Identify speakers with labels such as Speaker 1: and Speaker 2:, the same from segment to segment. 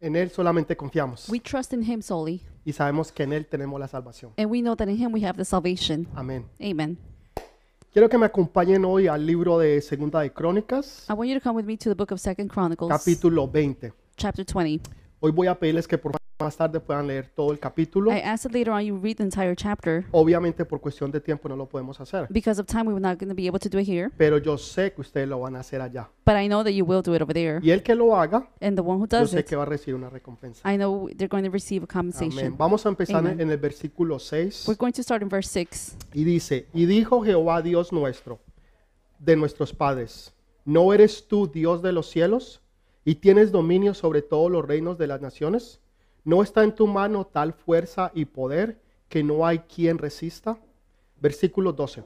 Speaker 1: En Él solamente confiamos
Speaker 2: We trust in Him solely,
Speaker 1: y sabemos que en Él tenemos la salvación.
Speaker 2: and we know that in Him we have the salvation.
Speaker 1: Amén.
Speaker 2: Amen.
Speaker 1: Quiero que me acompañen hoy al libro de Segunda de Crónicas,
Speaker 2: I want you to come with me to the book of Second Chronicles,
Speaker 1: capítulo 20.
Speaker 2: chapter 20.
Speaker 1: Hoy voy a pedirles que por favor más tarde puedan leer todo el capítulo.
Speaker 2: I asked that later on you read the entire chapter.
Speaker 1: Obviamente por cuestión de tiempo no lo podemos hacer,
Speaker 2: Because of time, we were not going to be able to do it here,
Speaker 1: pero yo sé que ustedes lo van a hacer allá.
Speaker 2: but I know that you will do it over there.
Speaker 1: Y el que lo haga,
Speaker 2: And the one who
Speaker 1: yo
Speaker 2: does
Speaker 1: sé
Speaker 2: it,
Speaker 1: que va a recibir una recompensa.
Speaker 2: I know they're going to receive a compensation.
Speaker 1: Amén. Vamos a empezar en
Speaker 2: Amen.
Speaker 1: en el versículo 6.
Speaker 2: We're going to start in verse 6.
Speaker 1: Y dice, y dijo Jehová Dios nuestro, de nuestros padres, ¿no eres tú Dios de los cielos y tienes dominio sobre todos los reinos de las naciones? ¿No está en tu mano tal fuerza y poder que no hay quien resista? Versículo 12.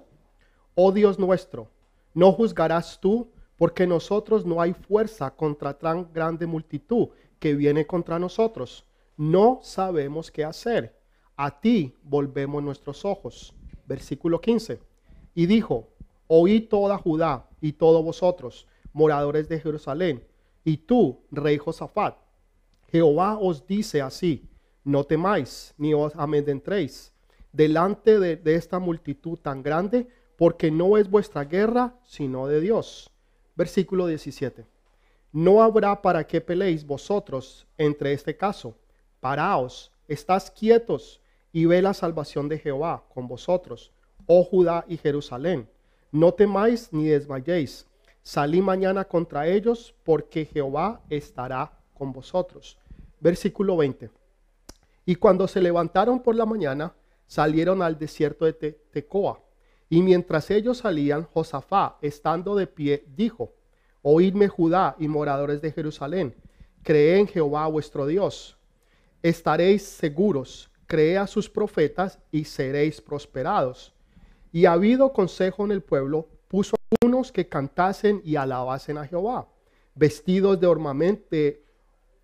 Speaker 1: Oh Dios nuestro, no juzgarás tú, porque nosotros no hay fuerza contra tan grande multitud que viene contra nosotros. No sabemos qué hacer. A ti volvemos nuestros ojos. Versículo 15. Y dijo, oí toda Judá y todos vosotros, moradores de Jerusalén, y tú, rey Josafat, Jehová os dice así, no temáis ni os amedrentéis delante de, de esta multitud tan grande, porque no es vuestra guerra, sino de Dios. Versículo 17. No habrá para qué peleéis vosotros entre este caso. Paraos, estás quietos y ve la salvación de Jehová con vosotros, oh Judá y Jerusalén. No temáis ni desmayéis. Salí mañana contra ellos, porque Jehová estará con vosotros. Versículo 20. Y cuando se levantaron por la mañana, salieron al desierto de Te- Tecoa. Y mientras ellos salían, Josafá, estando de pie, dijo, Oídme Judá y moradores de Jerusalén, creed en Jehová vuestro Dios. Estaréis seguros, creed a sus profetas y seréis prosperados. Y habido consejo en el pueblo, puso a unos que cantasen y alabasen a Jehová, vestidos de ornamento,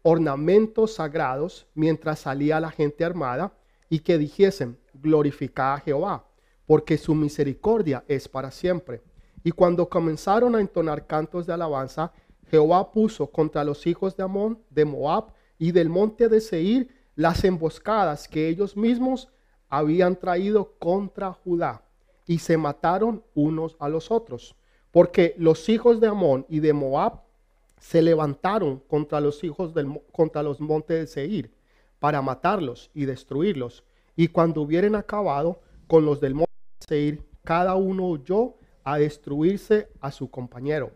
Speaker 1: ornamentos sagrados mientras salía la gente armada y que dijesen, glorificad a Jehová, porque su misericordia es para siempre. Y cuando comenzaron a entonar cantos de alabanza, Jehová puso contra los hijos de Amón, de Moab y del monte de Seir las emboscadas que ellos mismos habían traído contra Judá y se mataron unos a los otros, porque los hijos de Amón y de Moab se levantaron contra los hijos del, mo- contra los montes de Seir para matarlos y destruirlos. Y cuando hubieren acabado con los del monte de Seir, cada uno huyó a destruirse a su compañero.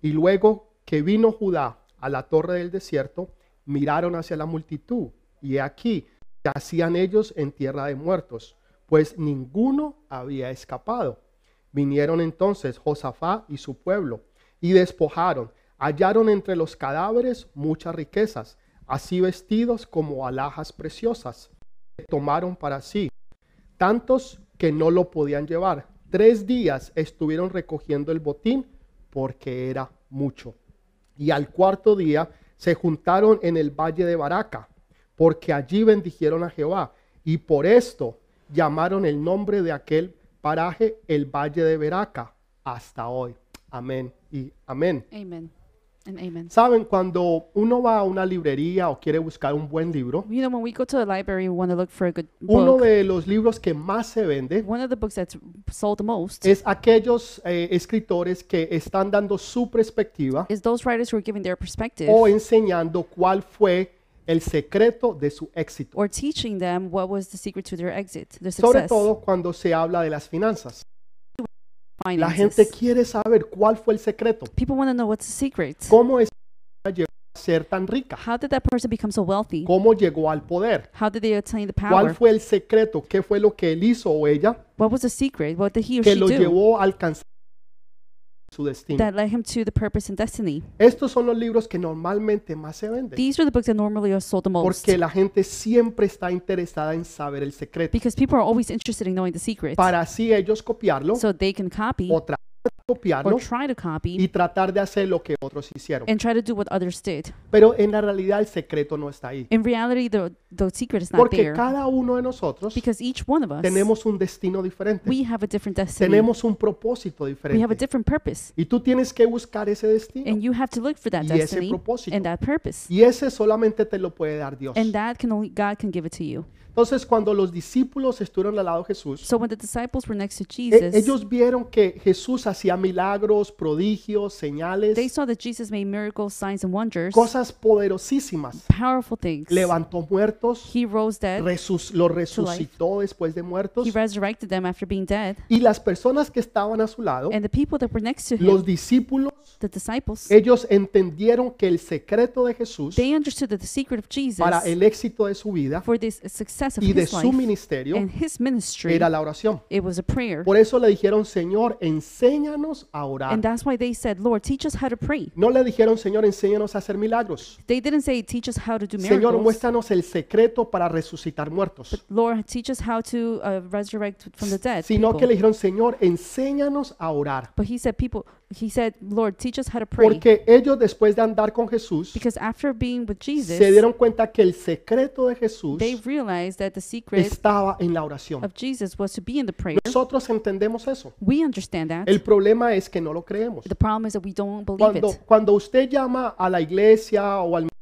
Speaker 1: Y luego que vino Judá a la torre del desierto, miraron hacia la multitud, y he aquí yacían ellos en tierra de muertos, pues ninguno había escapado. Vinieron entonces Josafá y su pueblo, y despojaron, hallaron entre los cadáveres muchas riquezas, así vestidos como alhajas preciosas, que tomaron para sí, tantos que no lo podían llevar. Tres días estuvieron recogiendo el botín porque era mucho. Y al cuarto día se juntaron en el valle de Baraca, porque allí bendijeron a Jehová, y por esto llamaron el nombre de aquel paraje el valle de Baraca hasta hoy. Amén y amén.
Speaker 2: Amen. And amen.
Speaker 1: Saben, cuando uno va a una librería o quiere buscar un buen libro,
Speaker 2: You know, when we go to the library, we want to look for a good
Speaker 1: uno
Speaker 2: book.
Speaker 1: de los libros que más se vende
Speaker 2: One of the books that's sold the most
Speaker 1: es aquellos eh, escritores que están dando su perspectiva
Speaker 2: is those writers who are giving their perspective
Speaker 1: o enseñando cuál fue el secreto de su éxito,
Speaker 2: or teaching them what was the secret to their exit, their
Speaker 1: sobre
Speaker 2: success.
Speaker 1: todo cuando se habla de las finanzas. La
Speaker 2: finances.
Speaker 1: gente quiere saber cuál fue el secreto,
Speaker 2: People want to know what's the secret.
Speaker 1: cómo es que llegó a ser tan rica,
Speaker 2: How did that person become so wealthy?
Speaker 1: cómo llegó al poder,
Speaker 2: How did they attain the
Speaker 1: cuál
Speaker 2: power?
Speaker 1: fue el secreto, qué fue lo que él hizo o ella
Speaker 2: What was the secret? What did he or
Speaker 1: que
Speaker 2: she
Speaker 1: lo
Speaker 2: do
Speaker 1: llevó a alcanzar su destino.
Speaker 2: that led him to the purpose and destiny?
Speaker 1: Estos son los libros que normalmente más se venden.
Speaker 2: These are the books that normally are sold the most
Speaker 1: Porque la gente siempre está interesada en saber el secreto.
Speaker 2: because people are always interested in knowing the secret
Speaker 1: Para así ellos copiarlo
Speaker 2: so they can copy
Speaker 1: o tra-
Speaker 2: or
Speaker 1: copiarnos
Speaker 2: try to copy
Speaker 1: y tratar de hacer lo que otros hicieron.
Speaker 2: and try to do what others did.
Speaker 1: Pero en la realidad el secreto no está ahí.
Speaker 2: In reality, the, the secret is not
Speaker 1: Porque
Speaker 2: there
Speaker 1: cada uno de nosotros
Speaker 2: because each one of us,
Speaker 1: tenemos un destino diferente.
Speaker 2: we have a different destiny.
Speaker 1: Tenemos un propósito
Speaker 2: We have a
Speaker 1: diferente.
Speaker 2: different purpose.
Speaker 1: Y tú tienes que buscar ese destino.
Speaker 2: And you have to look for that
Speaker 1: Y ese
Speaker 2: destiny
Speaker 1: propósito.
Speaker 2: and that purpose.
Speaker 1: Y ese solamente te lo puede dar Dios.
Speaker 2: And that can only God can give it to you.
Speaker 1: Entonces cuando los discípulos estuvieron al lado de Jesús,
Speaker 2: So when the disciples were next to
Speaker 1: e-
Speaker 2: Jesus,
Speaker 1: ellos vieron que Jesús hacía milagros, prodigios, señales,
Speaker 2: they saw that Jesus made miracles, signs, and wonders,
Speaker 1: cosas poderosísimas.
Speaker 2: powerful things.
Speaker 1: Levantó muertos,
Speaker 2: He rose dead.
Speaker 1: resus- los resucitó después de muertos.
Speaker 2: He resurrected them after being dead.
Speaker 1: Y las personas que estaban a su lado,
Speaker 2: And the people that were next to him,
Speaker 1: los discípulos,
Speaker 2: the disciples,
Speaker 1: ellos entendieron que el secreto de Jesús
Speaker 2: they understood that the secret of Jesus
Speaker 1: para el éxito de su vida
Speaker 2: for this success of
Speaker 1: y de
Speaker 2: his
Speaker 1: su
Speaker 2: life
Speaker 1: ministerio
Speaker 2: and his ministry,
Speaker 1: era la oración.
Speaker 2: it was a prayer.
Speaker 1: Por eso le dijeron, Señor, enséñanos a orar.
Speaker 2: And that's why they said, Lord, teach us how to pray.
Speaker 1: No le dijeron, Señor, enséñanos a hacer milagros.
Speaker 2: They didn't say, teach us how to do
Speaker 1: Señor,
Speaker 2: miracles.
Speaker 1: muéstranos el secreto para resucitar muertos.
Speaker 2: Lord, teach us how to uh, resurrect from the dead.
Speaker 1: Sino que
Speaker 2: people.
Speaker 1: le dijeron, Señor, enséñanos a orar.
Speaker 2: But he said, people, he said, Lord, teach us how to pray.
Speaker 1: Porque ellos después de andar con Jesús,
Speaker 2: Because after being with Jesus,
Speaker 1: se dieron cuenta que el secreto de Jesús
Speaker 2: they realized that the secret
Speaker 1: estaba en la oración.
Speaker 2: of Jesus was to be in the prayer.
Speaker 1: Nosotros entendemos eso.
Speaker 2: We understand that.
Speaker 1: El problema es que no lo creemos.
Speaker 2: The problem is that we don't believe
Speaker 1: Cuando,
Speaker 2: it.
Speaker 1: cuando usted llama a la iglesia o al ministerio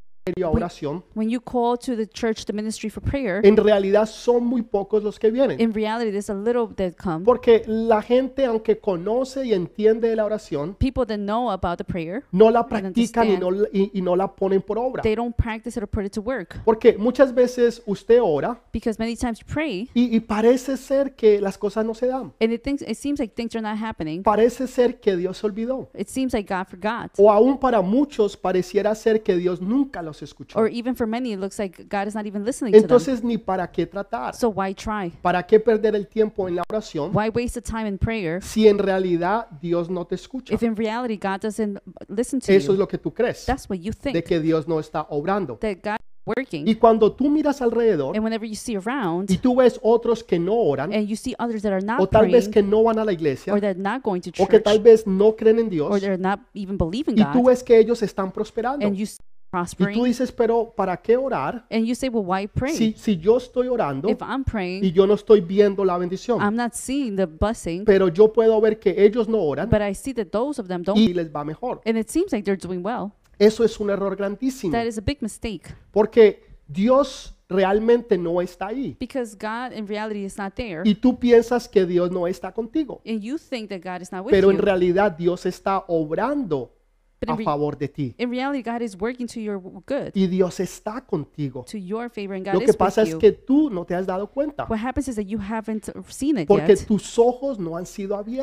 Speaker 1: a oración,
Speaker 2: When you call to the church, the ministry for prayer,
Speaker 1: en realidad son muy pocos los que vienen.
Speaker 2: in reality, there's a little that come.
Speaker 1: Porque la gente, aunque conoce y entiende de la oración,
Speaker 2: People that know about the prayer,
Speaker 1: no la
Speaker 2: And
Speaker 1: practican y no, y- y no la ponen por obra.
Speaker 2: they don't practice it or put it to work.
Speaker 1: Porque muchas veces usted ora
Speaker 2: Because many times you pray,
Speaker 1: y, y parece ser que las cosas no se dan.
Speaker 2: and it, thinks, it seems like things are not happening.
Speaker 1: Parece ser que Dios se olvidó.
Speaker 2: It seems like God forgot.
Speaker 1: O aún para muchos pareciera ser que Dios nunca los escuchó.
Speaker 2: Or even for many, it looks like God is not even listening to them.
Speaker 1: Entonces ni para qué tratar.
Speaker 2: So why try?
Speaker 1: ¿Para qué perder el tiempo en la oración
Speaker 2: Why waste the time in prayer
Speaker 1: si en realidad Dios no te escucha?
Speaker 2: if in reality God doesn't listen to
Speaker 1: Eso es
Speaker 2: you?
Speaker 1: lo que tú crees,
Speaker 2: That's what you
Speaker 1: de
Speaker 2: think,
Speaker 1: que Dios no está obrando.
Speaker 2: that God is
Speaker 1: Y
Speaker 2: working.
Speaker 1: cuando tú miras alrededor
Speaker 2: And whenever you see
Speaker 1: y
Speaker 2: around
Speaker 1: tú ves otros que no oran,
Speaker 2: and you see others that are
Speaker 1: o
Speaker 2: not
Speaker 1: tal vez
Speaker 2: praying
Speaker 1: que no van a la iglesia,
Speaker 2: or that are not going to
Speaker 1: o que tal
Speaker 2: church
Speaker 1: vez no creen en
Speaker 2: or
Speaker 1: Dios,
Speaker 2: they're not even believing
Speaker 1: y tú
Speaker 2: God
Speaker 1: ves que ellos están prosperando.
Speaker 2: and you see
Speaker 1: Y tú
Speaker 2: prospering
Speaker 1: dices, pero ¿para qué orar
Speaker 2: and you say, well, why
Speaker 1: si,
Speaker 2: pray?
Speaker 1: si yo estoy orando
Speaker 2: If I'm
Speaker 1: y
Speaker 2: praying,
Speaker 1: yo no estoy viendo la bendición?
Speaker 2: I'm not seeing the blessing,
Speaker 1: Pero yo puedo ver que ellos no oran
Speaker 2: but I see that those of them don't.
Speaker 1: y les va mejor.
Speaker 2: And it seems like they're doing well.
Speaker 1: Eso es un error grandísimo.
Speaker 2: That is a big mistake
Speaker 1: Porque Dios realmente no está ahí.
Speaker 2: because God in reality is not there.
Speaker 1: Y tú piensas que Dios no está contigo.
Speaker 2: and you think that God is not with
Speaker 1: Pero en
Speaker 2: you.
Speaker 1: realidad Dios está obrando
Speaker 2: But
Speaker 1: a
Speaker 2: in, re-
Speaker 1: favor de ti.
Speaker 2: in reality, God is working to your w- good,
Speaker 1: Y Dios está contigo.
Speaker 2: to your favor, and God
Speaker 1: Lo que
Speaker 2: is
Speaker 1: pasa
Speaker 2: with
Speaker 1: es
Speaker 2: you.
Speaker 1: que tú no te has dado cuenta.
Speaker 2: what happens is that you haven't uh, seen it
Speaker 1: Porque
Speaker 2: yet
Speaker 1: tus ojos no han sido
Speaker 2: because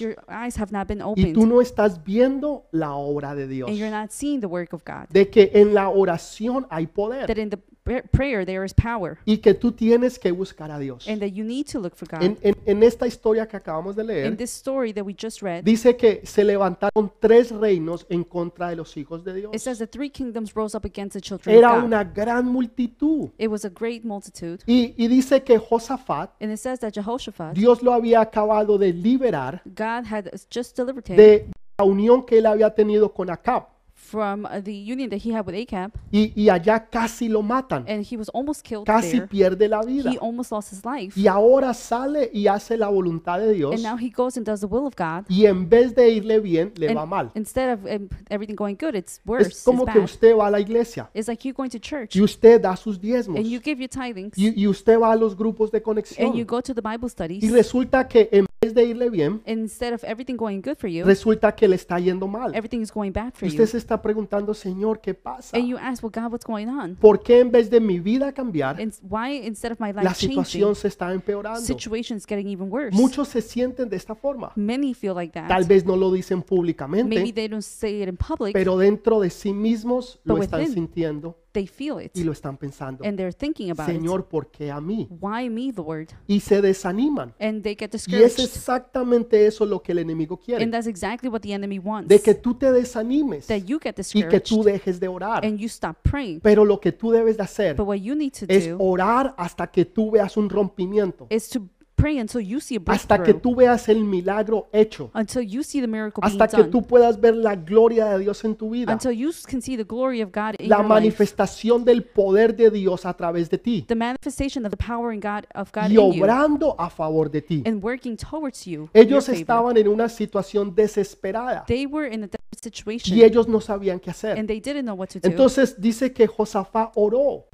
Speaker 1: abiertos.
Speaker 2: your eyes have not been
Speaker 1: Y tú
Speaker 2: opened
Speaker 1: no estás viendo la obra de Dios.
Speaker 2: and you're not seeing the work of God.
Speaker 1: De que en la oración hay poder.
Speaker 2: That in the pra- prayer there is power
Speaker 1: Y que tú tienes que buscar a Dios.
Speaker 2: and that you need to look for God.
Speaker 1: En, en- en esta historia que acabamos de
Speaker 2: in
Speaker 1: leer,
Speaker 2: this story that we just read,
Speaker 1: dice que se levantaron tres reinos en contra de los hijos de
Speaker 2: it
Speaker 1: Dios.
Speaker 2: says the three kingdoms rose up against the children
Speaker 1: Era
Speaker 2: of God.
Speaker 1: una gran multitud.
Speaker 2: it was a great multitude.
Speaker 1: Y, y dice que Josafat,
Speaker 2: And it says that Jehoshaphat,
Speaker 1: Dios lo había acabado de liberar
Speaker 2: God had uh, just delivered him
Speaker 1: de la unión que él había tenido con Acab.
Speaker 2: from uh, the union that he had with Acab,
Speaker 1: Y, y allá casi lo matan,
Speaker 2: and he was almost killed
Speaker 1: casi
Speaker 2: there.
Speaker 1: pierde la vida.
Speaker 2: He almost lost his life.
Speaker 1: Y ahora sale y hace la voluntad de Dios.
Speaker 2: And now he goes and does the will of God.
Speaker 1: Y en vez de irle bien, le va
Speaker 2: and
Speaker 1: mal.
Speaker 2: Instead of um, everything going good, it's worse.
Speaker 1: Es
Speaker 2: It's,
Speaker 1: como que
Speaker 2: bad.
Speaker 1: usted va a la iglesia
Speaker 2: it's like you going to church
Speaker 1: y usted da sus diezmos.
Speaker 2: and you give your tithings
Speaker 1: Y, y usted va a los grupos de
Speaker 2: and you
Speaker 1: conexión.
Speaker 2: go to the Bible studies.
Speaker 1: Y resulta que en vez de irle bien,
Speaker 2: and instead of everything going good for you,
Speaker 1: resulta que le está yendo mal.
Speaker 2: everything is going bad for
Speaker 1: Y usted
Speaker 2: you.
Speaker 1: se está preguntando, Señor, ¿qué pasa?
Speaker 2: And you ask, well, God, what's going on?
Speaker 1: ¿Por qué en vez de mi vida cambiar,
Speaker 2: And why, instead of my
Speaker 1: la
Speaker 2: life
Speaker 1: situación
Speaker 2: changing,
Speaker 1: se está empeorando?
Speaker 2: situation's getting even worse?
Speaker 1: Muchos se sienten de esta forma.
Speaker 2: Many feel like that.
Speaker 1: Tal vez no lo dicen
Speaker 2: Maybe
Speaker 1: públicamente,
Speaker 2: they don't say it in public,
Speaker 1: pero dentro de sí mismos lo
Speaker 2: But
Speaker 1: están
Speaker 2: within.
Speaker 1: sintiendo
Speaker 2: they feel it
Speaker 1: y lo están pensando.
Speaker 2: and they're thinking about it.
Speaker 1: Señor, ¿por qué a mí?
Speaker 2: Why me, Lord?
Speaker 1: Y se desaniman.
Speaker 2: And they get
Speaker 1: Y es
Speaker 2: discouraged.
Speaker 1: exactamente eso lo que el enemigo quiere.
Speaker 2: And that's exactly what the enemy wants.
Speaker 1: De que tú te desanimes
Speaker 2: that you get
Speaker 1: y que
Speaker 2: discouraged
Speaker 1: tú dejes de orar.
Speaker 2: and you stop praying.
Speaker 1: Pero lo que tú debes de hacer
Speaker 2: But what you need to
Speaker 1: es
Speaker 2: do
Speaker 1: orar hasta que tú veas un rompimiento.
Speaker 2: is to pray until you see a
Speaker 1: hasta que
Speaker 2: breakthrough,
Speaker 1: tú veas el milagro hecho,
Speaker 2: until you see the miracle being
Speaker 1: hasta que
Speaker 2: done,
Speaker 1: tú puedas ver la gloria de Dios en tu vida,
Speaker 2: until you can see the glory of God in
Speaker 1: la
Speaker 2: your life,
Speaker 1: manifestación del poder de Dios a través de ti
Speaker 2: the manifestation of the power in God of God
Speaker 1: y
Speaker 2: in you,
Speaker 1: obrando a favor de ti.
Speaker 2: and working towards you. in your
Speaker 1: Ellos
Speaker 2: favor.
Speaker 1: estaban en una situación desesperada
Speaker 2: They were in a desperate situation,
Speaker 1: y ellos no sabían qué hacer.
Speaker 2: and they didn't know what to do.
Speaker 1: Entonces dice que Josafá oró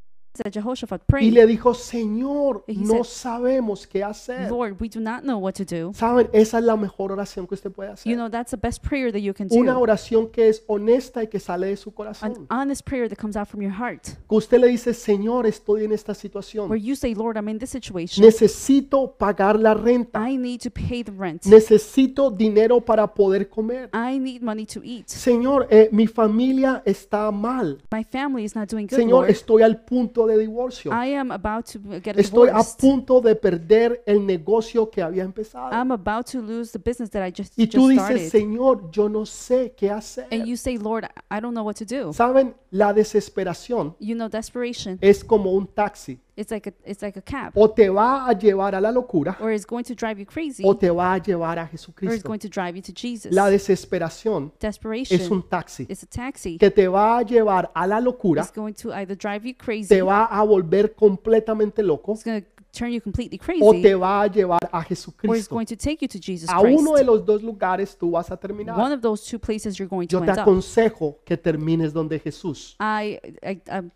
Speaker 2: that Jehoshaphat
Speaker 1: y
Speaker 2: prayed,
Speaker 1: le dijo, Señor,
Speaker 2: He
Speaker 1: no
Speaker 2: said,
Speaker 1: sabemos qué hacer.
Speaker 2: Lord, we do not know what to do.
Speaker 1: Saben, esa es la mejor oración que usted puede
Speaker 2: You
Speaker 1: hacer.
Speaker 2: know, that's the best prayer that you can
Speaker 1: Una
Speaker 2: do.
Speaker 1: oración que es honesta y que sale de su
Speaker 2: An
Speaker 1: corazón.
Speaker 2: honest prayer that comes out from your heart,
Speaker 1: Que usted le dice, Señor, estoy en esta
Speaker 2: where
Speaker 1: situación.
Speaker 2: you say, Lord, I'm in this situation.
Speaker 1: Necesito pagar la renta.
Speaker 2: I need to pay the rent.
Speaker 1: Necesito dinero para poder comer.
Speaker 2: I need money to eat.
Speaker 1: Señor, eh, mi familia está mal.
Speaker 2: My family is not doing good.
Speaker 1: Señor,
Speaker 2: Lord.
Speaker 1: estoy al punto de divorcio.
Speaker 2: I am about to get a
Speaker 1: Estoy a
Speaker 2: divorce.
Speaker 1: punto de perder el negocio que había empezado.
Speaker 2: I'm about to lose the business that I just,
Speaker 1: Y tú
Speaker 2: just
Speaker 1: dices,
Speaker 2: started.
Speaker 1: Señor, yo no sé qué hacer.
Speaker 2: And you say, Lord, I- I don't know what to do.
Speaker 1: Saben, la desesperación
Speaker 2: You know, desperation.
Speaker 1: es como un taxi.
Speaker 2: It's like a it's like a cab.
Speaker 1: eh, O te va a llevar a la locura
Speaker 2: Or it's going to drive you crazy,
Speaker 1: o
Speaker 2: or
Speaker 1: te va a llevar a
Speaker 2: it's
Speaker 1: Jesucristo.
Speaker 2: going to drive you to Jesus.
Speaker 1: La desesperación es
Speaker 2: Desperation
Speaker 1: un taxi
Speaker 2: is a taxi.
Speaker 1: que te va a llevar a la locura,
Speaker 2: It's going to either drive you crazy,
Speaker 1: te va a volver completamente loco
Speaker 2: it's going to turn you completely
Speaker 1: o
Speaker 2: crazy,
Speaker 1: te va a llevar a
Speaker 2: or it's
Speaker 1: Jesucristo.
Speaker 2: going to take you to Jesus
Speaker 1: A uno de
Speaker 2: Christ.
Speaker 1: los dos lugares tú vas a terminar.
Speaker 2: One of those two places you're going to
Speaker 1: Yo te
Speaker 2: end up.
Speaker 1: aconsejo que termines donde Jesús.
Speaker 2: I, I I'm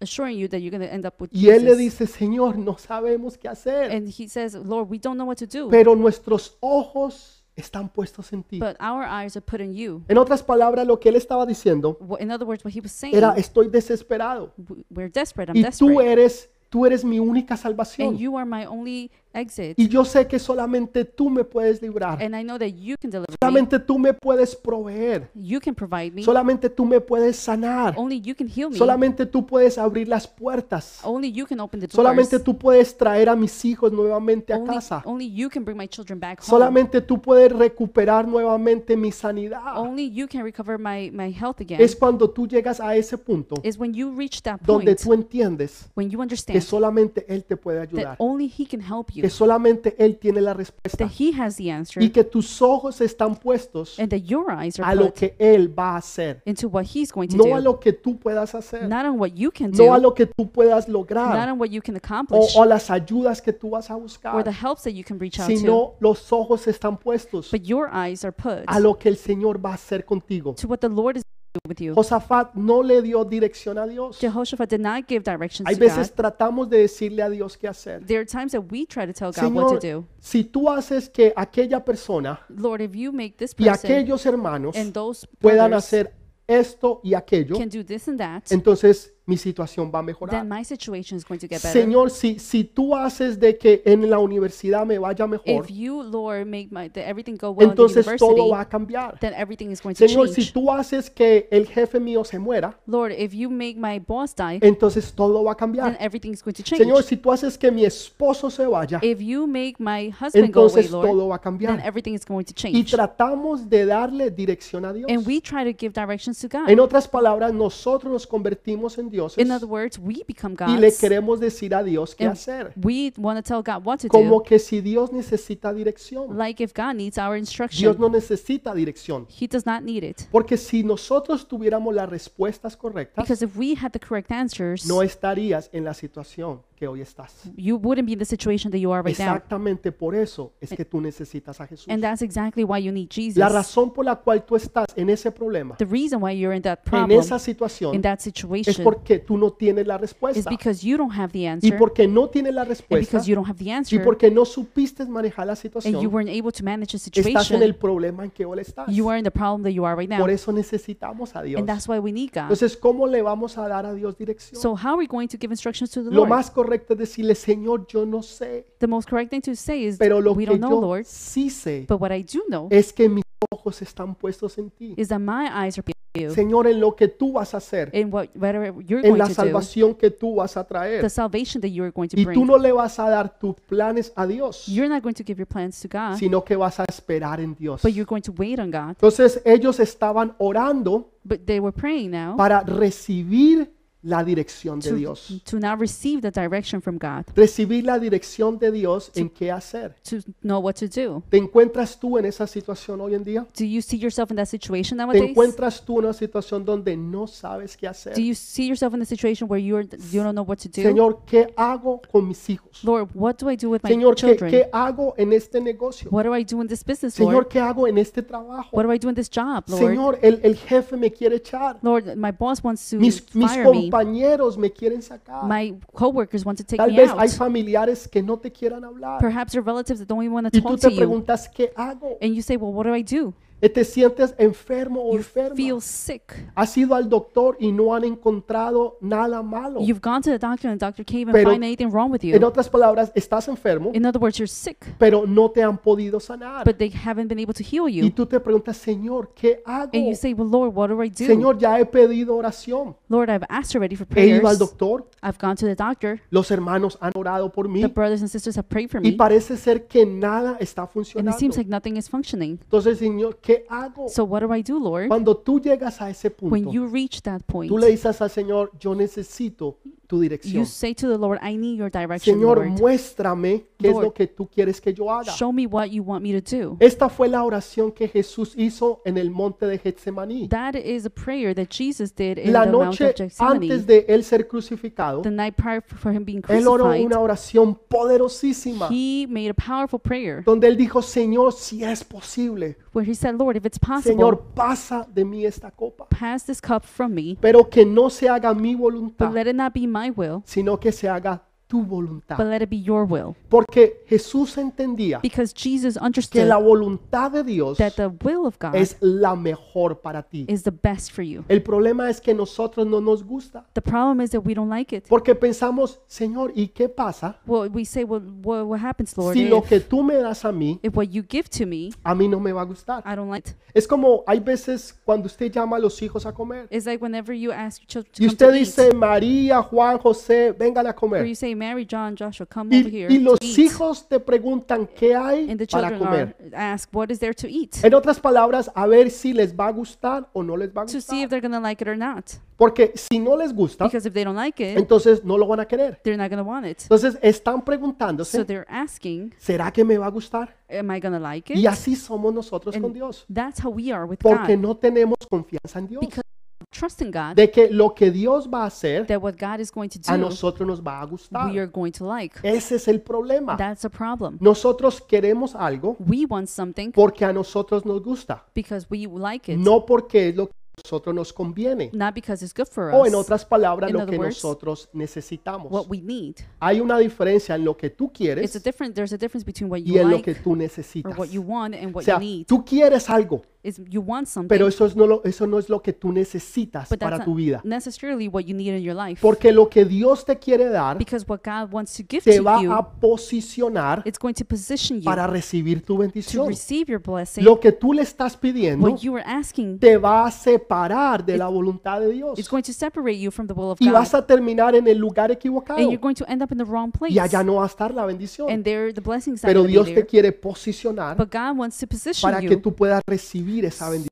Speaker 2: assuring you that you're going to end up with
Speaker 1: Y él le
Speaker 2: Jesus.
Speaker 1: dice, Señor, no sabemos qué hacer,
Speaker 2: And he says, Lord, we don't know what to do,
Speaker 1: pero nuestros ojos están puestos en ti.
Speaker 2: but our eyes are put in you.
Speaker 1: En otras palabras, lo que él estaba diciendo
Speaker 2: Wh- In other words, what he was saying,
Speaker 1: era, estoy desesperado
Speaker 2: "W- we're desperate. I'm
Speaker 1: y tú
Speaker 2: desperate,
Speaker 1: eres, tú eres mi única
Speaker 2: and
Speaker 1: salvación.
Speaker 2: you are my only exit.
Speaker 1: Y yo sé que solamente tú me puedes librar,
Speaker 2: And I know that you can deliver me.
Speaker 1: solamente tú me puedes proveer,
Speaker 2: You can provide me.
Speaker 1: solamente tú me puedes sanar,
Speaker 2: Only you can heal me.
Speaker 1: solamente tú puedes abrir las puertas.
Speaker 2: Only you can open the doors.
Speaker 1: Solamente tú puedes traer a mis hijos nuevamente a
Speaker 2: only,
Speaker 1: casa.
Speaker 2: only you can bring my children back home.
Speaker 1: Solamente tú puedes recuperar nuevamente mi sanidad.
Speaker 2: only you can recover my, my health again.
Speaker 1: Es cuando tú llegas a ese punto
Speaker 2: Is when you reach that
Speaker 1: donde
Speaker 2: point,
Speaker 1: tú entiendes
Speaker 2: when you
Speaker 1: que
Speaker 2: understand
Speaker 1: solamente Él te puede ayudar,
Speaker 2: that only he can help you,
Speaker 1: que solamente Él tiene la respuesta
Speaker 2: that he has the answer,
Speaker 1: y que tus ojos están puestos
Speaker 2: and that your eyes
Speaker 1: a
Speaker 2: are
Speaker 1: lo
Speaker 2: put
Speaker 1: que Él va a hacer,
Speaker 2: into what he's going to
Speaker 1: no
Speaker 2: do.
Speaker 1: a lo que tú puedas hacer,
Speaker 2: not on what you can do,
Speaker 1: no a lo que tú puedas
Speaker 2: not
Speaker 1: lograr
Speaker 2: on what you can
Speaker 1: o,
Speaker 2: accomplish
Speaker 1: o a las ayudas que tú vas a
Speaker 2: or the
Speaker 1: buscar,
Speaker 2: helps that you can reach out to,
Speaker 1: sino los ojos están puestos
Speaker 2: but your eyes are put
Speaker 1: a lo que el Señor va a hacer contigo.
Speaker 2: to what the Lord is doing with you.
Speaker 1: Josafat no le dio dirección a Dios.
Speaker 2: Jehoshaphat did not give directions
Speaker 1: Hay
Speaker 2: to God.
Speaker 1: veces tratamos de decirle a Dios qué hacer.
Speaker 2: There are times that we try to tell God what to
Speaker 1: Señor,
Speaker 2: do.
Speaker 1: si tú haces que aquella persona
Speaker 2: Lord, if you make this
Speaker 1: y
Speaker 2: person
Speaker 1: aquellos hermanos
Speaker 2: and those
Speaker 1: puedan
Speaker 2: brothers
Speaker 1: hacer esto y aquello,
Speaker 2: can do this and that,
Speaker 1: entonces mi situación va a mejorar.
Speaker 2: then my situation is going to get better.
Speaker 1: Señor, si, si tú haces de que en la universidad me vaya mejor,
Speaker 2: if you, Lord, make my, that everything go well in the
Speaker 1: entonces todo va
Speaker 2: university,
Speaker 1: a cambiar.
Speaker 2: then everything is going to
Speaker 1: Señor, si
Speaker 2: change.
Speaker 1: tú haces que el jefe mío se muera,
Speaker 2: Lord, if you make my boss die,
Speaker 1: entonces todo va a
Speaker 2: then
Speaker 1: cambiar.
Speaker 2: everything is going to change.
Speaker 1: Eh, Señor, si tú haces que mi esposo se vaya,
Speaker 2: If you make my husband go away,
Speaker 1: entonces
Speaker 2: Lord,
Speaker 1: todo va a
Speaker 2: then
Speaker 1: cambiar.
Speaker 2: everything is going to
Speaker 1: Y
Speaker 2: change.
Speaker 1: tratamos de darle dirección a Dios.
Speaker 2: And we try to give directions to God.
Speaker 1: En otras palabras, nosotros nos convertimos en dioses
Speaker 2: In other words, we become
Speaker 1: y le
Speaker 2: gods.
Speaker 1: queremos decir a Dios qué
Speaker 2: and
Speaker 1: hacer.
Speaker 2: We want to tell God what to
Speaker 1: Como
Speaker 2: do.
Speaker 1: que si Dios necesita dirección,
Speaker 2: Like if God needs our
Speaker 1: Dios
Speaker 2: instruction,
Speaker 1: no necesita dirección.
Speaker 2: He does not need it.
Speaker 1: Porque si nosotros tuviéramos las respuestas correctas,
Speaker 2: Because if we had the correct answers,
Speaker 1: no estarías en la situación que hoy estás.
Speaker 2: you wouldn't be in the situation that you are right now.
Speaker 1: Exactamente por eso es que tú necesitas a Jesús.
Speaker 2: And that's exactly why you need
Speaker 1: La
Speaker 2: Jesus.
Speaker 1: razón por la cual tú estás en ese problema,
Speaker 2: The reason why you're in that
Speaker 1: en
Speaker 2: problem,
Speaker 1: esa situación,
Speaker 2: in that
Speaker 1: es
Speaker 2: situation,
Speaker 1: porque tú no tienes la
Speaker 2: is
Speaker 1: respuesta.
Speaker 2: because you don't have the
Speaker 1: Y
Speaker 2: answer.
Speaker 1: porque no tienes la
Speaker 2: And
Speaker 1: respuesta
Speaker 2: because you don't have the
Speaker 1: y
Speaker 2: answer,
Speaker 1: porque no supiste manejar la
Speaker 2: and you
Speaker 1: situación,
Speaker 2: weren't able to manage the
Speaker 1: estás en
Speaker 2: situation,
Speaker 1: el problema en que hoy estás.
Speaker 2: you are in the problem that you are right now.
Speaker 1: Por eso necesitamos a Dios.
Speaker 2: And that's why we need God.
Speaker 1: Entonces, ¿cómo le vamos a dar a Dios dirección?
Speaker 2: So how are we going to give instructions to the
Speaker 1: Lo
Speaker 2: Lord?
Speaker 1: más correcto es decirle, Señor, yo no sé,
Speaker 2: The most correct thing to say is,
Speaker 1: pero lo
Speaker 2: we
Speaker 1: que
Speaker 2: don't
Speaker 1: yo
Speaker 2: know, Lord.
Speaker 1: sí sé
Speaker 2: But what I do know
Speaker 1: es que mis ojos están puestos en ti.
Speaker 2: is that my eyes are upon you
Speaker 1: Señor, en lo que tú vas a hacer,
Speaker 2: in what whatever you're
Speaker 1: en
Speaker 2: going
Speaker 1: la
Speaker 2: to do,
Speaker 1: salvación que tú vas a
Speaker 2: the
Speaker 1: traer.
Speaker 2: salvation that you are going to
Speaker 1: Y tú
Speaker 2: bring.
Speaker 1: no le vas a dar tus planes a Dios,
Speaker 2: You're not going to give your plans to God,
Speaker 1: sino que vas a esperar en Dios.
Speaker 2: but you're going to wait on God.
Speaker 1: Entonces ellos estaban orando
Speaker 2: But they were praying now
Speaker 1: para recibir la dirección de
Speaker 2: Oh. to,
Speaker 1: Dios.
Speaker 2: to now receive the direction from God,
Speaker 1: Recibir la dirección de Dios en qué hacer.
Speaker 2: to know what to do.
Speaker 1: ¿Te encuentras tú en esa situación hoy en día?
Speaker 2: Do you see yourself in that situation
Speaker 1: ¿Te
Speaker 2: nowadays?
Speaker 1: encuentras tú en una situación donde no sabes qué hacer?
Speaker 2: Do you see yourself in a situation where you are, you don't know what to do?
Speaker 1: Señor, ¿qué hago con mis hijos?
Speaker 2: Lord, what do I do with my
Speaker 1: Señor, ¿qué,
Speaker 2: children?
Speaker 1: qué hago en este negocio?
Speaker 2: what do I do in this business,
Speaker 1: Señor,
Speaker 2: Lord?
Speaker 1: ¿qué hago en este
Speaker 2: What
Speaker 1: trabajo?
Speaker 2: do I do in this job, Lord?
Speaker 1: Señor, el, el jefe me quiere echar.
Speaker 2: Lord, my boss wants to
Speaker 1: Mis, mis
Speaker 2: fire me.
Speaker 1: compañeros me quieren sacar.
Speaker 2: My coworkers want to take
Speaker 1: Tal
Speaker 2: me
Speaker 1: vez
Speaker 2: out.
Speaker 1: hay familiares que no te quieran hablar.
Speaker 2: Perhaps your relatives that don't even want to
Speaker 1: Y tú
Speaker 2: talk
Speaker 1: te
Speaker 2: to you.
Speaker 1: preguntas, ¿qué hago?
Speaker 2: And you say, well, what do I do?
Speaker 1: Eh, Te sientes enfermo o
Speaker 2: You feel
Speaker 1: enferma.
Speaker 2: sick.
Speaker 1: Has ido al doctor y no han encontrado nada malo.
Speaker 2: You've gone to the doctor and the doctor can't even
Speaker 1: Pero-
Speaker 2: find anything wrong with
Speaker 1: En
Speaker 2: you.
Speaker 1: otras palabras, estás enfermo,
Speaker 2: In other words, you're sick,
Speaker 1: pero no te han podido sanar.
Speaker 2: but they haven't been able to heal
Speaker 1: Y
Speaker 2: you.
Speaker 1: tú te preguntas, Señor, ¿qué hago?
Speaker 2: And you say, well, Lord, what do I do?
Speaker 1: Señor, ya he pedido oración.
Speaker 2: Lord, I've asked already for
Speaker 1: He ido al
Speaker 2: prayers.
Speaker 1: doctor.
Speaker 2: I've gone to the doctor.
Speaker 1: Los hermanos han orado por mí.
Speaker 2: The brothers and sisters have prayed for
Speaker 1: Y
Speaker 2: me.
Speaker 1: parece ser que nada está
Speaker 2: And it
Speaker 1: funcionando.
Speaker 2: seems like nothing is functioning.
Speaker 1: Entonces, Señor, ¿qué hago?
Speaker 2: So what do I do, Lord?
Speaker 1: Cuando tú llegas a ese
Speaker 2: When
Speaker 1: punto,
Speaker 2: you reach that point,
Speaker 1: tú le dices al Señor, yo necesito tu
Speaker 2: you
Speaker 1: dirección.
Speaker 2: say to the Lord, I need your direction,
Speaker 1: Señor,
Speaker 2: Lord.
Speaker 1: muéstrame qué es
Speaker 2: Lord.
Speaker 1: lo que tú quieres que yo haga.
Speaker 2: Show me what you want me to do.
Speaker 1: Esta fue la oración que Jesús hizo en el monte de Getsemaní.
Speaker 2: That is a prayer that Jesus did in
Speaker 1: La
Speaker 2: the Mount
Speaker 1: noche
Speaker 2: of Gethsemane.
Speaker 1: antes de él ser crucificado,
Speaker 2: the night prior f- for him being
Speaker 1: él oró
Speaker 2: crucified,
Speaker 1: una oración poderosísima
Speaker 2: he made a powerful prayer
Speaker 1: donde él dijo, Señor, si es posible,
Speaker 2: where he said, Lord, if it's possible,
Speaker 1: Señor, pasa de mí esta copa,
Speaker 2: pass this cup from me,
Speaker 1: pero que no se haga mi
Speaker 2: but
Speaker 1: voluntad,
Speaker 2: let it not be my will,
Speaker 1: sino que se haga tu
Speaker 2: but
Speaker 1: voluntad.
Speaker 2: let it be your will.
Speaker 1: Porque Jesús entendía
Speaker 2: Because Jesus
Speaker 1: que
Speaker 2: understood
Speaker 1: la voluntad de Dios
Speaker 2: that the will of God
Speaker 1: es la mejor para ti.
Speaker 2: is the best for you.
Speaker 1: El problema es que nosotros no nos gusta,
Speaker 2: The problem is that we don't like it.
Speaker 1: porque pensamos, Señor, ¿y qué pasa
Speaker 2: Well, we say, well, what, what happens, Lord,
Speaker 1: si lo
Speaker 2: if,
Speaker 1: que tú me das a mí,
Speaker 2: if what you give to me,
Speaker 1: a mí no me va a gustar?
Speaker 2: I don't like it.
Speaker 1: Es como hay veces cuando usted llama a los hijos a comer
Speaker 2: It's like whenever you ask your children to
Speaker 1: y
Speaker 2: come to
Speaker 1: usted
Speaker 2: eat,
Speaker 1: dice, María, Juan, José, vengan a
Speaker 2: or
Speaker 1: comer.
Speaker 2: you say, Mary, John, Joshua, come over
Speaker 1: Y,
Speaker 2: here
Speaker 1: y los
Speaker 2: to eat.
Speaker 1: hijos te preguntan qué hay
Speaker 2: And the
Speaker 1: para
Speaker 2: children are
Speaker 1: comer.
Speaker 2: ask, what is there to eat?
Speaker 1: En otras palabras, a ver si les va a gustar o no les va a
Speaker 2: To see
Speaker 1: gustar.
Speaker 2: if they're going to like it or not.
Speaker 1: Porque si no les gusta,
Speaker 2: Because if they don't like it,
Speaker 1: entonces no lo van a querer.
Speaker 2: they're not going to want it.
Speaker 1: Entonces están
Speaker 2: So
Speaker 1: preguntándose,
Speaker 2: they're asking,
Speaker 1: ¿será que me va a gustar?
Speaker 2: am I going to like
Speaker 1: Y
Speaker 2: it?
Speaker 1: así somos nosotros con
Speaker 2: And
Speaker 1: Dios,
Speaker 2: that's how we are with
Speaker 1: porque
Speaker 2: God.
Speaker 1: no tenemos confianza en Dios,
Speaker 2: Because trust in God
Speaker 1: de que lo que Dios va a hacer
Speaker 2: that what God is going to
Speaker 1: a
Speaker 2: do,
Speaker 1: nosotros nos va a
Speaker 2: we
Speaker 1: gustar.
Speaker 2: are going to like.
Speaker 1: Ese es el problema.
Speaker 2: That's a problem.
Speaker 1: Nosotros queremos algo
Speaker 2: We want something
Speaker 1: porque a nosotros nos gusta,
Speaker 2: because we like it,
Speaker 1: no porque es lo que a nosotros nos conviene,
Speaker 2: not because it's good for
Speaker 1: o Oh, en
Speaker 2: us,
Speaker 1: otras palabras,
Speaker 2: In
Speaker 1: lo
Speaker 2: other
Speaker 1: que
Speaker 2: words,
Speaker 1: nosotros
Speaker 2: what
Speaker 1: necesitamos.
Speaker 2: we need.
Speaker 1: Hay una diferencia en lo que tú
Speaker 2: It's a
Speaker 1: quieres
Speaker 2: different, there's a difference between what
Speaker 1: y
Speaker 2: you
Speaker 1: en lo que
Speaker 2: like
Speaker 1: tú
Speaker 2: or
Speaker 1: necesitas.
Speaker 2: what you want and
Speaker 1: O
Speaker 2: what you
Speaker 1: sea,
Speaker 2: need.
Speaker 1: tú quieres algo,
Speaker 2: Is you want
Speaker 1: pero
Speaker 2: something,
Speaker 1: eso, es no lo- eso no es lo que tú necesitas
Speaker 2: but
Speaker 1: para
Speaker 2: that's
Speaker 1: tu vida.
Speaker 2: not necessarily what you need in your life.
Speaker 1: Porque lo que Dios te quiere dar
Speaker 2: Because what God wants to give
Speaker 1: te
Speaker 2: to
Speaker 1: va
Speaker 2: you,
Speaker 1: a posicionar
Speaker 2: it's going to position you
Speaker 1: para recibir tu
Speaker 2: to
Speaker 1: bendición.
Speaker 2: receive your blessing.
Speaker 1: Lo que tú le estás pidiendo
Speaker 2: What you are asking,
Speaker 1: te va a separar de la voluntad de Dios
Speaker 2: it's going to separate you from the will of
Speaker 1: y vas
Speaker 2: God.
Speaker 1: a terminar en el lugar equivocado
Speaker 2: And you're going to end up in the wrong place.
Speaker 1: y allá no va a estar la bendición.
Speaker 2: And there, the blessings are
Speaker 1: Pero
Speaker 2: not gonna
Speaker 1: Dios
Speaker 2: be
Speaker 1: te
Speaker 2: there.
Speaker 1: quiere posicionar
Speaker 2: But God wants to position
Speaker 1: para que
Speaker 2: you.
Speaker 1: tú puedas recibir esa bendición.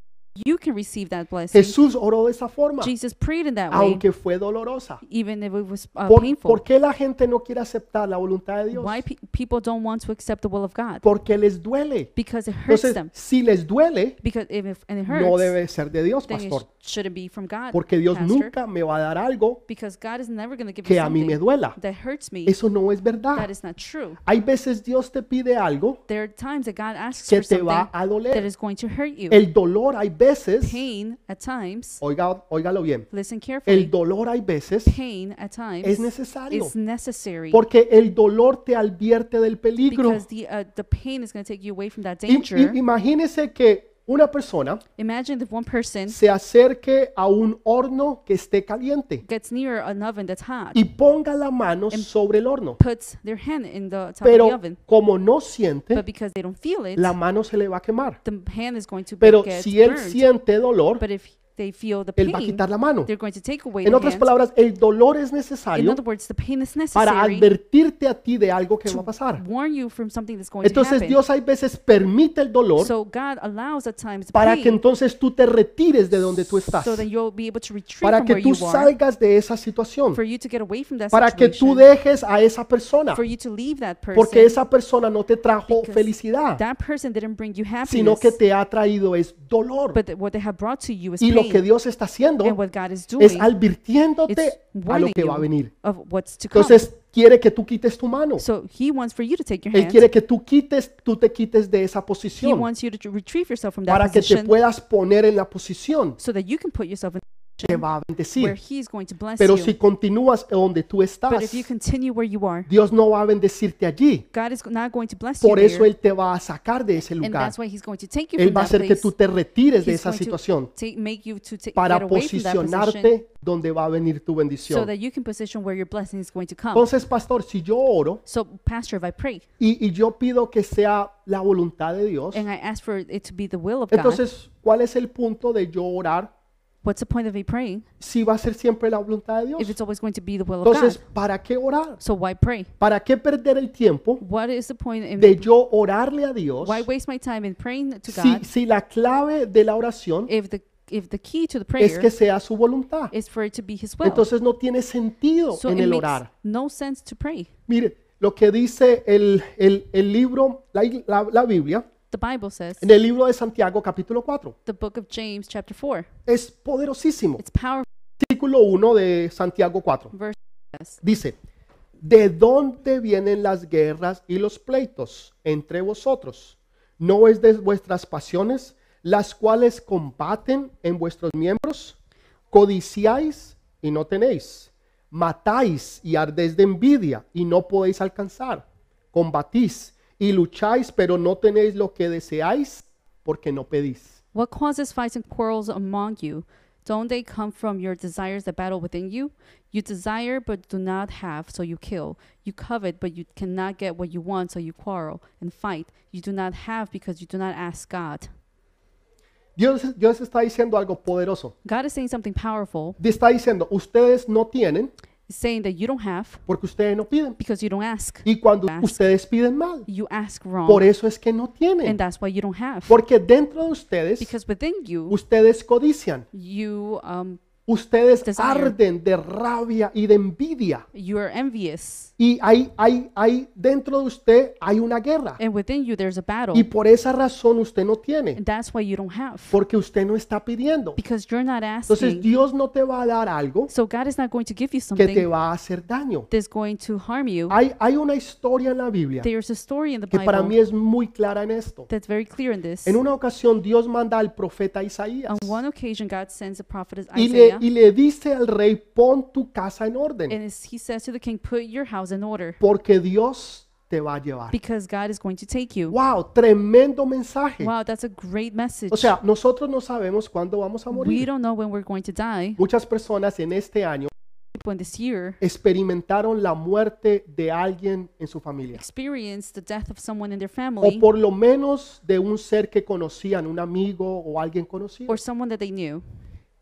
Speaker 2: You can receive that blessing.
Speaker 1: Jesús oró de esa forma,
Speaker 2: Jesus prayed in that way,
Speaker 1: aunque fue dolorosa.
Speaker 2: even if it was uh,
Speaker 1: ¿Por,
Speaker 2: painful.
Speaker 1: por qué la gente no quiere aceptar la voluntad de Dios?
Speaker 2: Why pe- people don't want to accept the will of God?
Speaker 1: Porque les duele.
Speaker 2: Because it hurts
Speaker 1: Entonces,
Speaker 2: them.
Speaker 1: si les duele,
Speaker 2: Because if it, and it
Speaker 1: no
Speaker 2: hurts,
Speaker 1: debe ser de Dios,
Speaker 2: then it
Speaker 1: pastor.
Speaker 2: sh- shouldn't be from God,
Speaker 1: Porque Dios
Speaker 2: pastor.
Speaker 1: nunca me va a dar algo
Speaker 2: Because God is never going to give me
Speaker 1: que a mí me
Speaker 2: something
Speaker 1: duela.
Speaker 2: that hurts me.
Speaker 1: Eso no es
Speaker 2: That
Speaker 1: verdad.
Speaker 2: is not true.
Speaker 1: Hay veces Dios te pide algo
Speaker 2: There are times that God asks
Speaker 1: que
Speaker 2: for
Speaker 1: te
Speaker 2: something
Speaker 1: va
Speaker 2: that
Speaker 1: a doler.
Speaker 2: is going to hurt you.
Speaker 1: El dolor hay veces,
Speaker 2: Pain at times,
Speaker 1: oiga, óigalo bien,
Speaker 2: listen
Speaker 1: el
Speaker 2: carefully,
Speaker 1: dolor hay veces
Speaker 2: pain at
Speaker 1: es
Speaker 2: times
Speaker 1: necesario
Speaker 2: is necessary
Speaker 1: porque el dolor te advierte del peligro.
Speaker 2: because the, uh, the pain is going to take you away from that
Speaker 1: I-
Speaker 2: danger.
Speaker 1: i- Imagínese que una persona
Speaker 2: Imagine if one person
Speaker 1: se acerque a un horno que esté caliente
Speaker 2: gets near an oven that's hot,
Speaker 1: y ponga la mano sobre el horno,
Speaker 2: puts their hand in the top of the
Speaker 1: pero
Speaker 2: Em-, oven,
Speaker 1: como no siente,
Speaker 2: but because they don't feel it,
Speaker 1: la mano se le va a quemar.
Speaker 2: the hand is going to be-
Speaker 1: Pero
Speaker 2: get
Speaker 1: si él
Speaker 2: burned.
Speaker 1: siente dolor,
Speaker 2: But if they feel the
Speaker 1: Él va a
Speaker 2: pain,
Speaker 1: quitar la mano.
Speaker 2: they're going to take away
Speaker 1: En
Speaker 2: the
Speaker 1: otras
Speaker 2: hand.
Speaker 1: palabras, el dolor es
Speaker 2: In
Speaker 1: necesario
Speaker 2: other words, the pain is
Speaker 1: para
Speaker 2: necessary
Speaker 1: advertirte a ti de algo que va a
Speaker 2: to
Speaker 1: pasar.
Speaker 2: warn you from something that's going to
Speaker 1: Entonces
Speaker 2: happen.
Speaker 1: Dios hay veces permite el dolor
Speaker 2: so God allows at times
Speaker 1: para que
Speaker 2: pain
Speaker 1: entonces tú te retires de donde tú estás,
Speaker 2: so that you'll be able to retreat
Speaker 1: para
Speaker 2: from
Speaker 1: que
Speaker 2: where
Speaker 1: tú
Speaker 2: you are,
Speaker 1: salgas de esa situación,
Speaker 2: for you to get away from that
Speaker 1: para que tú
Speaker 2: situation,
Speaker 1: dejes a esa persona,
Speaker 2: for you to leave that person.
Speaker 1: porque esa persona no te trajo
Speaker 2: Because
Speaker 1: felicidad,
Speaker 2: that person didn't bring you
Speaker 1: sino
Speaker 2: happiness,
Speaker 1: que te ha traído es dolor.
Speaker 2: but that what they have brought to you is
Speaker 1: Y lo que
Speaker 2: pain.
Speaker 1: Dios está haciendo
Speaker 2: And what God is
Speaker 1: es
Speaker 2: doing it's
Speaker 1: advirtiéndote a lo
Speaker 2: warning
Speaker 1: que va a
Speaker 2: you
Speaker 1: venir.
Speaker 2: of what's to come.
Speaker 1: Entonces quiere que tú quites tu mano.
Speaker 2: so he wants for you to take your
Speaker 1: Él
Speaker 2: hand.
Speaker 1: quiere que tú quites, tú te quites de esa
Speaker 2: he
Speaker 1: posición
Speaker 2: wants you to tr- retrieve yourself from that
Speaker 1: para que te
Speaker 2: position
Speaker 1: puedas poner en la posición
Speaker 2: so that you can put yourself in
Speaker 1: que va a
Speaker 2: where
Speaker 1: bendecir.
Speaker 2: he's going to bless
Speaker 1: Pero
Speaker 2: you.
Speaker 1: si continúas donde tú
Speaker 2: but
Speaker 1: estás,
Speaker 2: if you continue where you are,
Speaker 1: Dios no va a bendecirte allí.
Speaker 2: God is not going to bless
Speaker 1: Por
Speaker 2: you
Speaker 1: eso
Speaker 2: there,
Speaker 1: Él te va a sacar de ese
Speaker 2: and
Speaker 1: lugar.
Speaker 2: that's why he's going to take you from
Speaker 1: Él va a
Speaker 2: that
Speaker 1: hacer que
Speaker 2: place.
Speaker 1: tú te retires de
Speaker 2: He's
Speaker 1: esa
Speaker 2: going to
Speaker 1: situación
Speaker 2: take- make you to ta- get
Speaker 1: para
Speaker 2: away from that position
Speaker 1: posicionarte donde va a venir tu
Speaker 2: so
Speaker 1: bendición.
Speaker 2: that you can position where your blessing is going to come.
Speaker 1: Entonces, pastor, si yo oro
Speaker 2: so, Pastor, if I pray
Speaker 1: y, y yo pido que sea la voluntad de Dios,
Speaker 2: and I ask for it to be the will of God,
Speaker 1: entonces, ¿cuál es el punto de yo orar
Speaker 2: what's the point of me praying
Speaker 1: si va a ser siempre la voluntad de Dios?
Speaker 2: if it's always going to be the will of
Speaker 1: Entonces,
Speaker 2: God?
Speaker 1: ¿para qué orar?
Speaker 2: So, why pray?
Speaker 1: ¿Para qué perder el tiempo
Speaker 2: What is the point in
Speaker 1: de yo orarle a Dios
Speaker 2: why waste my time in praying to
Speaker 1: si,
Speaker 2: God
Speaker 1: si la clave de la oración
Speaker 2: if the if the key to the prayer
Speaker 1: es que sea su voluntad?
Speaker 2: is for it to be His will?
Speaker 1: Entonces no tiene sentido
Speaker 2: so
Speaker 1: en
Speaker 2: it
Speaker 1: el
Speaker 2: makes
Speaker 1: orar.
Speaker 2: no sense to pray.
Speaker 1: Mire, lo que dice el, el- el libro, la, la- la Biblia,
Speaker 2: The Bible says
Speaker 1: en el libro de Santiago capítulo 4,
Speaker 2: the book of James chapter four.
Speaker 1: es poderosísimo.
Speaker 2: It's powerful
Speaker 1: Artículo 1 de Santiago 4.
Speaker 2: verse. says,
Speaker 1: Dice, ¿de dónde vienen las guerras y los pleitos entre vosotros? ¿No es de vuestras pasiones las cuales combaten en vuestros miembros? Codiciáis y no tenéis. Matáis y ardéis de envidia y no podéis alcanzar. Combatís y lucháis, pero no tenéis lo que deseáis porque no pedís.
Speaker 2: What causes fights and quarrels among you? Don't they come from your desires that battle within you? You desire but do not have, so you kill. You covet but you cannot get what you want, so you quarrel and fight. You do not have because you do not ask God.
Speaker 1: Dios, Dios está diciendo algo poderoso.
Speaker 2: God is saying something powerful,
Speaker 1: Está diciendo, ustedes no tienen
Speaker 2: He's saying that you don't have
Speaker 1: porque ustedes no piden.
Speaker 2: because you don't ask.
Speaker 1: Y cuando
Speaker 2: Ask.
Speaker 1: ustedes piden mal,
Speaker 2: You ask wrong,
Speaker 1: por eso es que no
Speaker 2: and
Speaker 1: tienen.
Speaker 2: that's why you don't have.
Speaker 1: Porque dentro de ustedes,
Speaker 2: because within you,
Speaker 1: ustedes codician.
Speaker 2: you um,
Speaker 1: Ustedes
Speaker 2: Desire.
Speaker 1: arden de rabia y de envidia.
Speaker 2: you are envious,
Speaker 1: Y hay, hay, hay, dentro de usted hay una guerra.
Speaker 2: and within you there's a battle,
Speaker 1: Y por esa razón usted no tiene.
Speaker 2: and that's why you don't have
Speaker 1: Porque usted no está pidiendo.
Speaker 2: because you're not
Speaker 1: Entonces
Speaker 2: asking.
Speaker 1: Dios no te va a dar algo
Speaker 2: so God is not going to give you
Speaker 1: que te
Speaker 2: something
Speaker 1: va a hacer daño.
Speaker 2: that's going to harm you.
Speaker 1: Hay, hay una historia en la Biblia
Speaker 2: There's a story in the
Speaker 1: que para
Speaker 2: Bible
Speaker 1: mí es muy clara en esto.
Speaker 2: that's very clear in this.
Speaker 1: En una ocasión Dios manda al profeta Isaías.
Speaker 2: On one occasion, God sends the prophet
Speaker 1: y le,
Speaker 2: Isaiah,
Speaker 1: y le dice al rey, pon tu casa en orden,
Speaker 2: and it's- he says to the king, "Put your house in order,
Speaker 1: porque Dios te va a llevar.
Speaker 2: because God is going to take you."
Speaker 1: ¡Wow! Tremendo mensaje.
Speaker 2: Wow, that's a great message.
Speaker 1: O sea, nosotros no sabemos cuándo vamos a
Speaker 2: we
Speaker 1: morir.
Speaker 2: don't know when we're going to die.
Speaker 1: Muchas personas en este año
Speaker 2: People in this year
Speaker 1: experimentaron la muerte de alguien en su familia,
Speaker 2: experience the death of someone in their
Speaker 1: o
Speaker 2: family
Speaker 1: por lo menos de un ser que conocían, un amigo o alguien conocido.
Speaker 2: or someone that they knew.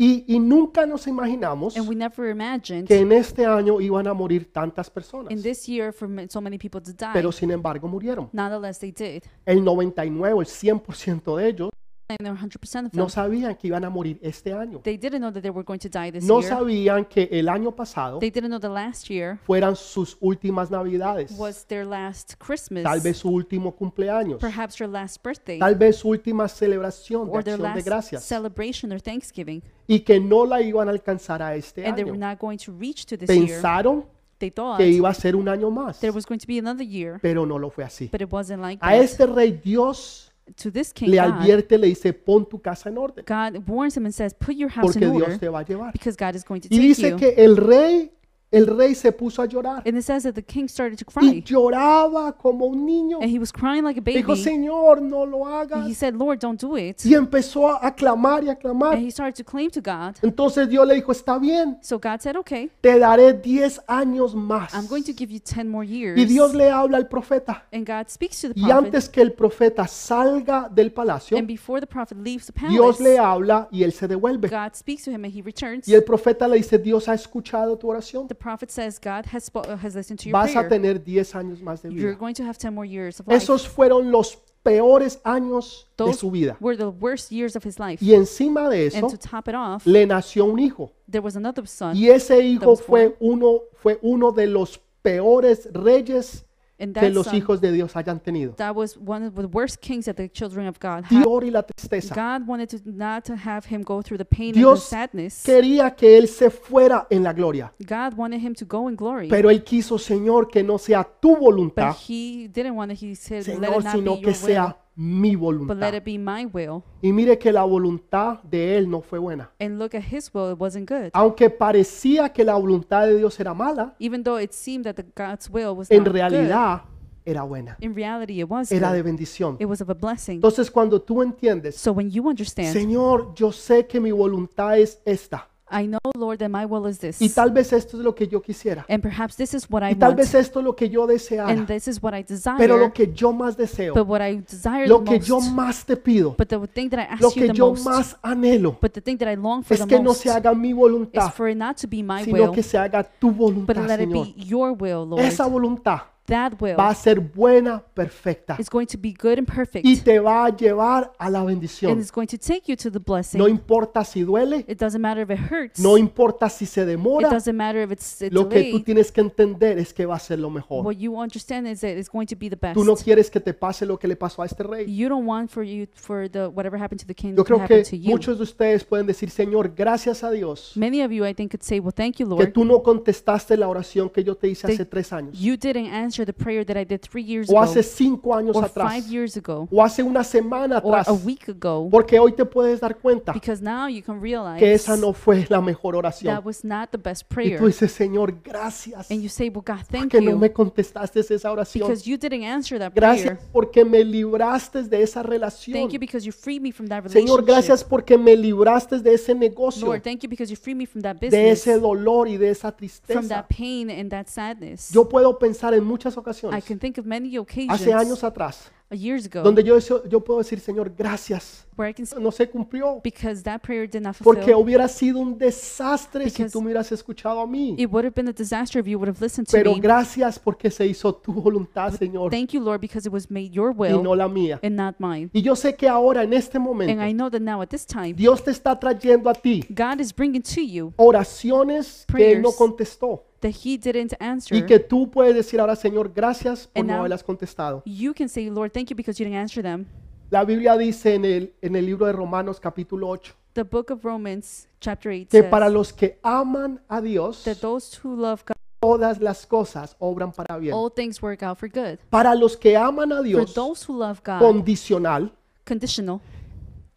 Speaker 1: Y, y nunca nos imaginamos
Speaker 2: And we never imagined
Speaker 1: que en este año iban a morir tantas personas,
Speaker 2: in this year for ma- so many people to die.
Speaker 1: pero sin embargo murieron.
Speaker 2: Nonetheless, they did.
Speaker 1: El 99, el 100% de ellos
Speaker 2: And there were 100% of them.
Speaker 1: No sabían que iban a morir este año.
Speaker 2: They didn't know that they were going to die this
Speaker 1: No
Speaker 2: year.
Speaker 1: sabían que el año pasado
Speaker 2: They didn't know that last year
Speaker 1: fueran sus últimas navidades,
Speaker 2: was their last Christmas,
Speaker 1: tal vez su último cumpleaños,
Speaker 2: perhaps their last birthday,
Speaker 1: tal vez su última celebración de
Speaker 2: or their
Speaker 1: acción de
Speaker 2: last
Speaker 1: gracias
Speaker 2: celebration or Thanksgiving.
Speaker 1: y que no la iban a alcanzar a este
Speaker 2: And they were
Speaker 1: año.
Speaker 2: not going to reach to this year.
Speaker 1: Pensaron
Speaker 2: They thought
Speaker 1: que iba a ser un año más,
Speaker 2: there was going to be another year,
Speaker 1: pero no lo fue así.
Speaker 2: but it wasn't like
Speaker 1: A
Speaker 2: that.
Speaker 1: este rey Dios
Speaker 2: To this king,
Speaker 1: le
Speaker 2: God,
Speaker 1: advierte, le dice, pon tu casa en orden,
Speaker 2: God warns him and says, "Put your house
Speaker 1: porque
Speaker 2: in
Speaker 1: Dios
Speaker 2: order,
Speaker 1: te va a llevar.
Speaker 2: because God is going to
Speaker 1: Y
Speaker 2: take
Speaker 1: dice
Speaker 2: you."
Speaker 1: que el rey el rey se puso a llorar
Speaker 2: And it says that the king started to
Speaker 1: y
Speaker 2: cry.
Speaker 1: lloraba como un niño.
Speaker 2: And he was crying like a
Speaker 1: Dijo,
Speaker 2: baby.
Speaker 1: Señor, no lo
Speaker 2: And he
Speaker 1: hagas.
Speaker 2: said, Lord, don't do it.
Speaker 1: Y empezó a, a clamar y a clamar.
Speaker 2: And he started to claim to God.
Speaker 1: Entonces Dios le dijo, está bien,
Speaker 2: So God said, okay,
Speaker 1: te daré 10 años más.
Speaker 2: I'm going to give you 10 more years.
Speaker 1: Y Dios le habla al profeta.
Speaker 2: And God speaks to the
Speaker 1: Y
Speaker 2: prophet.
Speaker 1: antes que el profeta salga del palacio,
Speaker 2: And before the prophet leaves the
Speaker 1: Dios
Speaker 2: palace,
Speaker 1: le habla y él se devuelve.
Speaker 2: God speaks to him and he returns.
Speaker 1: Y el profeta le dice, Dios ha escuchado tu oración.
Speaker 2: The prophet says, God has, spo- uh, has listened to your
Speaker 1: Vas a
Speaker 2: prayer.
Speaker 1: tener 10 años más de
Speaker 2: You're
Speaker 1: vida.
Speaker 2: going to have 10 more years of life.
Speaker 1: Esos fueron los peores años de
Speaker 2: Those
Speaker 1: su vida.
Speaker 2: were the worst years of his life.
Speaker 1: Y encima de eso,
Speaker 2: And to top it off,
Speaker 1: le nació un hijo.
Speaker 2: there was another son.
Speaker 1: Y ese hijo fue uno, fue uno de los peores reyes
Speaker 2: And
Speaker 1: que
Speaker 2: that
Speaker 1: los
Speaker 2: son,
Speaker 1: hijos de Dios hayan tenido.
Speaker 2: that was one of the worst kings that the children of God had.
Speaker 1: Dior y la tristeza.
Speaker 2: God wanted to not to have him go through the pain and the
Speaker 1: Dios
Speaker 2: sadness.
Speaker 1: Quería que él se fuera en la gloria.
Speaker 2: God wanted him to go in glory,
Speaker 1: Pero él quiso, Señor, que no sea tu
Speaker 2: but
Speaker 1: voluntad,
Speaker 2: he didn't want it. He said, "Let it
Speaker 1: Señor,
Speaker 2: not be
Speaker 1: sino
Speaker 2: your
Speaker 1: que
Speaker 2: will,
Speaker 1: sea mi
Speaker 2: but let
Speaker 1: voluntad.
Speaker 2: it be my will."
Speaker 1: Y mire que la voluntad de él no fue buena.
Speaker 2: And look at his will; it wasn't good.
Speaker 1: Aunque parecía que la voluntad de Dios era mala,
Speaker 2: Even though it seemed that the God's will was
Speaker 1: en
Speaker 2: not
Speaker 1: realidad era buena.
Speaker 2: good, in reality it was.
Speaker 1: Era
Speaker 2: good.
Speaker 1: de bendición.
Speaker 2: It was of a blessing.
Speaker 1: Entonces cuando tú entiendes,
Speaker 2: So when you understand,
Speaker 1: Señor, yo sé que mi voluntad es esta.
Speaker 2: I know, Lord, that my will is this,
Speaker 1: Y tal vez esto es lo que yo quisiera.
Speaker 2: and perhaps this is what I
Speaker 1: Y tal
Speaker 2: want,
Speaker 1: vez esto es lo que yo
Speaker 2: and
Speaker 1: deseara.
Speaker 2: this is what I
Speaker 1: Pero lo
Speaker 2: desire.
Speaker 1: que yo más deseo,
Speaker 2: But what I desire the
Speaker 1: lo que yo
Speaker 2: most,
Speaker 1: más te pido,
Speaker 2: but the thing that I
Speaker 1: lo
Speaker 2: ask you
Speaker 1: que
Speaker 2: the
Speaker 1: yo
Speaker 2: most,
Speaker 1: más anhelo,
Speaker 2: but the thing that I long for
Speaker 1: es
Speaker 2: the
Speaker 1: que no
Speaker 2: most
Speaker 1: se haga mi
Speaker 2: is
Speaker 1: voluntad,
Speaker 2: for it not to be my
Speaker 1: sino
Speaker 2: will,
Speaker 1: que se haga tu
Speaker 2: but
Speaker 1: voluntad,
Speaker 2: let it
Speaker 1: Señor.
Speaker 2: be your will, Lord.
Speaker 1: Esa voluntad
Speaker 2: That will
Speaker 1: va a ser buena, perfecta
Speaker 2: is going to be good and perfect,
Speaker 1: y te va a llevar a la
Speaker 2: and
Speaker 1: bendición.
Speaker 2: it's going to take you to the blessing.
Speaker 1: No importa si duele,
Speaker 2: it doesn't matter if it hurts.
Speaker 1: no importa si se
Speaker 2: it
Speaker 1: demora,
Speaker 2: doesn't matter if it's, it's
Speaker 1: lo que tú
Speaker 2: delayed.
Speaker 1: tienes que entender es que va a ser lo mejor.
Speaker 2: What you understand is that it's going to be the best.
Speaker 1: Tú no quieres que te pase lo que le pasó a este rey.
Speaker 2: you don't want for you for the whatever happened to the king
Speaker 1: Yo
Speaker 2: to
Speaker 1: creo
Speaker 2: happen
Speaker 1: que
Speaker 2: to you.
Speaker 1: muchos de ustedes pueden decir, Señor, gracias a Dios
Speaker 2: Many of you, I think, could say, "Well, thank you,
Speaker 1: que
Speaker 2: Lord.
Speaker 1: tú no contestaste la oración que yo te hice hace tres años,
Speaker 2: You didn't answer the prayer that I did three years
Speaker 1: o
Speaker 2: ago,
Speaker 1: hace cinco años
Speaker 2: or
Speaker 1: atrás,
Speaker 2: five years ago,
Speaker 1: o hace una semana
Speaker 2: or
Speaker 1: atrás,
Speaker 2: a week ago."
Speaker 1: porque hoy te puedes dar cuenta
Speaker 2: Because now you can realize
Speaker 1: que esa no fue la mejor oración.
Speaker 2: that was not the
Speaker 1: Y
Speaker 2: best
Speaker 1: tú
Speaker 2: prayer.
Speaker 1: dices, Señor, gracias
Speaker 2: And you say, Well, God, thank
Speaker 1: porque no
Speaker 2: you.
Speaker 1: me contestaste esa oración.
Speaker 2: Because you didn't answer that prayer.
Speaker 1: Gracias porque me libraste de esa relación.
Speaker 2: Thank you because you freed me from that relationship.
Speaker 1: Señor, gracias porque me libraste de ese negocio,
Speaker 2: Lord, thank you because you freed me from that
Speaker 1: de
Speaker 2: business,
Speaker 1: ese dolor y de esa
Speaker 2: from
Speaker 1: tristeza.
Speaker 2: that pain and that sadness.
Speaker 1: Yo puedo pensar en muchas
Speaker 2: I
Speaker 1: ocasiones,
Speaker 2: can think of many
Speaker 1: hace
Speaker 2: occasions
Speaker 1: años atrás,
Speaker 2: years ago
Speaker 1: donde yo, deseo- yo puedo decir, Señor, gracias,
Speaker 2: where I can say,
Speaker 1: no se cumplió,
Speaker 2: because that prayer did not
Speaker 1: porque
Speaker 2: fulfill.
Speaker 1: hubiera sido un desastre si
Speaker 2: Because-
Speaker 1: tú me hubieras escuchado a mí.
Speaker 2: It would have been a disaster if you would have listened to
Speaker 1: Pero
Speaker 2: me.
Speaker 1: gracias porque se hizo tu voluntad, Señor,
Speaker 2: Thank you, Lord, because it was made your
Speaker 1: y no
Speaker 2: will
Speaker 1: la mía.
Speaker 2: and not mine.
Speaker 1: Y yo sé que ahora, en este
Speaker 2: And I
Speaker 1: momento,
Speaker 2: know that now at this time,
Speaker 1: Dios te está trayendo a ti
Speaker 2: God is bringing to you
Speaker 1: oraciones que Él no
Speaker 2: Prayers.
Speaker 1: contestó.
Speaker 2: that He didn't answer.
Speaker 1: Y que tú puedes decir ahora, Señor, gracias por
Speaker 2: And
Speaker 1: no
Speaker 2: now-
Speaker 1: haberlas contestado.
Speaker 2: you can say, Lord, thank you because you didn't answer them.
Speaker 1: La Biblia dice en el, en el libro de Romanos capítulo 8
Speaker 2: The book of Romans, chapter 8,
Speaker 1: que
Speaker 2: says
Speaker 1: para los que aman a Dios,
Speaker 2: that those who love God,
Speaker 1: todas las cosas obran para bien.
Speaker 2: all things work out for good.
Speaker 1: Para los que aman a
Speaker 2: Oh. For
Speaker 1: Dios
Speaker 2: those who love God,
Speaker 1: condicional,
Speaker 2: conditional,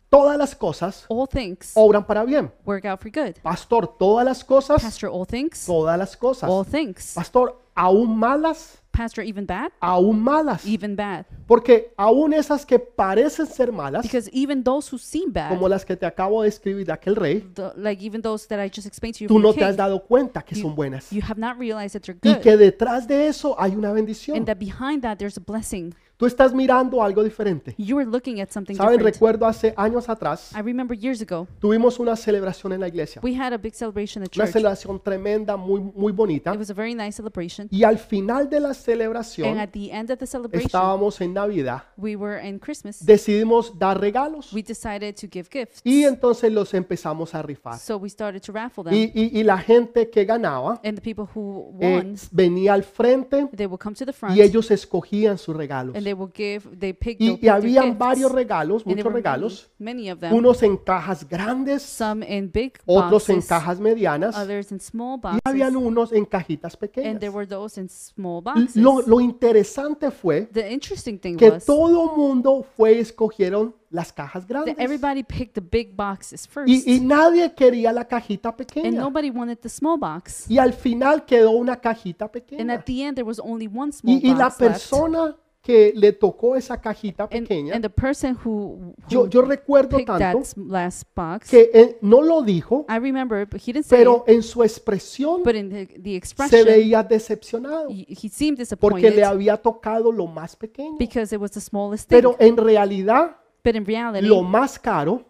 Speaker 1: todas las cosas
Speaker 2: all things
Speaker 1: obran para bien.
Speaker 2: work out for good.
Speaker 1: Pastor, todas las cosas,
Speaker 2: Pastor, all things,
Speaker 1: todas las cosas.
Speaker 2: all things.
Speaker 1: Pastor, aún malas,
Speaker 2: Pastor, even bad,
Speaker 1: aún malas.
Speaker 2: even bad.
Speaker 1: Porque aún esas que parecen ser malas,
Speaker 2: Because even those who seem bad,
Speaker 1: como las que te acabo de escribir de aquel rey,
Speaker 2: the, like even those that I just explained to you,
Speaker 1: tú
Speaker 2: from
Speaker 1: no
Speaker 2: the
Speaker 1: te has
Speaker 2: king,
Speaker 1: dado cuenta que son buenas.
Speaker 2: you have not realized that they're
Speaker 1: Y
Speaker 2: good.
Speaker 1: que detrás de eso hay una bendición.
Speaker 2: And that behind that, there's a blessing.
Speaker 1: Tú estás mirando algo diferente.
Speaker 2: You are looking at something
Speaker 1: Saben,
Speaker 2: different.
Speaker 1: recuerdo hace años atrás,
Speaker 2: I remember years ago,
Speaker 1: tuvimos una celebración en la iglesia.
Speaker 2: we had a big celebration at
Speaker 1: Una
Speaker 2: church.
Speaker 1: celebración tremenda, muy, muy bonita.
Speaker 2: It was a very nice celebration.
Speaker 1: Y al final de la
Speaker 2: And
Speaker 1: celebración,
Speaker 2: at the end of the celebration,
Speaker 1: estábamos en Navidad,
Speaker 2: we were in Christmas.
Speaker 1: decidimos dar regalos.
Speaker 2: We decided to give gifts.
Speaker 1: Y entonces los empezamos a rifar.
Speaker 2: So we started to raffle
Speaker 1: Y,
Speaker 2: them.
Speaker 1: y- y la gente que ganaba
Speaker 2: And the people who
Speaker 1: eh,
Speaker 2: won,
Speaker 1: venía al frente
Speaker 2: they would come to the front
Speaker 1: y ellos escogían sus regalos.
Speaker 2: and they will give, they picked they'll
Speaker 1: Y, y
Speaker 2: pick their
Speaker 1: habían
Speaker 2: gifts.
Speaker 1: varios regalos,
Speaker 2: And there
Speaker 1: muchos
Speaker 2: were many,
Speaker 1: regalos.
Speaker 2: many of them.
Speaker 1: Unos en cajas grandes,
Speaker 2: Some in big
Speaker 1: otros en
Speaker 2: boxes,
Speaker 1: cajas medianas
Speaker 2: others in small
Speaker 1: y habían
Speaker 2: boxes.
Speaker 1: unos en cajitas
Speaker 2: And there
Speaker 1: pequeñas.
Speaker 2: were those in small
Speaker 1: L-
Speaker 2: boxes.
Speaker 1: Lo, lo interesante fue
Speaker 2: The interesting thing
Speaker 1: que
Speaker 2: was
Speaker 1: todo mundo fue y escogieron las cajas
Speaker 2: that
Speaker 1: grandes
Speaker 2: everybody picked the big boxes first,
Speaker 1: y, y nadie quería la cajita
Speaker 2: and
Speaker 1: pequeña
Speaker 2: nobody wanted the small box.
Speaker 1: y al final quedó una cajita
Speaker 2: And
Speaker 1: pequeña
Speaker 2: at the end, there was only one small
Speaker 1: y, y la
Speaker 2: box left.
Speaker 1: persona que le tocó esa cajita
Speaker 2: And,
Speaker 1: pequeña
Speaker 2: and the person who,
Speaker 1: yo,
Speaker 2: who
Speaker 1: yo recuerdo
Speaker 2: picked that
Speaker 1: tanto
Speaker 2: s- last box,
Speaker 1: que eh, no lo dijo
Speaker 2: I remember, but he didn't say
Speaker 1: pero
Speaker 2: it,
Speaker 1: en su expresión
Speaker 2: but in the, the
Speaker 1: se
Speaker 2: expression,
Speaker 1: veía decepcionado
Speaker 2: he, he seemed
Speaker 1: porque
Speaker 2: disappointed
Speaker 1: le había tocado lo más pequeño
Speaker 2: because it was the smallest thing.
Speaker 1: pero en realidad
Speaker 2: but in reality,
Speaker 1: lo más caro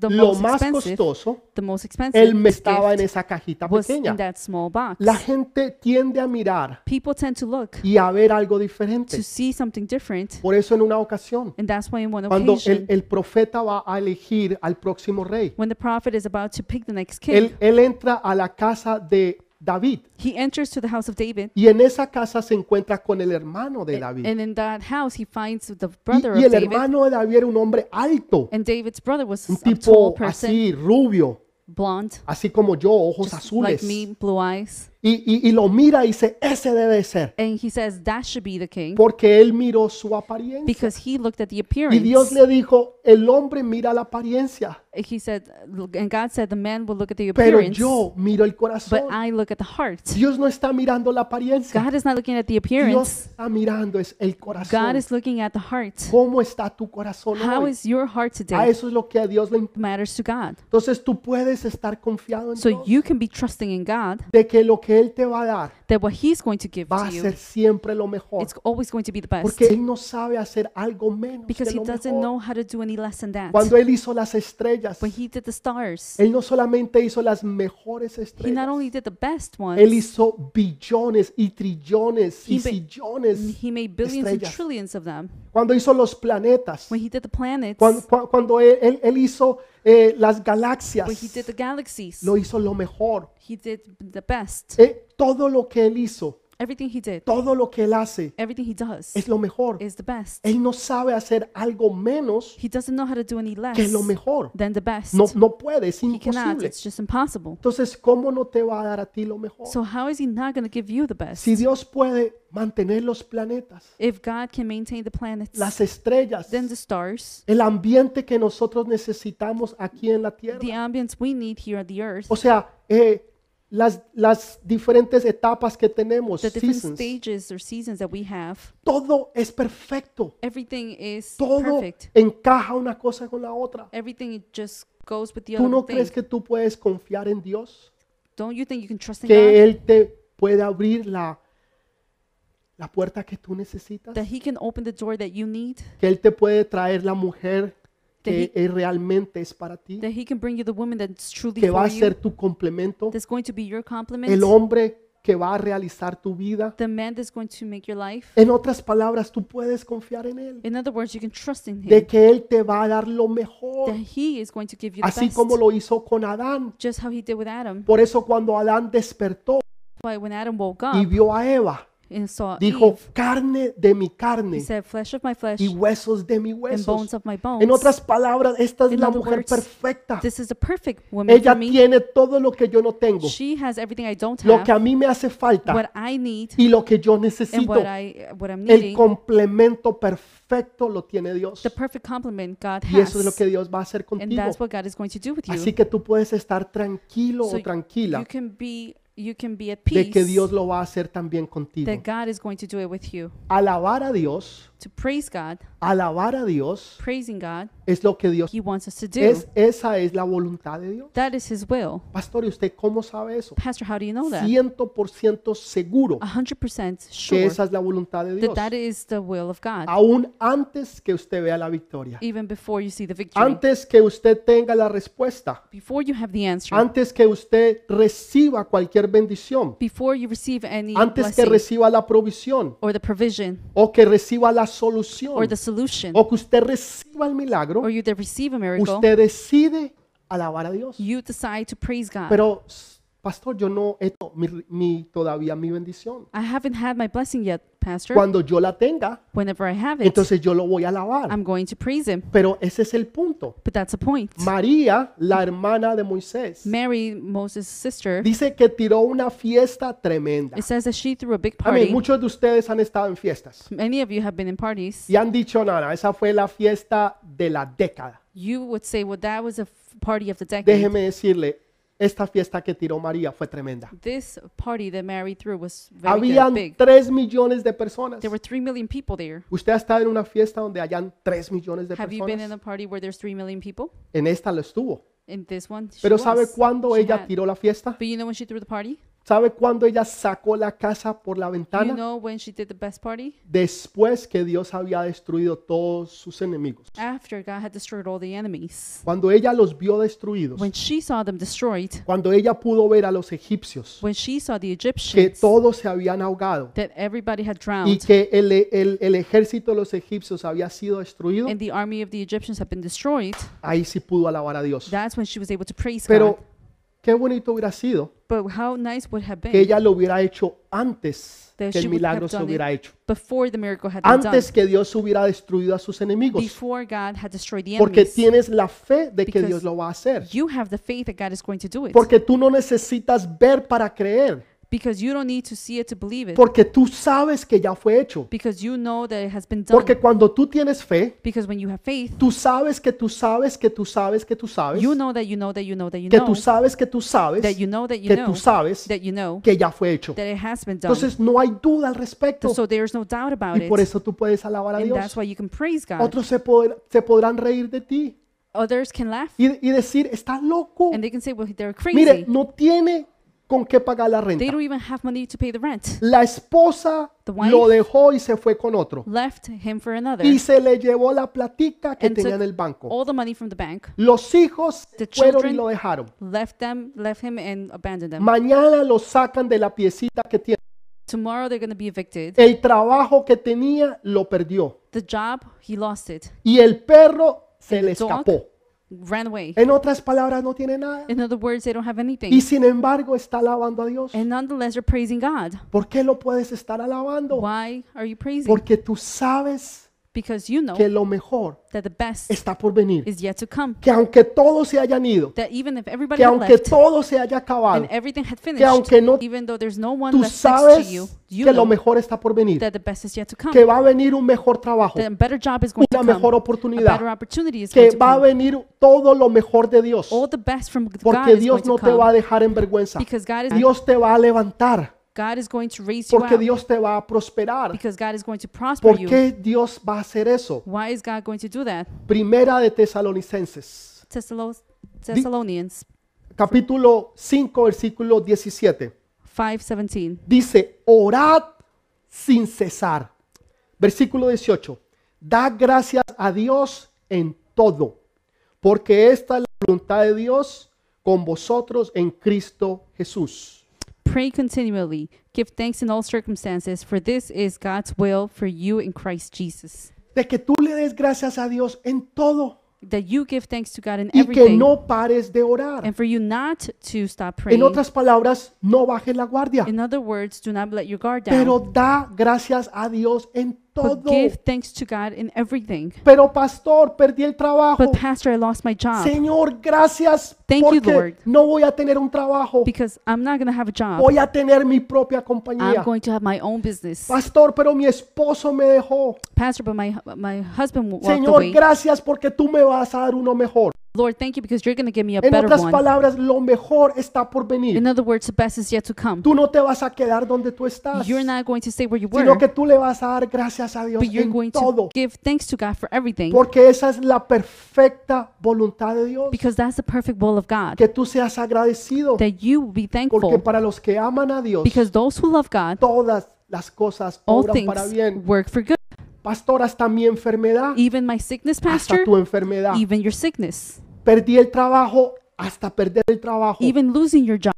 Speaker 2: the
Speaker 1: lo
Speaker 2: most
Speaker 1: más
Speaker 2: expensive,
Speaker 1: costoso
Speaker 2: the most expensive
Speaker 1: él me
Speaker 2: gift
Speaker 1: estaba en esa cajita
Speaker 2: was
Speaker 1: pequeña
Speaker 2: in that small box.
Speaker 1: la gente tiende a mirar
Speaker 2: People tend to look
Speaker 1: y a ver algo diferente
Speaker 2: to see something different,
Speaker 1: por eso en una ocasión
Speaker 2: and that's why in one
Speaker 1: cuando
Speaker 2: occasion,
Speaker 1: el, el profeta va a elegir al próximo rey
Speaker 2: when the prophet is about to pick the next king,
Speaker 1: él, él entra a la casa de David
Speaker 2: he enters to the house of David,
Speaker 1: y en esa casa se encuentra con el hermano de David
Speaker 2: and in that house he finds the Eh, brother
Speaker 1: y, y el
Speaker 2: of David,
Speaker 1: hermano de David era un hombre alto
Speaker 2: and David's brother was
Speaker 1: un
Speaker 2: a tall
Speaker 1: tipo
Speaker 2: person,
Speaker 1: así rubio
Speaker 2: blonde,
Speaker 1: así como yo ojos
Speaker 2: just like
Speaker 1: azules
Speaker 2: me,
Speaker 1: y,
Speaker 2: blue eyes,
Speaker 1: y- y lo mira y dice ese debe ser
Speaker 2: and he says that should be the king
Speaker 1: porque él miró su apariencia
Speaker 2: because he looked at the
Speaker 1: Y
Speaker 2: appearance.
Speaker 1: Dios le dijo, el hombre mira la apariencia,
Speaker 2: he said, look- and God said, the man will look at the
Speaker 1: pero
Speaker 2: appearance,
Speaker 1: yo miro el
Speaker 2: but
Speaker 1: corazón.
Speaker 2: I look at the heart.
Speaker 1: Dios no está mirando la apariencia.
Speaker 2: God is not looking at the
Speaker 1: Dios
Speaker 2: appearance.
Speaker 1: está mirando es el
Speaker 2: God
Speaker 1: corazón.
Speaker 2: is looking at the heart.
Speaker 1: ¿Cómo está tu corazón
Speaker 2: How
Speaker 1: hoy?
Speaker 2: is your heart
Speaker 1: A
Speaker 2: today?
Speaker 1: eso es lo que a Dios le importa.
Speaker 2: Matters to God.
Speaker 1: Entonces tú puedes estar confiado en
Speaker 2: So
Speaker 1: Dios
Speaker 2: you can be trusting in God
Speaker 1: de que lo que Él te va a dar
Speaker 2: that what He's going to give
Speaker 1: va
Speaker 2: to
Speaker 1: a
Speaker 2: you,
Speaker 1: ser siempre lo mejor.
Speaker 2: it's always going to be the best.
Speaker 1: Porque Él no sabe hacer algo menos
Speaker 2: Because
Speaker 1: que
Speaker 2: He
Speaker 1: lo
Speaker 2: doesn't
Speaker 1: mejor.
Speaker 2: know how to do any less than that.
Speaker 1: Cuando Él hizo las estrellas,
Speaker 2: When He did the stars,
Speaker 1: Él no solamente hizo las mejores
Speaker 2: He
Speaker 1: estrellas,
Speaker 2: not only did the best
Speaker 1: Él
Speaker 2: ones,
Speaker 1: hizo billones y trillones y
Speaker 2: He ma-
Speaker 1: sillones.
Speaker 2: He made billions and
Speaker 1: estrellas.
Speaker 2: trillions of them.
Speaker 1: Cuando hizo los planetas.
Speaker 2: When He did the planets,
Speaker 1: Cuando,
Speaker 2: when
Speaker 1: cua- cuando él, él- él hizo eh, las galaxias.
Speaker 2: He did the galaxies,
Speaker 1: Lo hizo lo mejor.
Speaker 2: He did the best.
Speaker 1: Eh, todo lo que él hizo,
Speaker 2: Everything He did,
Speaker 1: todo lo que él hace
Speaker 2: everything He does
Speaker 1: es lo mejor.
Speaker 2: is the best.
Speaker 1: Él no sabe hacer algo menos
Speaker 2: He doesn't know how to do any less
Speaker 1: que lo mejor.
Speaker 2: than the best.
Speaker 1: No, no puede, es
Speaker 2: He cannot.
Speaker 1: imposible.
Speaker 2: It's just impossible.
Speaker 1: Entonces, ¿cómo no te va a dar a ti lo mejor?
Speaker 2: So how is he not going to give you the best?
Speaker 1: Si Dios puede mantener los planetas,
Speaker 2: If God can maintain the planets,
Speaker 1: las estrellas,
Speaker 2: then the stars,
Speaker 1: el ambiente que nosotros necesitamos aquí en la tierra.
Speaker 2: the ambience we need here on the earth,
Speaker 1: O sea, eh, las, las diferentes etapas que tenemos,
Speaker 2: the different
Speaker 1: seasons,
Speaker 2: stages or seasons that we have,
Speaker 1: todo es perfecto.
Speaker 2: everything is
Speaker 1: Todo
Speaker 2: perfect.
Speaker 1: encaja una cosa con la otra.
Speaker 2: Everything just goes with the
Speaker 1: ¿Tú
Speaker 2: other
Speaker 1: no
Speaker 2: thing.
Speaker 1: crees que tú puedes confiar en Dios?
Speaker 2: Don't you think you can trust in
Speaker 1: Que
Speaker 2: God?
Speaker 1: Él te puede abrir la, la puerta que tú necesitas.
Speaker 2: That he can open the door that you need?
Speaker 1: Que Él te puede traer la mujer que
Speaker 2: That
Speaker 1: eh, realmente es para ti.
Speaker 2: That he can bring you the woman that's truly
Speaker 1: Que va
Speaker 2: for
Speaker 1: a ser
Speaker 2: you?
Speaker 1: tu complemento.
Speaker 2: That's going to be your compliment?
Speaker 1: El hombre que va a realizar tu vida.
Speaker 2: The man that's going to make your life?
Speaker 1: En otras palabras, tú puedes confiar en Él.
Speaker 2: In other words, you can trust in him.
Speaker 1: de que Él te va a dar lo mejor,
Speaker 2: that he is going to give you the
Speaker 1: así
Speaker 2: best.
Speaker 1: como lo hizo con Adán.
Speaker 2: just how he did with Adam.
Speaker 1: Por eso cuando Adán despertó
Speaker 2: But when Adam woke up
Speaker 1: y vio a Eva,
Speaker 2: and saw
Speaker 1: dijo,
Speaker 2: Eve,
Speaker 1: carne de mi
Speaker 2: he
Speaker 1: carne
Speaker 2: said, flesh of my flesh
Speaker 1: y huesos de mi
Speaker 2: and
Speaker 1: huesos.
Speaker 2: bones of my bones.
Speaker 1: En otras palabras, esta es
Speaker 2: In
Speaker 1: la
Speaker 2: other
Speaker 1: mujer
Speaker 2: words,
Speaker 1: perfecta.
Speaker 2: this is the perfect woman
Speaker 1: Ella
Speaker 2: for me.
Speaker 1: tiene todo lo que yo no tengo,
Speaker 2: She has everything I don't
Speaker 1: lo que
Speaker 2: have,
Speaker 1: a mí me hace falta
Speaker 2: what I need,
Speaker 1: y lo que yo
Speaker 2: and
Speaker 1: necesito.
Speaker 2: what, I, what I'm
Speaker 1: El
Speaker 2: needing.
Speaker 1: complemento perfecto lo tiene Dios.
Speaker 2: The perfect complement God
Speaker 1: Y eso es lo
Speaker 2: has.
Speaker 1: que Dios va a hacer
Speaker 2: And
Speaker 1: contigo.
Speaker 2: that's what God is going to do with you.
Speaker 1: Así que tú puedes estar tranquilo
Speaker 2: So
Speaker 1: o tranquila
Speaker 2: you can be you can be at
Speaker 1: de
Speaker 2: peace
Speaker 1: que Dios lo va a hacer también contigo.
Speaker 2: that God is going to do it with you.
Speaker 1: Alabar a Dios,
Speaker 2: To praise God,
Speaker 1: alabar a Dios
Speaker 2: praising God,
Speaker 1: es lo que Dios
Speaker 2: He wants us to do.
Speaker 1: es. Esa es la voluntad de Dios.
Speaker 2: that is His will.
Speaker 1: Pastor, ¿y usted cómo sabe eso?
Speaker 2: Pastor, how do you know that?
Speaker 1: Ciento por ciento seguro
Speaker 2: A 100%
Speaker 1: que
Speaker 2: sure
Speaker 1: esa es la voluntad de
Speaker 2: that
Speaker 1: Dios.
Speaker 2: that is the will of God,
Speaker 1: Aún antes que usted vea la victoria,
Speaker 2: even before you see the victory,
Speaker 1: antes que usted tenga la respuesta,
Speaker 2: before you have the answer,
Speaker 1: antes que usted reciba cualquier bendición,
Speaker 2: before you receive any
Speaker 1: antes que
Speaker 2: blessing
Speaker 1: reciba la provisión
Speaker 2: or the provision
Speaker 1: o que reciba la
Speaker 2: or
Speaker 1: solución
Speaker 2: the solution
Speaker 1: o que usted reciba el milagro,
Speaker 2: or you that receive a miracle,
Speaker 1: usted decide alabar a Dios.
Speaker 2: you decide to praise God.
Speaker 1: Pero s- Pastor, yo no he to- mi- mi- todavía mi bendición.
Speaker 2: I haven't had my blessing yet, Pastor.
Speaker 1: Cuando yo la tenga,
Speaker 2: Whenever I have it,
Speaker 1: entonces yo lo voy a alabar.
Speaker 2: I'm going to praise him.
Speaker 1: Pero ese es el punto.
Speaker 2: But that's a point.
Speaker 1: María, la hermana de Moisés,
Speaker 2: Mary, Moses' sister,
Speaker 1: dice que tiró una fiesta tremenda.
Speaker 2: it says that she threw a big
Speaker 1: Amén.
Speaker 2: party.
Speaker 1: Muchos de ustedes han estado en fiestas
Speaker 2: Many of you have been in parties.
Speaker 1: y han dicho, nada, esa fue la fiesta de la década.
Speaker 2: You would say, well, that was a f- party of the decade.
Speaker 1: Déjeme decirle, esta fiesta que tiró María fue tremenda.
Speaker 2: This party that Mary threw was very good,
Speaker 1: Habían
Speaker 2: big.
Speaker 1: 3 millones de personas.
Speaker 2: There were 3 million people there.
Speaker 1: Usted ha estado en una fiesta donde hayan 3 millones de
Speaker 2: Have you been in
Speaker 1: personas.
Speaker 2: a party where there's 3 million people?
Speaker 1: En esta lo estuvo.
Speaker 2: In this one, she
Speaker 1: Pero ¿sabe
Speaker 2: was.
Speaker 1: cuándo
Speaker 2: She
Speaker 1: ella
Speaker 2: had.
Speaker 1: tiró la fiesta?
Speaker 2: But you know when she threw the party?
Speaker 1: ¿Sabe cuándo ella sacó la casa por la
Speaker 2: You
Speaker 1: ventana?
Speaker 2: know when she did the best party?
Speaker 1: Después que Dios había destruido todos sus enemigos.
Speaker 2: After God had destroyed all the enemies.
Speaker 1: Cuando ella los vio destruidos.
Speaker 2: When she saw them destroyed,
Speaker 1: Cuando ella pudo ver a los egipcios
Speaker 2: when she saw the
Speaker 1: que
Speaker 2: Egyptians,
Speaker 1: todos se habían ahogado
Speaker 2: that everybody had
Speaker 1: y
Speaker 2: drowned,
Speaker 1: que el, el- el ejército de los egipcios había sido destruido,
Speaker 2: and the army of the Egyptians had been destroyed,
Speaker 1: ahí sí pudo alabar a Dios.
Speaker 2: that's when she was able to praise
Speaker 1: Pero
Speaker 2: God.
Speaker 1: qué bonito hubiera sido
Speaker 2: But how nice would have been
Speaker 1: que ella lo hubiera hecho antes que
Speaker 2: That she
Speaker 1: el
Speaker 2: would
Speaker 1: milagro
Speaker 2: have
Speaker 1: se
Speaker 2: done it.
Speaker 1: hubiera hecho.
Speaker 2: before the miracle had been done,
Speaker 1: Antes que Dios hubiera destruido a sus enemigos.
Speaker 2: before God had destroyed the
Speaker 1: Porque
Speaker 2: enemies.
Speaker 1: tienes la fe de que
Speaker 2: Because
Speaker 1: Dios lo va a hacer.
Speaker 2: You have the faith that God is going to do it.
Speaker 1: Porque tú no necesitas ver para creer.
Speaker 2: Because you don't need to see it to believe it.
Speaker 1: Porque tú sabes que ya fue hecho.
Speaker 2: Because you know that it has been done.
Speaker 1: Porque cuando tú tienes fe,
Speaker 2: Because when you have faith,
Speaker 1: tú sabes que tú sabes que tú sabes que tú sabes
Speaker 2: you know that you know that you know that you
Speaker 1: que tú
Speaker 2: know
Speaker 1: sabes que tú sabes
Speaker 2: that you know that you
Speaker 1: que tú
Speaker 2: know
Speaker 1: sabes
Speaker 2: that you know
Speaker 1: que ya fue hecho.
Speaker 2: that it has been done.
Speaker 1: Entonces no hay duda al respecto
Speaker 2: So there's no doubt about
Speaker 1: y por
Speaker 2: it.
Speaker 1: eso tú puedes alabar a
Speaker 2: And that's
Speaker 1: Dios.
Speaker 2: why you can praise God.
Speaker 1: Otros se, poder- se podrán reír de ti
Speaker 2: Others can laugh
Speaker 1: y, y decir, estás loco.
Speaker 2: and they can say, well, they're
Speaker 1: Mire,
Speaker 2: crazy.
Speaker 1: no tiene con qué pagar la
Speaker 2: They
Speaker 1: renta.
Speaker 2: don't even have money to pay the rent.
Speaker 1: La esposa
Speaker 2: The wife-
Speaker 1: lo dejó y se fue con otro.
Speaker 2: Left him for another
Speaker 1: Y se le llevó la platica que
Speaker 2: and
Speaker 1: tenía en el
Speaker 2: took
Speaker 1: banco.
Speaker 2: all the money from the bank.
Speaker 1: Los hijos fueron
Speaker 2: The
Speaker 1: y
Speaker 2: children-
Speaker 1: lo dejaron.
Speaker 2: Left them, left him and abandoned them.
Speaker 1: Mañana lo sacan de la piecita que tiene.
Speaker 2: Tomorrow they're going to be evicted.
Speaker 1: El trabajo que tenía lo perdió.
Speaker 2: The job, he lost it.
Speaker 1: Y el perro se
Speaker 2: And
Speaker 1: le
Speaker 2: the dog-
Speaker 1: escapó.
Speaker 2: Ran away.
Speaker 1: En otras palabras, no tiene nada.
Speaker 2: In other words, they don't have anything.
Speaker 1: Eh Y sin embargo, está alabando a Dios.
Speaker 2: And nonetheless, you're praising God.
Speaker 1: ¿Por qué lo puedes estar alabando?
Speaker 2: Why are you praising?
Speaker 1: Porque tú sabes
Speaker 2: Because you know
Speaker 1: que lo mejor
Speaker 2: that the best
Speaker 1: está por venir.
Speaker 2: is yet to come.
Speaker 1: Que aunque todos se hayan ido,
Speaker 2: That even if everybody
Speaker 1: que
Speaker 2: had
Speaker 1: aunque
Speaker 2: left
Speaker 1: todo se haya acabado,
Speaker 2: and everything had finished,
Speaker 1: aunque no-
Speaker 2: even though there's no one
Speaker 1: tú
Speaker 2: left next to you,
Speaker 1: sabes
Speaker 2: you
Speaker 1: que lo
Speaker 2: know
Speaker 1: mejor está por venir.
Speaker 2: that the best is yet to come.
Speaker 1: Que va a venir un mejor trabajo,
Speaker 2: That a better job is going to
Speaker 1: una
Speaker 2: come.
Speaker 1: mejor
Speaker 2: A
Speaker 1: oportunidad.
Speaker 2: better opportunity is going
Speaker 1: Que
Speaker 2: to
Speaker 1: va a
Speaker 2: come.
Speaker 1: venir todo lo mejor de Dios.
Speaker 2: All the best from God
Speaker 1: Porque
Speaker 2: is
Speaker 1: Dios
Speaker 2: going
Speaker 1: no
Speaker 2: to
Speaker 1: te va
Speaker 2: come.
Speaker 1: a dejar en vergüenza.
Speaker 2: Because God is,
Speaker 1: Dios te va a levantar.
Speaker 2: God is going to raise you
Speaker 1: Porque
Speaker 2: up.
Speaker 1: Dios te va a prosperar.
Speaker 2: Because God is going to prosper
Speaker 1: ¿Por
Speaker 2: you.
Speaker 1: qué Dios va a hacer eso?
Speaker 2: Why is God going to do that?
Speaker 1: Primera de Tesalonicenses,
Speaker 2: Thessalo- Thessalonians
Speaker 1: capítulo 5, versículo 17.
Speaker 2: 5:17.
Speaker 1: Dice, orad sin cesar. Versículo 18. Da gracias a Dios en todo, porque esta es la voluntad de Dios con vosotros en Cristo Jesús.
Speaker 2: Pray continually. Give thanks in all circumstances, for this is God's will for you in Christ Jesus.
Speaker 1: De que tú le des gracias a Dios en todo
Speaker 2: That you give thanks to God in
Speaker 1: y que
Speaker 2: everything,
Speaker 1: no pares de orar.
Speaker 2: and for you not to stop
Speaker 1: En
Speaker 2: praying.
Speaker 1: otras palabras, no bajes la guardia.
Speaker 2: in other words, do not let your guard down.
Speaker 1: Pero da gracias a Dios en
Speaker 2: but
Speaker 1: todo.
Speaker 2: give thanks to God in everything.
Speaker 1: Pero pastor, perdí el trabajo.
Speaker 2: But pastor, I lost my job
Speaker 1: Señor, gracias
Speaker 2: Thank you, Lord.
Speaker 1: porque no voy a tener un trabajo.
Speaker 2: because I'm not gonna have a job.
Speaker 1: Voy a tener mi propia
Speaker 2: I'm
Speaker 1: compañía.
Speaker 2: going to have my own business.
Speaker 1: Pastor, pero mi esposo me dejó.
Speaker 2: Pastor, but my my husband walked
Speaker 1: Señor,
Speaker 2: away.
Speaker 1: gracias porque tú me vas a dar uno mejor.
Speaker 2: Lord, thank you because you're gonna give me a
Speaker 1: En
Speaker 2: better
Speaker 1: otras
Speaker 2: one.
Speaker 1: palabras, lo mejor está por venir.
Speaker 2: In other words, the best is yet to come.
Speaker 1: Tú no te vas a quedar donde tú estás,
Speaker 2: You're not going to stay where you were,
Speaker 1: sino que tú le vas a dar gracias a Dios
Speaker 2: but you're
Speaker 1: en
Speaker 2: going
Speaker 1: todo,
Speaker 2: to give thanks to God for everything
Speaker 1: porque esa es la perfecta voluntad de Dios.
Speaker 2: because that's the perfect will of God.
Speaker 1: Que tú seas agradecido,
Speaker 2: That you will be
Speaker 1: porque
Speaker 2: thankful
Speaker 1: para los que aman a Dios,
Speaker 2: because those who love God,
Speaker 1: todas las cosas
Speaker 2: all
Speaker 1: obran para
Speaker 2: things
Speaker 1: bien.
Speaker 2: work for good.
Speaker 1: Pastor, hasta mi enfermedad,
Speaker 2: Even my sickness,
Speaker 1: hasta
Speaker 2: Pastor,
Speaker 1: tu enfermedad.
Speaker 2: even your sickness,
Speaker 1: Perdí el trabajo, hasta perder el trabajo.
Speaker 2: even losing your job.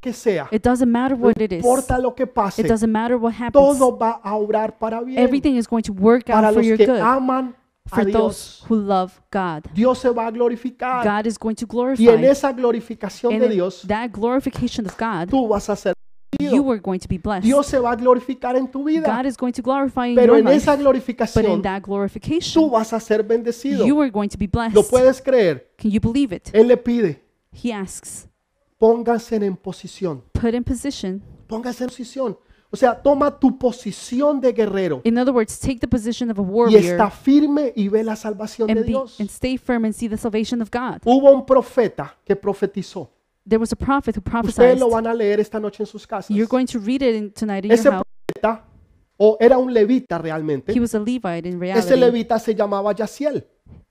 Speaker 1: Que sea,
Speaker 2: It doesn't matter what it is,
Speaker 1: importa lo que
Speaker 2: it
Speaker 1: pase,
Speaker 2: doesn't matter what happens.
Speaker 1: todo va a obrar para bien.
Speaker 2: Everything is going to work
Speaker 1: Para
Speaker 2: out for
Speaker 1: los
Speaker 2: your
Speaker 1: que
Speaker 2: good.
Speaker 1: aman
Speaker 2: for
Speaker 1: a
Speaker 2: those
Speaker 1: Dios.
Speaker 2: who love God.
Speaker 1: Dios se va a glorificar.
Speaker 2: God is going to
Speaker 1: Y en
Speaker 2: glorify.
Speaker 1: esa glorificación
Speaker 2: And
Speaker 1: de
Speaker 2: in
Speaker 1: Dios,
Speaker 2: that glorification of God,
Speaker 1: tú vas a ser
Speaker 2: you
Speaker 1: bendecido.
Speaker 2: are going to be blessed.
Speaker 1: Dios se va a glorificar en tu vida.
Speaker 2: God is going to glorify in
Speaker 1: Pero
Speaker 2: your
Speaker 1: en
Speaker 2: life.
Speaker 1: esa
Speaker 2: But in
Speaker 1: glorificación,
Speaker 2: that
Speaker 1: tú
Speaker 2: glorification,
Speaker 1: vas a ser bendecido.
Speaker 2: you are going to be
Speaker 1: ¿Lo
Speaker 2: blessed.
Speaker 1: puedes creer?
Speaker 2: Can you believe it?
Speaker 1: Él le pide,
Speaker 2: He asks,
Speaker 1: pónganse en posición.
Speaker 2: put in position.
Speaker 1: Pónganse en posición. O sea, toma tu posición de guerrero
Speaker 2: In other words, take the position of a
Speaker 1: y está
Speaker 2: warrior
Speaker 1: firme y ve la salvación de
Speaker 2: and, be,
Speaker 1: Dios.
Speaker 2: and stay firm and see the salvation of God.
Speaker 1: Hubo un profeta que profetizó.
Speaker 2: There was a prophet who
Speaker 1: Ustedes
Speaker 2: prophesied.
Speaker 1: lo van a leer esta noche en sus casas.
Speaker 2: You're going to read it in, tonight in
Speaker 1: Ese
Speaker 2: your house.
Speaker 1: profeta, o era un levita realmente,
Speaker 2: He was a Levite in
Speaker 1: ese
Speaker 2: reality.
Speaker 1: levita se llamaba Yaciel.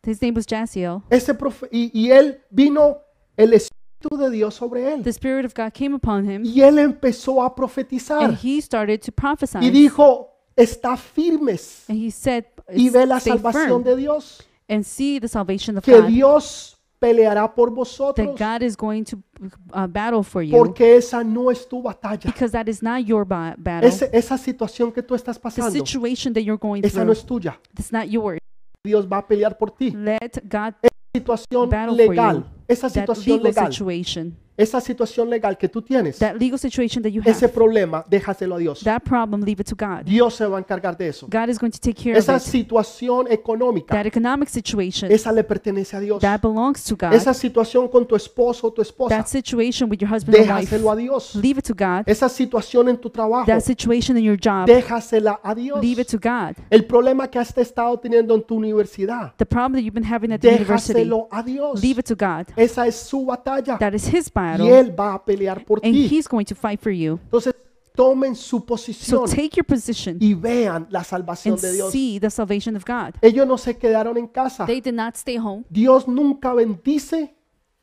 Speaker 2: His name was Jasiel.
Speaker 1: Ese profe- y, y él vino el Espíritu de Dios sobre él.
Speaker 2: The Spirit of God came upon him
Speaker 1: Y él empezó a
Speaker 2: and
Speaker 1: profetizar
Speaker 2: he started to prophesy.
Speaker 1: y dijo, está firmes
Speaker 2: and he said,
Speaker 1: y ve la
Speaker 2: Stay
Speaker 1: salvación
Speaker 2: firm
Speaker 1: de Dios,
Speaker 2: and see the salvation of
Speaker 1: que
Speaker 2: God.
Speaker 1: Dios peleará por
Speaker 2: That
Speaker 1: vosotros,
Speaker 2: God is going to uh, battle for you.
Speaker 1: porque esa no es tu batalla.
Speaker 2: Because that is not your ba- battle.
Speaker 1: Ese- esa situación que tú estás
Speaker 2: the
Speaker 1: pasando,
Speaker 2: situation that you're going
Speaker 1: esa no
Speaker 2: through,
Speaker 1: es tuya.
Speaker 2: it's not yours.
Speaker 1: Dios va a pelear por ti.
Speaker 2: Let God
Speaker 1: Situación
Speaker 2: Mm. battle for
Speaker 1: legal,
Speaker 2: you.
Speaker 1: esa
Speaker 2: that
Speaker 1: situación
Speaker 2: legal
Speaker 1: legal,
Speaker 2: situation,
Speaker 1: esa situación legal que tú tienes,
Speaker 2: that legal situation that you have,
Speaker 1: ese problema, déjaselo a Dios.
Speaker 2: that problem, leave it to God.
Speaker 1: Dios se va a encargar de eso.
Speaker 2: God is going to take care
Speaker 1: Esa
Speaker 2: of it.
Speaker 1: situación económica,
Speaker 2: That economic situation,
Speaker 1: esa le pertenece a Dios.
Speaker 2: that belongs to God.
Speaker 1: Esa situación con tu esposo o tu esposa,
Speaker 2: that situation with your husband or wife,
Speaker 1: déjaselo a Dios.
Speaker 2: leave it to God.
Speaker 1: Esa situación en tu trabajo,
Speaker 2: that situation in your job,
Speaker 1: déjasela a Dios.
Speaker 2: leave it to God.
Speaker 1: El problema que has estado teniendo en tu universidad,
Speaker 2: The problem that you've been having at the university,
Speaker 1: déjaselo a Dios.
Speaker 2: leave it to God.
Speaker 1: Esa es su batalla
Speaker 2: That is His battle,
Speaker 1: y Él va a pelear por
Speaker 2: and
Speaker 1: ti.
Speaker 2: He's going to fight for you.
Speaker 1: Entonces, tomen su
Speaker 2: So
Speaker 1: posición
Speaker 2: take your position
Speaker 1: y vean la salvación
Speaker 2: and
Speaker 1: de Dios.
Speaker 2: see the salvation of God.
Speaker 1: Ellos no se quedaron en casa.
Speaker 2: They did not stay home.
Speaker 1: Dios nunca bendice,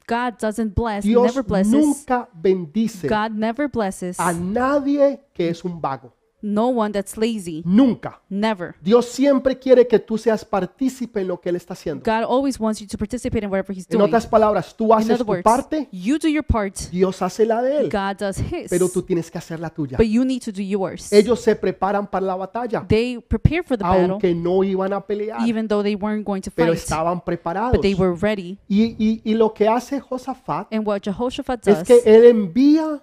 Speaker 2: God doesn't bless,
Speaker 1: Dios
Speaker 2: never blesses.
Speaker 1: nunca Ah. bendice
Speaker 2: God never blesses
Speaker 1: a nadie que es un vago.
Speaker 2: no one that's lazy.
Speaker 1: Nunca.
Speaker 2: Never.
Speaker 1: Dios siempre quiere que tú seas partícipe en lo que Él está haciendo.
Speaker 2: God always wants you to participate in whatever He's
Speaker 1: En
Speaker 2: doing.
Speaker 1: otras palabras, tú
Speaker 2: In
Speaker 1: haces
Speaker 2: other
Speaker 1: tu
Speaker 2: words,
Speaker 1: parte,
Speaker 2: you do your part,
Speaker 1: Dios hace la de Él,
Speaker 2: God does His.
Speaker 1: pero tú tienes que hacer la tuya.
Speaker 2: But you need to do yours.
Speaker 1: Ellos se preparan para la batalla,
Speaker 2: They prepare for the battle,
Speaker 1: aunque no iban a pelear,
Speaker 2: even though they weren't going to
Speaker 1: pero
Speaker 2: fight,
Speaker 1: estaban preparados.
Speaker 2: but they were ready.
Speaker 1: Y, y- y lo que hace Josafat
Speaker 2: And what Jehoshaphat
Speaker 1: es
Speaker 2: does,
Speaker 1: que Él envía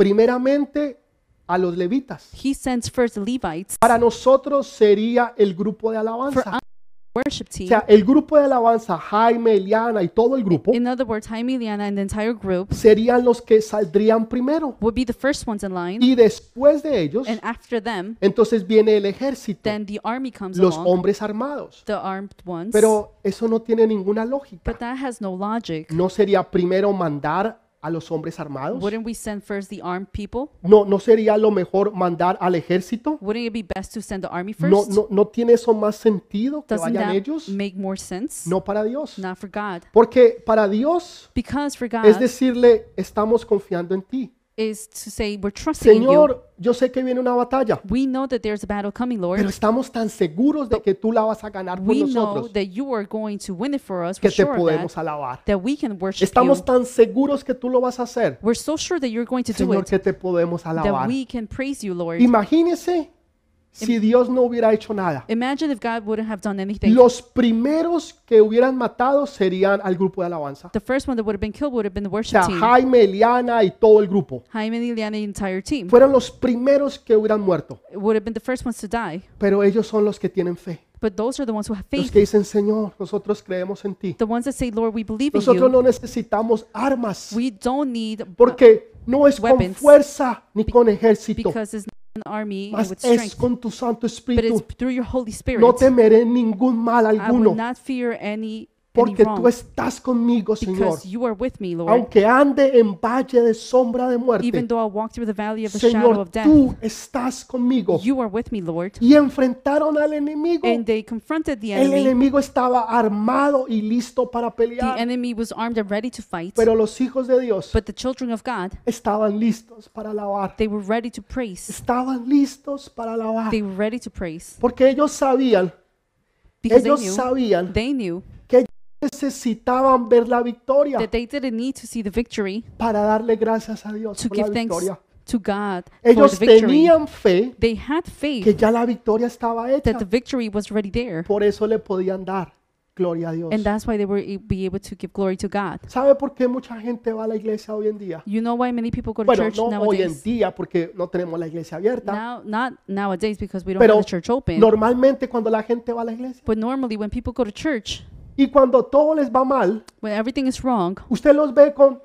Speaker 1: primeramente a los levitas.
Speaker 2: he sends first the Levites
Speaker 1: Para nosotros sería el grupo de alabanza.
Speaker 2: worship
Speaker 1: O
Speaker 2: team.
Speaker 1: sea, oh. el grupo de alabanza, Jaime, Eliana y todo el grupo,
Speaker 2: In other words, Jaime, Liana, and the entire group
Speaker 1: serían los que saldrían primero.
Speaker 2: would be the first ones in line.
Speaker 1: Y después de ellos,
Speaker 2: And after them,
Speaker 1: entonces viene el ejército,
Speaker 2: then the army comes
Speaker 1: los
Speaker 2: along,
Speaker 1: hombres armados.
Speaker 2: the armed ones.
Speaker 1: Pero eso no tiene ninguna lógica.
Speaker 2: But that has no logic.
Speaker 1: ¿No sería primero mandar a los hombres armados?
Speaker 2: Wouldn't we send first the armed people?
Speaker 1: ¿No, no sería lo mejor mandar al ejército?
Speaker 2: Wouldn't it be best to send the army first?
Speaker 1: ¿No, no, no tiene eso más sentido que
Speaker 2: Doesn't
Speaker 1: vayan
Speaker 2: that
Speaker 1: ellos?
Speaker 2: make more sense?
Speaker 1: No para Dios.
Speaker 2: Not for God.
Speaker 1: Porque para Dios
Speaker 2: Because for God
Speaker 1: es decirle, estamos confiando en ti.
Speaker 2: is to say, we're trusting in you.
Speaker 1: Señor, yo sé que viene una batalla,
Speaker 2: We know that there's a battle coming,
Speaker 1: pero
Speaker 2: Lord.
Speaker 1: estamos tan seguros de que tú la vas a ganar por
Speaker 2: We know
Speaker 1: nosotros
Speaker 2: that you are going to win it for us.
Speaker 1: que
Speaker 2: We're
Speaker 1: te
Speaker 2: sure of that,
Speaker 1: podemos alabar.
Speaker 2: that we can worship
Speaker 1: Estamos
Speaker 2: you.
Speaker 1: tan seguros que tú lo vas a hacer,
Speaker 2: We're so sure that you're going to do
Speaker 1: Señor,
Speaker 2: it,
Speaker 1: que te podemos
Speaker 2: that
Speaker 1: alabar.
Speaker 2: we can praise you, Lord.
Speaker 1: Imagínese
Speaker 2: Em-
Speaker 1: si Dios no hubiera hecho nada.
Speaker 2: Imagine if God wouldn't have done anything.
Speaker 1: Los primeros que hubieran matado serían al grupo de alabanza.
Speaker 2: The first one that would have been killed would have been the
Speaker 1: O
Speaker 2: worship
Speaker 1: sea,
Speaker 2: team.
Speaker 1: Jaime, Eliana y todo el grupo.
Speaker 2: Jaime, Liliana, the entire team
Speaker 1: Fueron los primeros que hubieran muerto.
Speaker 2: would have been the first ones to die.
Speaker 1: Pero ellos son los que tienen fe.
Speaker 2: But those are the ones who have
Speaker 1: Los
Speaker 2: faith.
Speaker 1: que dicen, Señor, nosotros creemos en ti.
Speaker 2: The ones that say, Lord, we believe in
Speaker 1: Nosotros
Speaker 2: you.
Speaker 1: no necesitamos armas.
Speaker 2: We don't need
Speaker 1: Porque no es con
Speaker 2: Weapons.
Speaker 1: fuerza ni con ejército,
Speaker 2: because it's not an army
Speaker 1: mas
Speaker 2: with
Speaker 1: es
Speaker 2: strength,
Speaker 1: con tu Santo
Speaker 2: but it's
Speaker 1: Espíritu.
Speaker 2: through your Holy Spirit.
Speaker 1: No temeré ningún mal
Speaker 2: I will
Speaker 1: alguno,
Speaker 2: not fear any, any
Speaker 1: porque
Speaker 2: wrong
Speaker 1: tú estás conmigo, Señor.
Speaker 2: because you are with me, Lord.
Speaker 1: Aunque ande en valle de sombra de
Speaker 2: Even
Speaker 1: muerte,
Speaker 2: though I walk through the valley of the shadow
Speaker 1: Señor,
Speaker 2: of death,
Speaker 1: tú estás conmigo.
Speaker 2: you are with me, Lord.
Speaker 1: Y enfrentaron al enemigo.
Speaker 2: And they confronted the
Speaker 1: El
Speaker 2: enemy.
Speaker 1: enemigo estaba armado y listo para
Speaker 2: The
Speaker 1: pelear,
Speaker 2: enemy was armed and ready to fight,
Speaker 1: pero los hijos de Dios
Speaker 2: but the children of God,
Speaker 1: estaban listos para alabar.
Speaker 2: they were ready to praise.
Speaker 1: Estaban listos para alabar,
Speaker 2: They were ready to praise
Speaker 1: porque ellos sabían,
Speaker 2: because they
Speaker 1: ellos
Speaker 2: knew,
Speaker 1: sabían
Speaker 2: they knew
Speaker 1: necesitaban ver la victoria
Speaker 2: that they didn't need to see the victory
Speaker 1: para darle gracias a Dios
Speaker 2: to
Speaker 1: por la
Speaker 2: give thanks
Speaker 1: victoria.
Speaker 2: to God for the
Speaker 1: Ellos
Speaker 2: victory.
Speaker 1: tenían fe
Speaker 2: They had
Speaker 1: que
Speaker 2: faith
Speaker 1: ya la victoria estaba
Speaker 2: that
Speaker 1: hecha.
Speaker 2: the victory was already there.
Speaker 1: Por eso le podían dar gloria a Dios.
Speaker 2: And that's why they were a- be able to give glory to God.
Speaker 1: ¿Sabe por qué mucha gente va a la iglesia hoy en día?
Speaker 2: You know why many people go to
Speaker 1: Bueno,
Speaker 2: church
Speaker 1: no hoy en
Speaker 2: nowadays?
Speaker 1: día porque no tenemos la iglesia abierta.
Speaker 2: Now, not nowadays because we don't
Speaker 1: Pero
Speaker 2: have the church open.
Speaker 1: Normalmente cuando la gente va a la iglesia
Speaker 2: but normally when people go to church,
Speaker 1: y cuando todo les va mal,
Speaker 2: when everything is wrong,
Speaker 1: usted los ve con,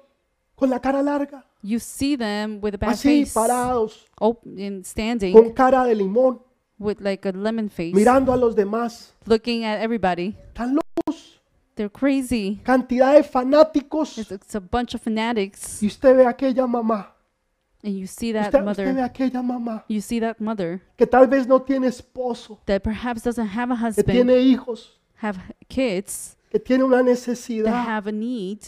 Speaker 1: con la cara larga,
Speaker 2: you see them with a bad
Speaker 1: así
Speaker 2: face,
Speaker 1: parados,
Speaker 2: open, standing
Speaker 1: Ah, con cara de limón,
Speaker 2: with like a lemon face,
Speaker 1: mirando a los demás.
Speaker 2: looking at everybody.
Speaker 1: Tan locos,
Speaker 2: They're crazy.
Speaker 1: cantidad de fanáticos.
Speaker 2: It's, it's a bunch of fanatics,
Speaker 1: Y usted ve a aquella mamá,
Speaker 2: and you see that
Speaker 1: usted, usted ve
Speaker 2: mother.
Speaker 1: a aquella mamá
Speaker 2: You see that mother
Speaker 1: que tal vez no tiene esposo,
Speaker 2: that perhaps doesn't have a
Speaker 1: que
Speaker 2: husband,
Speaker 1: tiene hijos,
Speaker 2: have kids,
Speaker 1: que tiene una
Speaker 2: that
Speaker 1: necesidad,
Speaker 2: have a need,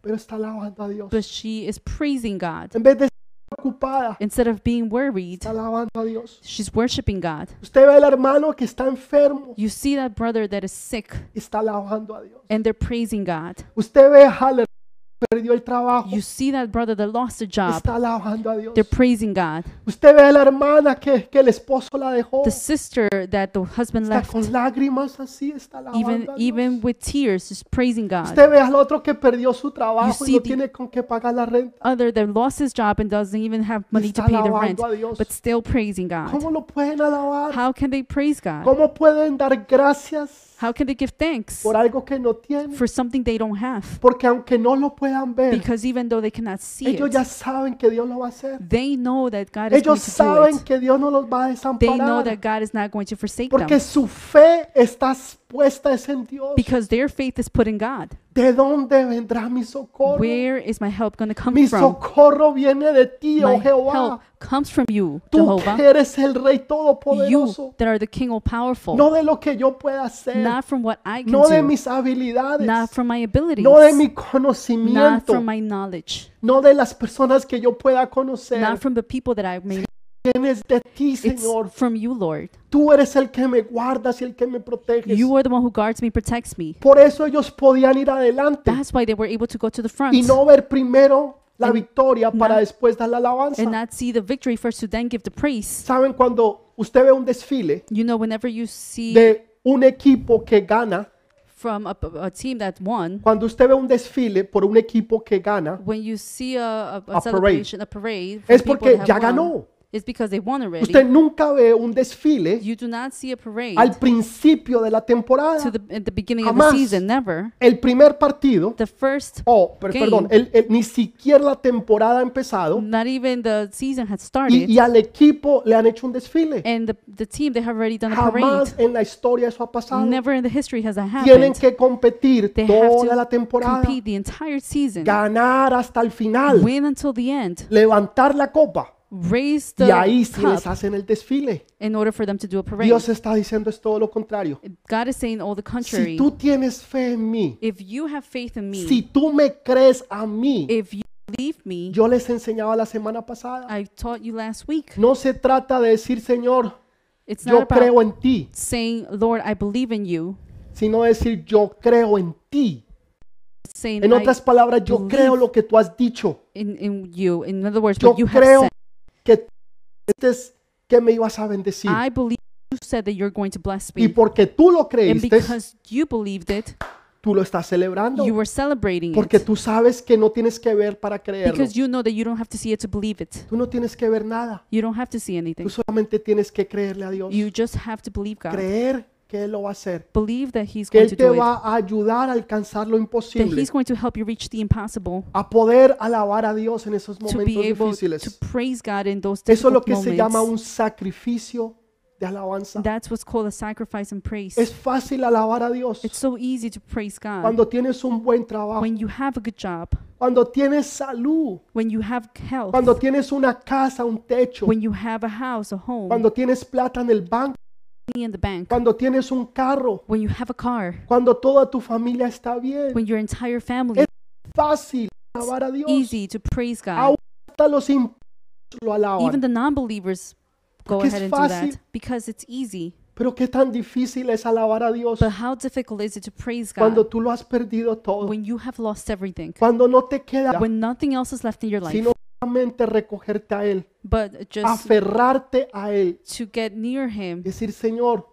Speaker 1: pero está alabando a Dios.
Speaker 2: but she is praising God
Speaker 1: En vez de estar ocupada,
Speaker 2: instead of being worried.
Speaker 1: está alabando a Dios.
Speaker 2: She's worshiping God.
Speaker 1: Usted ve al hermano que está enfermo,
Speaker 2: You see that brother that is sick
Speaker 1: está alabando a Dios.
Speaker 2: and they're praising God.
Speaker 1: Usted ve al hermano que perdió el trabajo,
Speaker 2: You see that brother that lost a job.
Speaker 1: está alabando a Dios.
Speaker 2: They're praising God.
Speaker 1: Usted ve a la hermana que, que el esposo la dejó,
Speaker 2: The sister that the husband
Speaker 1: está
Speaker 2: left,
Speaker 1: con lágrimas así, está
Speaker 2: even
Speaker 1: alabando a
Speaker 2: even
Speaker 1: Dios.
Speaker 2: with tears, is praising God.
Speaker 1: Usted ve al otro que perdió su trabajo y
Speaker 2: see
Speaker 1: no
Speaker 2: the-
Speaker 1: tiene con qué pagar la renta.
Speaker 2: Other that lost his job and doesn't even have money to
Speaker 1: está
Speaker 2: pay the rent,
Speaker 1: alabando a Dios.
Speaker 2: but still praising God.
Speaker 1: ¿Cómo lo pueden alabar?
Speaker 2: How can they praise God?
Speaker 1: ¿Cómo pueden dar gracias
Speaker 2: How can they give thanks
Speaker 1: por algo que no tienen?
Speaker 2: for something they don't have?
Speaker 1: Porque aunque no lo puedan ver,
Speaker 2: Because even though they cannot see
Speaker 1: ellos ya
Speaker 2: it,
Speaker 1: saben que Dios lo va a hacer.
Speaker 2: they know that God is going
Speaker 1: Ellos
Speaker 2: to do
Speaker 1: saben
Speaker 2: it.
Speaker 1: que Dios no los va a
Speaker 2: They know
Speaker 1: desamparar.
Speaker 2: that God is not going to forsake
Speaker 1: Porque
Speaker 2: them
Speaker 1: su fe está puesta es en Dios.
Speaker 2: because their faith is put in God.
Speaker 1: ¿De dónde vendrá mi socorro?
Speaker 2: Where is my help going to come
Speaker 1: Mi
Speaker 2: from?
Speaker 1: socorro viene de ti,
Speaker 2: My
Speaker 1: oh
Speaker 2: help
Speaker 1: Jehová.
Speaker 2: comes from you,
Speaker 1: Tú que
Speaker 2: Jehovah.
Speaker 1: eres el Rey
Speaker 2: You
Speaker 1: Todopoderoso.
Speaker 2: that are the King all powerful.
Speaker 1: No de lo que yo pueda hacer.
Speaker 2: Not from what I can
Speaker 1: No de
Speaker 2: do,
Speaker 1: mis habilidades.
Speaker 2: not from my abilities,
Speaker 1: No de mi conocimiento.
Speaker 2: not from my knowledge,
Speaker 1: no de las personas que yo pueda conocer.
Speaker 2: not from the people that I made.
Speaker 1: Vienes de ti,
Speaker 2: It's
Speaker 1: Eh. Señor.
Speaker 2: from you, Lord.
Speaker 1: Tú eres el que me guardas y el que me proteges.
Speaker 2: You are the one who guards me, protects me.
Speaker 1: Por eso ellos podían ir adelante
Speaker 2: That's why they were able to go to the front
Speaker 1: y no ver primero la
Speaker 2: And
Speaker 1: victoria para
Speaker 2: not-
Speaker 1: después dar la alabanza.
Speaker 2: and not see the victory first to then give the praise.
Speaker 1: Saben cuando usted ve un desfile
Speaker 2: You know, whenever you see
Speaker 1: de un equipo que gana,
Speaker 2: from a, a team that won,
Speaker 1: cuando usted ve un desfile por un equipo que gana,
Speaker 2: when you see a, a, a
Speaker 1: parade.
Speaker 2: celebration, a parade,
Speaker 1: Es
Speaker 2: for people
Speaker 1: porque
Speaker 2: that
Speaker 1: ya
Speaker 2: have
Speaker 1: ganó.
Speaker 2: Won, it's because they won already.
Speaker 1: usted nunca ve un desfile
Speaker 2: You do not see a parade
Speaker 1: al principio de la
Speaker 2: to
Speaker 1: temporada.
Speaker 2: the, at the beginning of
Speaker 1: Jamás.
Speaker 2: the season. Never.
Speaker 1: El primer partido,
Speaker 2: The first,
Speaker 1: oh, per-
Speaker 2: Game.
Speaker 1: perdón, el- el- ni siquiera la temporada ha empezado
Speaker 2: not even the season had started,
Speaker 1: y, y al equipo le han hecho un desfile.
Speaker 2: and the, the team they have already done a parade.
Speaker 1: Jamás en la historia eso ha pasado.
Speaker 2: Never in the history has that
Speaker 1: Tienen
Speaker 2: happened.
Speaker 1: que competir
Speaker 2: They have
Speaker 1: toda
Speaker 2: to
Speaker 1: la temporada,
Speaker 2: compete the entire season,
Speaker 1: ganar hasta el final,
Speaker 2: win until the end,
Speaker 1: levantar la copa
Speaker 2: raise
Speaker 1: y ahí
Speaker 2: the
Speaker 1: sí les
Speaker 2: cup
Speaker 1: hacen el desfile.
Speaker 2: in order for them to do a parade.
Speaker 1: Dios está diciendo es todo lo contrario.
Speaker 2: God is saying all the
Speaker 1: Si
Speaker 2: contrary.
Speaker 1: tú tienes fe en mí,
Speaker 2: If you have faith in me,
Speaker 1: si tú me crees a mí,
Speaker 2: if you believe me,
Speaker 1: yo les enseñaba la semana pasada.
Speaker 2: I taught you last week.
Speaker 1: No se trata de decir Señor,
Speaker 2: It's
Speaker 1: yo
Speaker 2: not
Speaker 1: creo
Speaker 2: about
Speaker 1: en ti,
Speaker 2: saying, Lord, I believe in you.
Speaker 1: sino decir yo creo en ti.
Speaker 2: It's saying,
Speaker 1: En
Speaker 2: "I
Speaker 1: otras palabras, yo
Speaker 2: believe.
Speaker 1: creo lo que tú has dicho.
Speaker 2: in, in you. In other words,
Speaker 1: Yo
Speaker 2: what you have
Speaker 1: creo
Speaker 2: said.
Speaker 1: que este es que me ibas a bendecir.
Speaker 2: I believe you said that you're going to bless
Speaker 1: Y
Speaker 2: me.
Speaker 1: porque tú lo
Speaker 2: And
Speaker 1: creíste,
Speaker 2: because you believed it,
Speaker 1: tú lo estás celebrando.
Speaker 2: you were celebrating
Speaker 1: Porque
Speaker 2: it.
Speaker 1: tú sabes que no tienes que ver para creerlo.
Speaker 2: Because you know that you don't have to see it to believe it.
Speaker 1: Tú no tienes que ver nada.
Speaker 2: You don't have to see
Speaker 1: Tú
Speaker 2: anything.
Speaker 1: solamente tienes que creerle a Dios.
Speaker 2: You just have to believe God.
Speaker 1: Creer que Él lo va a hacer.
Speaker 2: Believe that He's
Speaker 1: Que
Speaker 2: going
Speaker 1: Él
Speaker 2: to
Speaker 1: te
Speaker 2: do it.
Speaker 1: va a ayudar a alcanzar lo
Speaker 2: That
Speaker 1: imposible.
Speaker 2: He's going to help you reach the impossible.
Speaker 1: A poder alabar a Dios en esos
Speaker 2: to be
Speaker 1: momentos
Speaker 2: able to
Speaker 1: difíciles.
Speaker 2: praise God in those
Speaker 1: Eso es lo
Speaker 2: difficult
Speaker 1: que se llama
Speaker 2: moments.
Speaker 1: un sacrificio de alabanza.
Speaker 2: That's what's called a sacrifice and praise.
Speaker 1: Es fácil alabar a Dios
Speaker 2: It's so easy to praise God
Speaker 1: cuando tienes un buen trabajo,
Speaker 2: when you have a good job,
Speaker 1: cuando tienes salud,
Speaker 2: when you have health,
Speaker 1: cuando tienes una casa, un techo,
Speaker 2: when you have a house, a home,
Speaker 1: cuando tienes plata en el banco,
Speaker 2: money in the bank,
Speaker 1: cuando tienes un carro,
Speaker 2: when you have a car,
Speaker 1: cuando toda tu familia está bien.
Speaker 2: when your entire family.
Speaker 1: Es fácil alabar a Dios.
Speaker 2: Easy to praise
Speaker 1: Aún
Speaker 2: God.
Speaker 1: hasta los impíos lo
Speaker 2: Even
Speaker 1: alaban.
Speaker 2: the non-believers go
Speaker 1: Porque es
Speaker 2: ahead and do
Speaker 1: fácil.
Speaker 2: that because it's easy.
Speaker 1: Pero qué tan difícil es alabar a Dios
Speaker 2: But how difficult is it to praise
Speaker 1: cuando
Speaker 2: God
Speaker 1: tú lo has perdido todo,
Speaker 2: when you have lost everything,
Speaker 1: cuando no te queda
Speaker 2: when nothing else is left in your life,
Speaker 1: sino solamente recogerte a Él,
Speaker 2: but just
Speaker 1: aferrarte a Él,
Speaker 2: to get near Him,
Speaker 1: decir, Señor,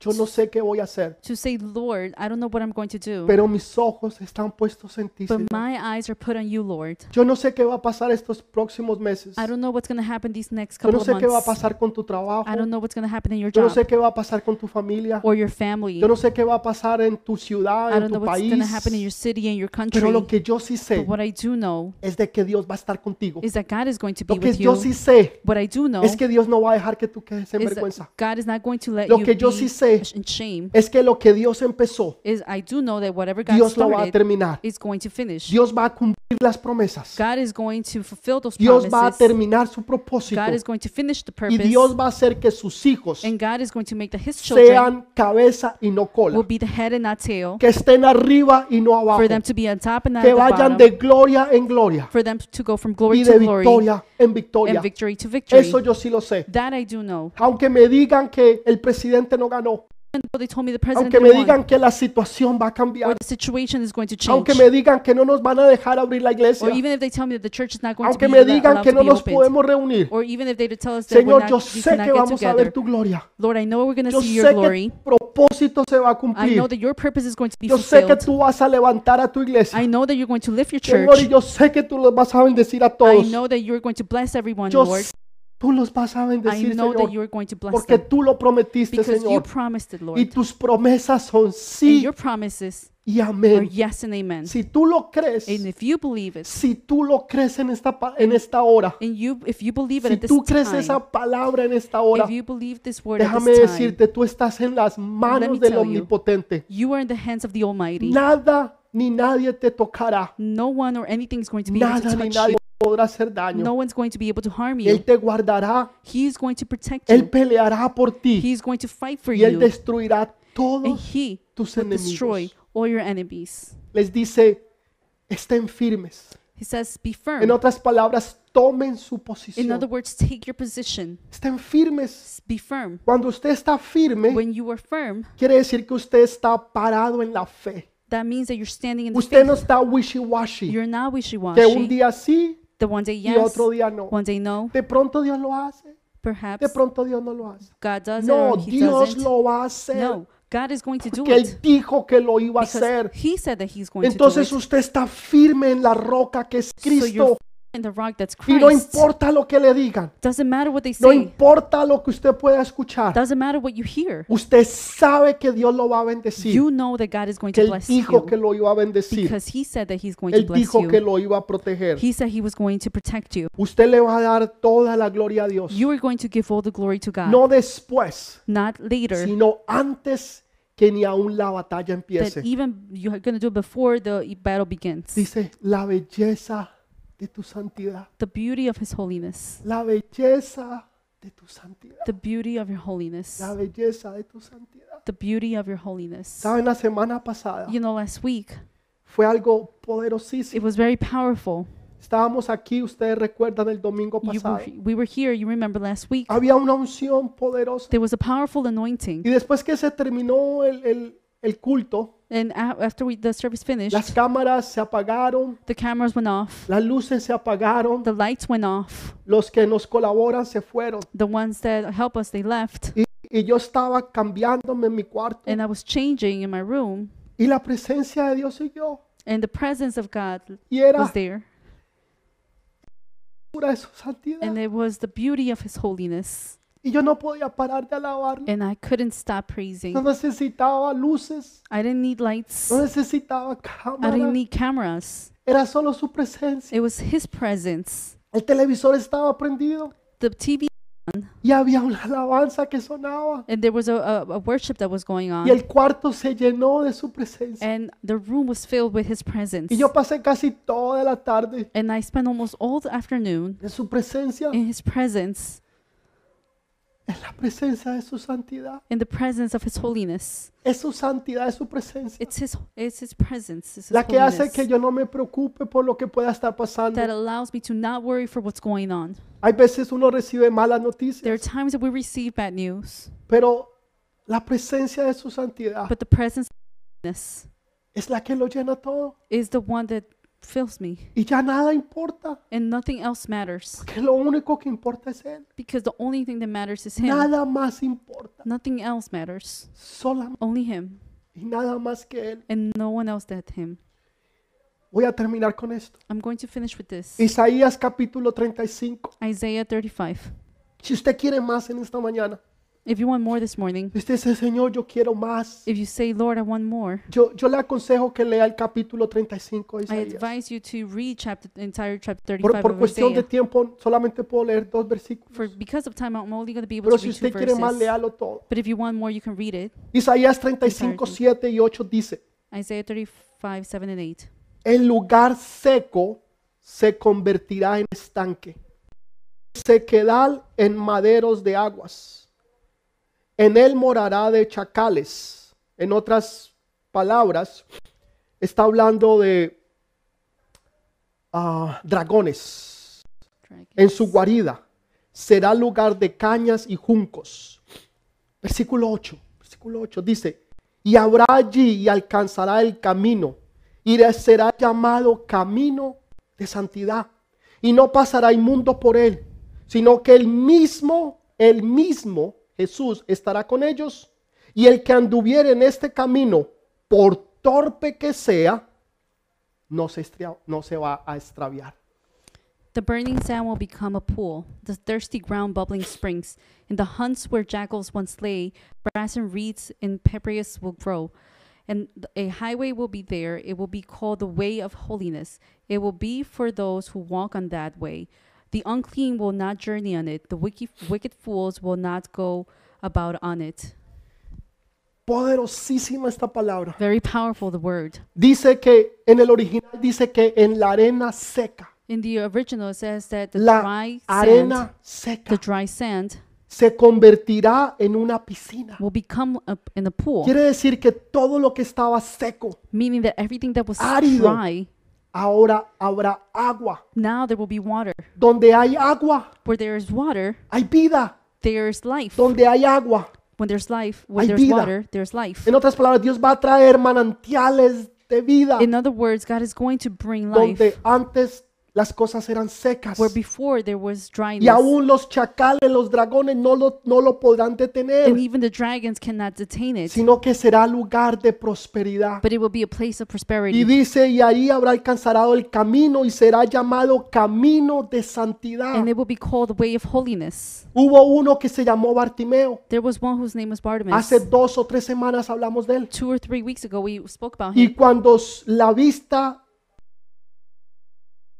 Speaker 1: yo no sé qué voy a hacer,
Speaker 2: to say, Lord, I don't know what I'm going to do,
Speaker 1: pero mis ojos están puestos en ti. Señor.
Speaker 2: but my eyes are put on you, Lord.
Speaker 1: Yo no sé qué va a pasar estos próximos meses.
Speaker 2: I don't know what's going to happen these next
Speaker 1: Yo no
Speaker 2: couple
Speaker 1: sé
Speaker 2: of
Speaker 1: qué va a
Speaker 2: months.
Speaker 1: pasar con tu trabajo.
Speaker 2: I don't know what's going to happen in your
Speaker 1: Yo no
Speaker 2: job
Speaker 1: sé qué va a pasar con tu familia.
Speaker 2: or your family.
Speaker 1: Yo no sé qué va a pasar en tu ciudad,
Speaker 2: I
Speaker 1: en
Speaker 2: don't know
Speaker 1: tu
Speaker 2: what's going to happen in your
Speaker 1: país.
Speaker 2: city and your country.
Speaker 1: Pero lo
Speaker 2: But
Speaker 1: que yo sí sé
Speaker 2: what I do know
Speaker 1: es de que Dios va a estar contigo.
Speaker 2: is that God is going to be
Speaker 1: Lo que
Speaker 2: with
Speaker 1: yo
Speaker 2: you.
Speaker 1: sí sé
Speaker 2: What I do know
Speaker 1: es
Speaker 2: is
Speaker 1: que Dios no va a dejar que tú quedes en
Speaker 2: that
Speaker 1: vergüenza.
Speaker 2: God is not going to let
Speaker 1: Lo
Speaker 2: you
Speaker 1: que yo
Speaker 2: be
Speaker 1: sí sé
Speaker 2: in shame.
Speaker 1: Es que lo que Dios empezó,
Speaker 2: Is I do know that whatever God
Speaker 1: Dios lo va a
Speaker 2: started
Speaker 1: terminar.
Speaker 2: is going to finish.
Speaker 1: Dios va a cumplir las promesas.
Speaker 2: God is going to fulfill those
Speaker 1: Dios va a
Speaker 2: promises.
Speaker 1: terminar su propósito.
Speaker 2: God is going to finish the
Speaker 1: Y
Speaker 2: purpose.
Speaker 1: Dios va a hacer que sus hijos
Speaker 2: And God is going to make that his children
Speaker 1: sean cabeza y no cola.
Speaker 2: will be the head and not tail,
Speaker 1: Que estén arriba y no abajo.
Speaker 2: for them to be on top and not at
Speaker 1: Que
Speaker 2: the
Speaker 1: vayan
Speaker 2: bottom,
Speaker 1: de gloria en gloria
Speaker 2: for them to go from glory
Speaker 1: y
Speaker 2: to
Speaker 1: de
Speaker 2: glory
Speaker 1: victoria en
Speaker 2: and
Speaker 1: victoria.
Speaker 2: victory to victory.
Speaker 1: Eso yo sí lo sé.
Speaker 2: That I do know.
Speaker 1: Aunque me digan que el presidente no ganó.
Speaker 2: Even though they told me the president
Speaker 1: Aunque me
Speaker 2: didn't want,
Speaker 1: digan que la situación va a
Speaker 2: or
Speaker 1: cambiar.
Speaker 2: the situation is going to change,
Speaker 1: Aunque me digan que no nos van a dejar abrir la
Speaker 2: or
Speaker 1: iglesia.
Speaker 2: even if they tell me that the church is not going
Speaker 1: Aunque
Speaker 2: to be
Speaker 1: me
Speaker 2: allo- allowed
Speaker 1: digan que
Speaker 2: to
Speaker 1: no
Speaker 2: be
Speaker 1: nos
Speaker 2: opened,
Speaker 1: podemos reunir.
Speaker 2: or even if they tell us that we're
Speaker 1: Señor,
Speaker 2: not,
Speaker 1: yo
Speaker 2: we
Speaker 1: sé
Speaker 2: cannot
Speaker 1: que
Speaker 2: get
Speaker 1: vamos a ver
Speaker 2: together.
Speaker 1: tu gloria.
Speaker 2: Lord, I know we're going to
Speaker 1: Yo
Speaker 2: see your
Speaker 1: sé que
Speaker 2: glory.
Speaker 1: tu propósito se va a
Speaker 2: I know
Speaker 1: cumplir.
Speaker 2: that your purpose is going to be
Speaker 1: Yo sé que
Speaker 2: fulfilled.
Speaker 1: tú vas a levantar a tu iglesia.
Speaker 2: I know that you're going to lift your
Speaker 1: Señor, y
Speaker 2: church.
Speaker 1: yo sé que tú los vas a bendecir a
Speaker 2: I
Speaker 1: todos.
Speaker 2: know that you're going to bless everyone,
Speaker 1: Yo
Speaker 2: Lord.
Speaker 1: sé que tú los vas a
Speaker 2: I
Speaker 1: bendecir,
Speaker 2: know that
Speaker 1: Señor,
Speaker 2: you're going to bless
Speaker 1: porque
Speaker 2: them
Speaker 1: tú lo prometiste,
Speaker 2: because you
Speaker 1: Señor.
Speaker 2: promised it,
Speaker 1: Y
Speaker 2: Lord.
Speaker 1: tus promesas son
Speaker 2: And
Speaker 1: sí
Speaker 2: your promises
Speaker 1: y
Speaker 2: are
Speaker 1: amén.
Speaker 2: yes and amen.
Speaker 1: Si tú lo crees,
Speaker 2: And if you believe it,
Speaker 1: si tú lo crees en esta pa- en esta hora,
Speaker 2: and you if you believe it
Speaker 1: si
Speaker 2: at this
Speaker 1: tú crees
Speaker 2: time,
Speaker 1: esa palabra en esta hora,
Speaker 2: if you believe this word at
Speaker 1: déjame
Speaker 2: this time,
Speaker 1: decirte, tú estás en las manos
Speaker 2: me
Speaker 1: del
Speaker 2: tell you.
Speaker 1: omnipotente.
Speaker 2: you are in the hands of the Almighty.
Speaker 1: Nada ni nadie te tocará.
Speaker 2: No one or anything is going to be able
Speaker 1: Nada
Speaker 2: to
Speaker 1: ni
Speaker 2: touch
Speaker 1: nadie
Speaker 2: you.
Speaker 1: podrá hacer daño.
Speaker 2: No one's going to be able to harm you.
Speaker 1: Él te guardará.
Speaker 2: He is going to protect
Speaker 1: Él
Speaker 2: you.
Speaker 1: peleará por ti.
Speaker 2: He is going to fight for
Speaker 1: Y Él
Speaker 2: you.
Speaker 1: destruirá
Speaker 2: And
Speaker 1: todos
Speaker 2: he
Speaker 1: tus
Speaker 2: will destroy
Speaker 1: enemigos.
Speaker 2: all your enemies.
Speaker 1: Les dice, estén firmes.
Speaker 2: He says, Be
Speaker 1: En
Speaker 2: firm.
Speaker 1: otras palabras, tomen su
Speaker 2: In other
Speaker 1: posición.
Speaker 2: words, take your position.
Speaker 1: Estén firmes.
Speaker 2: S- Be firm.
Speaker 1: Cuando usted está firme,
Speaker 2: When you are firm,
Speaker 1: quiere decir que usted está parado en la fe.
Speaker 2: that means that you're standing in the
Speaker 1: Usted
Speaker 2: faith.
Speaker 1: no está wishy-washy.
Speaker 2: You're
Speaker 1: Que
Speaker 2: not
Speaker 1: un
Speaker 2: wishy-washy.
Speaker 1: día sí
Speaker 2: The one day
Speaker 1: y
Speaker 2: yes,
Speaker 1: otro día no.
Speaker 2: one day no.
Speaker 1: De pronto Dios lo hace.
Speaker 2: Perhaps
Speaker 1: De pronto Dios no lo hace.
Speaker 2: God does it
Speaker 1: No,
Speaker 2: or He
Speaker 1: Dios
Speaker 2: doesn't.
Speaker 1: lo va a hacer.
Speaker 2: No, God is going to do
Speaker 1: Que
Speaker 2: it
Speaker 1: Él dijo que lo iba a
Speaker 2: because
Speaker 1: hacer.
Speaker 2: He said that He's going to do it.
Speaker 1: Entonces usted está firme en la roca que es
Speaker 2: So you're
Speaker 1: Cristo.
Speaker 2: in the rock that's
Speaker 1: Y no
Speaker 2: Christ.
Speaker 1: importa lo que le digan.
Speaker 2: Doesn't matter what they
Speaker 1: No
Speaker 2: say.
Speaker 1: importa lo que usted pueda escuchar.
Speaker 2: Doesn't matter what you hear.
Speaker 1: Usted sabe que Dios lo va a bendecir.
Speaker 2: You know that God is going
Speaker 1: Que
Speaker 2: to
Speaker 1: Él
Speaker 2: bless
Speaker 1: dijo
Speaker 2: you
Speaker 1: que lo iba a bendecir.
Speaker 2: because He said that He's going to
Speaker 1: Él
Speaker 2: bless
Speaker 1: dijo que
Speaker 2: you.
Speaker 1: lo iba a proteger.
Speaker 2: He said He was going to protect you.
Speaker 1: Usted le va a dar toda la gloria a Dios.
Speaker 2: You are going to give all the glory to God,
Speaker 1: No después,
Speaker 2: not later.
Speaker 1: sino antes que ni aún la batalla
Speaker 2: That
Speaker 1: empiece.
Speaker 2: even you're going to do it before the battle begins.
Speaker 1: Dice, la belleza de tu santidad.
Speaker 2: The beauty of His holiness.
Speaker 1: la belleza de tu santidad.
Speaker 2: The beauty of your holiness.
Speaker 1: La belleza de tu santidad.
Speaker 2: The beauty of your holiness.
Speaker 1: Saben, la semana pasada
Speaker 2: You know, last week
Speaker 1: fue algo
Speaker 2: it
Speaker 1: poderosísimo.
Speaker 2: was very powerful.
Speaker 1: Estábamos aquí, ustedes recuerdan el domingo
Speaker 2: You were,
Speaker 1: pasado.
Speaker 2: we were here. You remember last week
Speaker 1: Había una unción poderosa.
Speaker 2: there was a powerful anointing,
Speaker 1: Y después que se terminó el, el- el culto,
Speaker 2: and a- after we, the service finished,
Speaker 1: las cámaras se apagaron,
Speaker 2: the cameras went off,
Speaker 1: las luces se apagaron,
Speaker 2: the lights went off.
Speaker 1: los que nos colaboran se fueron.
Speaker 2: The ones that help us they left,
Speaker 1: Y, y yo estaba cambiándome en mi cuarto
Speaker 2: and I was changing in my room,
Speaker 1: y la presencia de Dios siguió.
Speaker 2: and the presence of God
Speaker 1: Y era
Speaker 2: was there,
Speaker 1: pura de su santidad.
Speaker 2: and it was the beauty of His holiness,
Speaker 1: Y yo no podía parar de alabarlo.
Speaker 2: and I couldn't stop
Speaker 1: No
Speaker 2: praising.
Speaker 1: necesitaba luces,
Speaker 2: I didn't need lights.
Speaker 1: no necesitaba
Speaker 2: I
Speaker 1: cámara,
Speaker 2: didn't need cameras.
Speaker 1: era solo su presencia.
Speaker 2: It was His presence.
Speaker 1: El televisor estaba prendido
Speaker 2: The TV
Speaker 1: y había una alabanza que sonaba
Speaker 2: and there was a, a, a worship that was going
Speaker 1: y
Speaker 2: on
Speaker 1: el cuarto se llenó de su presencia.
Speaker 2: and the room was filled with his presence
Speaker 1: Y yo pasé casi toda la tarde
Speaker 2: and i spent almost all the afternoon
Speaker 1: en su presencia,
Speaker 2: in his presence
Speaker 1: en la presencia de su santidad.
Speaker 2: in the presence of his holiness
Speaker 1: Es su santidad, es su presencia.
Speaker 2: it's his it's his presence it's his
Speaker 1: La que hace que
Speaker 2: holiness
Speaker 1: yo no me preocupe por lo que pueda estar pasando.
Speaker 2: that allows me to not worry for what's going on
Speaker 1: Hay veces uno recibe malas
Speaker 2: there are
Speaker 1: noticias,
Speaker 2: times that we receive bad news
Speaker 1: pero la presencia de su santidad
Speaker 2: but the presence of holiness
Speaker 1: es la que lo llena todo.
Speaker 2: is the one that fills me,
Speaker 1: y ya nada importa,
Speaker 2: and nothing else matters
Speaker 1: que lo único que importa es Él.
Speaker 2: because the only thing that matters is Him.
Speaker 1: Nada más importa,
Speaker 2: Nothing else matters,
Speaker 1: solamente
Speaker 2: only Him,
Speaker 1: y nada más que Él.
Speaker 2: and no one else than Him.
Speaker 1: Voy a terminar con esto.
Speaker 2: I'm going to finish with this
Speaker 1: Isaías capítulo 35.
Speaker 2: Isaiah 35.
Speaker 1: Si usted quiere más en esta mañana,
Speaker 2: If you want more this morning,
Speaker 1: si usted dice, Señor, yo quiero más.
Speaker 2: if you say, Lord, I want more,
Speaker 1: Yo, yo le aconsejo que lea el capítulo 35 de
Speaker 2: I
Speaker 1: Isaías.
Speaker 2: advise you to read chapter entire chapter
Speaker 1: Por,
Speaker 2: 35
Speaker 1: por
Speaker 2: of
Speaker 1: cuestión de
Speaker 2: Isaiah.
Speaker 1: tiempo, solamente puedo leer dos versículos.
Speaker 2: For because of time, I'm only going to be able
Speaker 1: Pero
Speaker 2: to
Speaker 1: si
Speaker 2: read two
Speaker 1: usted quiere más,
Speaker 2: verses.
Speaker 1: léalo todo.
Speaker 2: But if you want more, you can read it.
Speaker 1: Isaías 35, 7 y 8 dice,
Speaker 2: Isaiah 35, 7 and 8.
Speaker 1: el lugar seco se convertirá en estanque, sequedal en maderos de aguas. En él morará de chacales. En otras palabras, está hablando de ah, dragones en su guarida. Será lugar de cañas y juncos. Versículo 8, versículo 8 dice, y habrá allí y alcanzará el camino, y le será llamado camino de santidad, y no pasará inmundo por él, sino que el mismo, el mismo Jesús estará con ellos, y el que anduviere en este camino, por torpe que sea, no se, estria- no se va a extraviar.
Speaker 2: The burning sand will become a pool, the thirsty ground bubbling springs. In the hunts where jackals once lay, brass and reeds and papyrus will grow. And th- a highway will be there. It will be called the way of holiness. It will be for those who walk on that way. The unclean will not journey on it. The wicked, wicked fools will not go about on it.
Speaker 1: Poderosísima esta palabra.
Speaker 2: Very powerful, the word.
Speaker 1: Dice que en el original dice que en la arena seca,
Speaker 2: In the original, it says that the
Speaker 1: la
Speaker 2: dry sand,
Speaker 1: arena
Speaker 2: the
Speaker 1: seca
Speaker 2: dry sand,
Speaker 1: se convertirá en una piscina.
Speaker 2: will become a, in a pool.
Speaker 1: Quiere decir que todo lo que estaba seco,
Speaker 2: meaning that everything that was
Speaker 1: Árido.
Speaker 2: dry,
Speaker 1: ahora habrá agua.
Speaker 2: now there will be water.
Speaker 1: Donde hay agua,
Speaker 2: Where there is water,
Speaker 1: hay vida.
Speaker 2: there is life.
Speaker 1: Donde hay agua.
Speaker 2: When there's life, when
Speaker 1: Hay
Speaker 2: there's
Speaker 1: vida.
Speaker 2: water, there's life.
Speaker 1: En otras palabras, Dios va a traer manantiales de vida
Speaker 2: In other words, God is going to bring life
Speaker 1: donde antes las cosas eran secas.
Speaker 2: where before there was
Speaker 1: Y
Speaker 2: dryness.
Speaker 1: aún los chacales, los dragones no lo, no lo podrán
Speaker 2: And
Speaker 1: detener,
Speaker 2: even the dragons cannot detain it,
Speaker 1: sino que será lugar de prosperidad.
Speaker 2: but it will be a place of
Speaker 1: Y
Speaker 2: prosperity.
Speaker 1: dice, y ahí habrá alcanzado el camino y será llamado camino de santidad.
Speaker 2: And it will be called the way of holiness.
Speaker 1: Hubo uno que se llamó Bartimeo.
Speaker 2: There was one whose name was Bartimaeus.
Speaker 1: Hace dos o tres semanas hablamos de él.
Speaker 2: Two or three weeks ago, we spoke about him.
Speaker 1: Y cuando s- la vista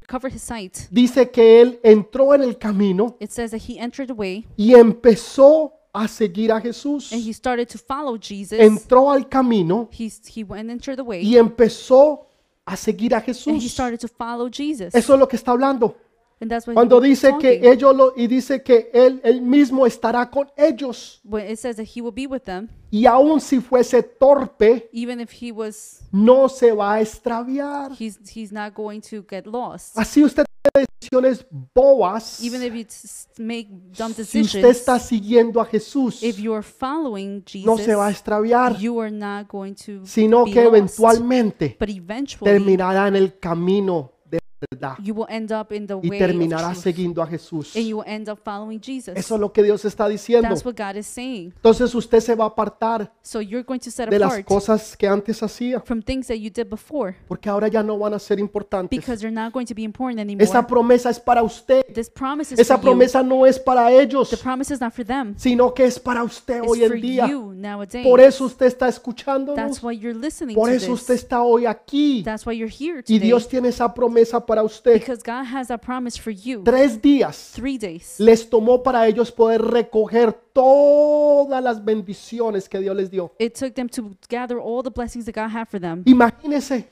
Speaker 2: Covered his sight.
Speaker 1: dice que él entró en el camino
Speaker 2: It says that he entered the way
Speaker 1: y empezó a seguir a Jesús.
Speaker 2: and he started to follow Jesus.
Speaker 1: Entró al camino
Speaker 2: He, he went entered the way.
Speaker 1: y empezó a seguir a
Speaker 2: and he
Speaker 1: Jesús.
Speaker 2: started to follow Jesus.
Speaker 1: Eso es lo que está hablando.
Speaker 2: and that's what
Speaker 1: Cuando
Speaker 2: he was
Speaker 1: dice que
Speaker 2: talking.
Speaker 1: ellos lo, y dice que él, él mismo estará con ellos.
Speaker 2: when it says that he will be with them,
Speaker 1: Y aun si fuese torpe,
Speaker 2: even if he was,
Speaker 1: no se va a extraviar.
Speaker 2: he's he's not going to get lost.
Speaker 1: Así usted tiene decisiones bobas.
Speaker 2: Even if you s- make dumb
Speaker 1: Si usted
Speaker 2: decisions,
Speaker 1: está siguiendo a Jesús,
Speaker 2: if you are following
Speaker 1: no se va a
Speaker 2: Jesus,
Speaker 1: extraviar,
Speaker 2: you are not going to
Speaker 1: sino
Speaker 2: be
Speaker 1: que
Speaker 2: lost.
Speaker 1: eventualmente
Speaker 2: But eventually,
Speaker 1: terminará en el camino de verdad
Speaker 2: you will end up in the
Speaker 1: y
Speaker 2: way of
Speaker 1: terminará
Speaker 2: truth,
Speaker 1: siguiendo a Jesús.
Speaker 2: and you will end up following Jesus.
Speaker 1: Eso es lo que Dios está diciendo.
Speaker 2: that's what God is saying.
Speaker 1: Entonces usted se va a apartar
Speaker 2: So you're going to set
Speaker 1: de las
Speaker 2: apart
Speaker 1: cosas que antes hacía,
Speaker 2: from things that you did before
Speaker 1: porque ahora ya no van a ser importantes.
Speaker 2: because they're not going to be important anymore.
Speaker 1: Esa promesa es para usted.
Speaker 2: this promise is
Speaker 1: Esa
Speaker 2: for you.
Speaker 1: promesa no es para ellos,
Speaker 2: The promise is not for them.
Speaker 1: sino que es para usted
Speaker 2: It's
Speaker 1: hoy
Speaker 2: for
Speaker 1: en día.
Speaker 2: you nowadays.
Speaker 1: Por eso usted está escuchándonos.
Speaker 2: That's why you're listening
Speaker 1: Por
Speaker 2: to
Speaker 1: eso
Speaker 2: this.
Speaker 1: usted está hoy aquí.
Speaker 2: That's why you're here
Speaker 1: Y
Speaker 2: today.
Speaker 1: Dios tiene esa promesa para usted.
Speaker 2: Because God has that promise for you.
Speaker 1: Tres días
Speaker 2: Three days.
Speaker 1: les tomó para ellos poder recoger todas las bendiciones que Dios les dio.
Speaker 2: It took them to gather all the blessings that God had for them.
Speaker 1: Imagínense, se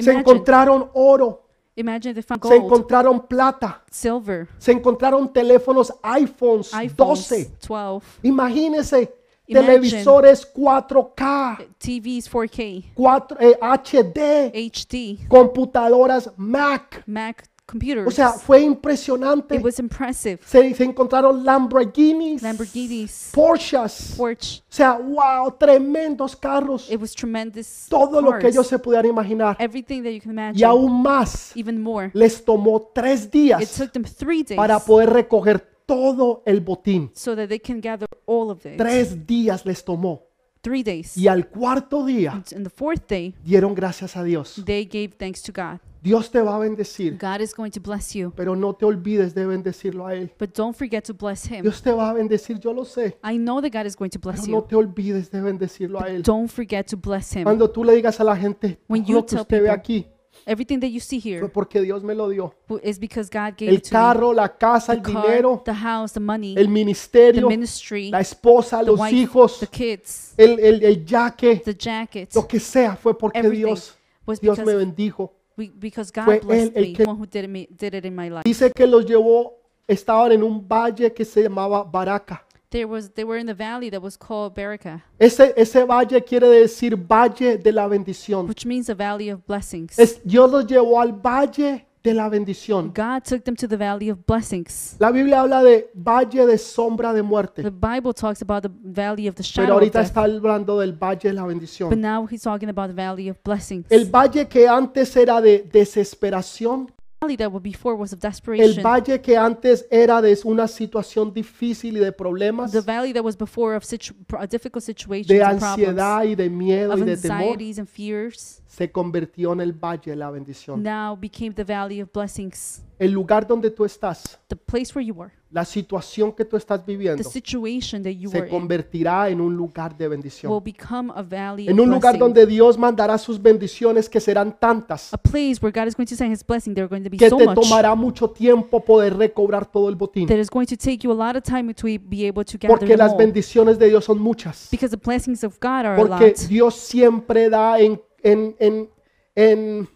Speaker 2: Imagine.
Speaker 1: encontraron oro,
Speaker 2: Imagine if they found
Speaker 1: se
Speaker 2: gold,
Speaker 1: encontraron plata,
Speaker 2: silver,
Speaker 1: se encontraron teléfonos iPhones
Speaker 2: iPhones,
Speaker 1: 12.
Speaker 2: 12,
Speaker 1: Imagínense,
Speaker 2: Imagine.
Speaker 1: televisores 4K,
Speaker 2: TVs 4K,
Speaker 1: 4, eh, HD,
Speaker 2: HD,
Speaker 1: computadoras Mac,
Speaker 2: Mac computers.
Speaker 1: O sea, fue impresionante.
Speaker 2: it was impressive.
Speaker 1: Se, se encontraron Lamborghinis,
Speaker 2: Lamborghinis,
Speaker 1: Porsches. O
Speaker 2: Porsche.
Speaker 1: sea, wow, tremendos carros.
Speaker 2: It was tremendous.
Speaker 1: Todo lo que
Speaker 2: cars.
Speaker 1: ellos se pudieran imaginar.
Speaker 2: Everything that you can imagine.
Speaker 1: Y aún más,
Speaker 2: even more.
Speaker 1: les tomó tres
Speaker 2: It
Speaker 1: días
Speaker 2: took them three days
Speaker 1: para poder recoger todo el botín.
Speaker 2: so that they can gather all of it.
Speaker 1: Tres días les tomó.
Speaker 2: Three days.
Speaker 1: Y al cuarto día
Speaker 2: And- And the fourth day,
Speaker 1: dieron gracias a Dios.
Speaker 2: they gave thanks to God.
Speaker 1: Dios te va a bendecir,
Speaker 2: God is going to bless you,
Speaker 1: pero no te olvides de bendecirlo a Él.
Speaker 2: but don't forget to bless Him.
Speaker 1: Dios te va a bendecir, yo lo sé,
Speaker 2: I know that God is going to
Speaker 1: pero
Speaker 2: bless
Speaker 1: no
Speaker 2: you.
Speaker 1: te olvides de bendecirlo a Él.
Speaker 2: Don't forget to bless Him.
Speaker 1: Cuando tú le digas a la gente,
Speaker 2: When
Speaker 1: "Todo
Speaker 2: you
Speaker 1: lo que
Speaker 2: tell
Speaker 1: usted ve
Speaker 2: people,
Speaker 1: aquí
Speaker 2: Everything that you see
Speaker 1: fue
Speaker 2: here
Speaker 1: porque Dios me lo dio.
Speaker 2: w- is because God gave
Speaker 1: El
Speaker 2: it to
Speaker 1: carro, la casa,
Speaker 2: me.
Speaker 1: el
Speaker 2: The car,
Speaker 1: dinero,
Speaker 2: the house, the money,
Speaker 1: el
Speaker 2: the
Speaker 1: ministerio,
Speaker 2: ministry,
Speaker 1: la esposa,
Speaker 2: the
Speaker 1: los
Speaker 2: wife,
Speaker 1: hijos,
Speaker 2: the kids,
Speaker 1: el, el, el yaque,
Speaker 2: the jacket,
Speaker 1: lo que sea, fue porque
Speaker 2: everything
Speaker 1: Dios,
Speaker 2: was
Speaker 1: Dios me
Speaker 2: because,
Speaker 1: bendijo.
Speaker 2: we, because
Speaker 1: fue
Speaker 2: God
Speaker 1: él
Speaker 2: blessed
Speaker 1: el
Speaker 2: me,
Speaker 1: que-
Speaker 2: one who did, it me, did it in my life.
Speaker 1: Dice que los llevó, estaban en un valle que se llamaba Baraca.
Speaker 2: There was, they were in the valley that was called Berica,
Speaker 1: Ese, ese valle quiere decir valle de la bendición.
Speaker 2: which means the valley of blessings.
Speaker 1: Es, Dios los llevó al valle de la bendición.
Speaker 2: God took them to the valley of blessings.
Speaker 1: La Biblia habla de valle de sombra de
Speaker 2: The
Speaker 1: muerte,
Speaker 2: Bible talks about the valley of the
Speaker 1: pero
Speaker 2: shadow of
Speaker 1: ahorita
Speaker 2: death,
Speaker 1: está hablando del valle de la
Speaker 2: but
Speaker 1: bendición.
Speaker 2: now he's talking about the valley of blessings.
Speaker 1: El valle que antes era de desesperación,
Speaker 2: valley that were before was of
Speaker 1: el
Speaker 2: desperation.
Speaker 1: valle que antes era de una situación difícil y de problemas,
Speaker 2: The valley that was before of situ- pro- uh, difficult situations
Speaker 1: de
Speaker 2: and problems,
Speaker 1: ansiedad y de miedo
Speaker 2: of
Speaker 1: y de temor,
Speaker 2: anxieties and fears,
Speaker 1: se convirtió en el valle de la bendición.
Speaker 2: now became the valley of blessings.
Speaker 1: El lugar donde tú estás,
Speaker 2: The place where you were,
Speaker 1: la situación que tú estás
Speaker 2: the
Speaker 1: viviendo,
Speaker 2: situation that you were
Speaker 1: se
Speaker 2: in,
Speaker 1: convertirá en un lugar de bendición.
Speaker 2: will become a valley
Speaker 1: En
Speaker 2: of
Speaker 1: un lugar
Speaker 2: blessings.
Speaker 1: donde Dios mandará sus bendiciones que serán tantas
Speaker 2: a place where God is going to send His blessing. There are going to be
Speaker 1: que
Speaker 2: so
Speaker 1: te
Speaker 2: much
Speaker 1: tomará mucho tiempo poder recobrar todo el botín.
Speaker 2: that is going to take you a lot of time to be able to gather
Speaker 1: Porque
Speaker 2: them
Speaker 1: las
Speaker 2: all.
Speaker 1: bendiciones de Dios son muchas.
Speaker 2: Because the blessings of God are a
Speaker 1: Porque
Speaker 2: lot.
Speaker 1: Dios siempre da en, en, en, en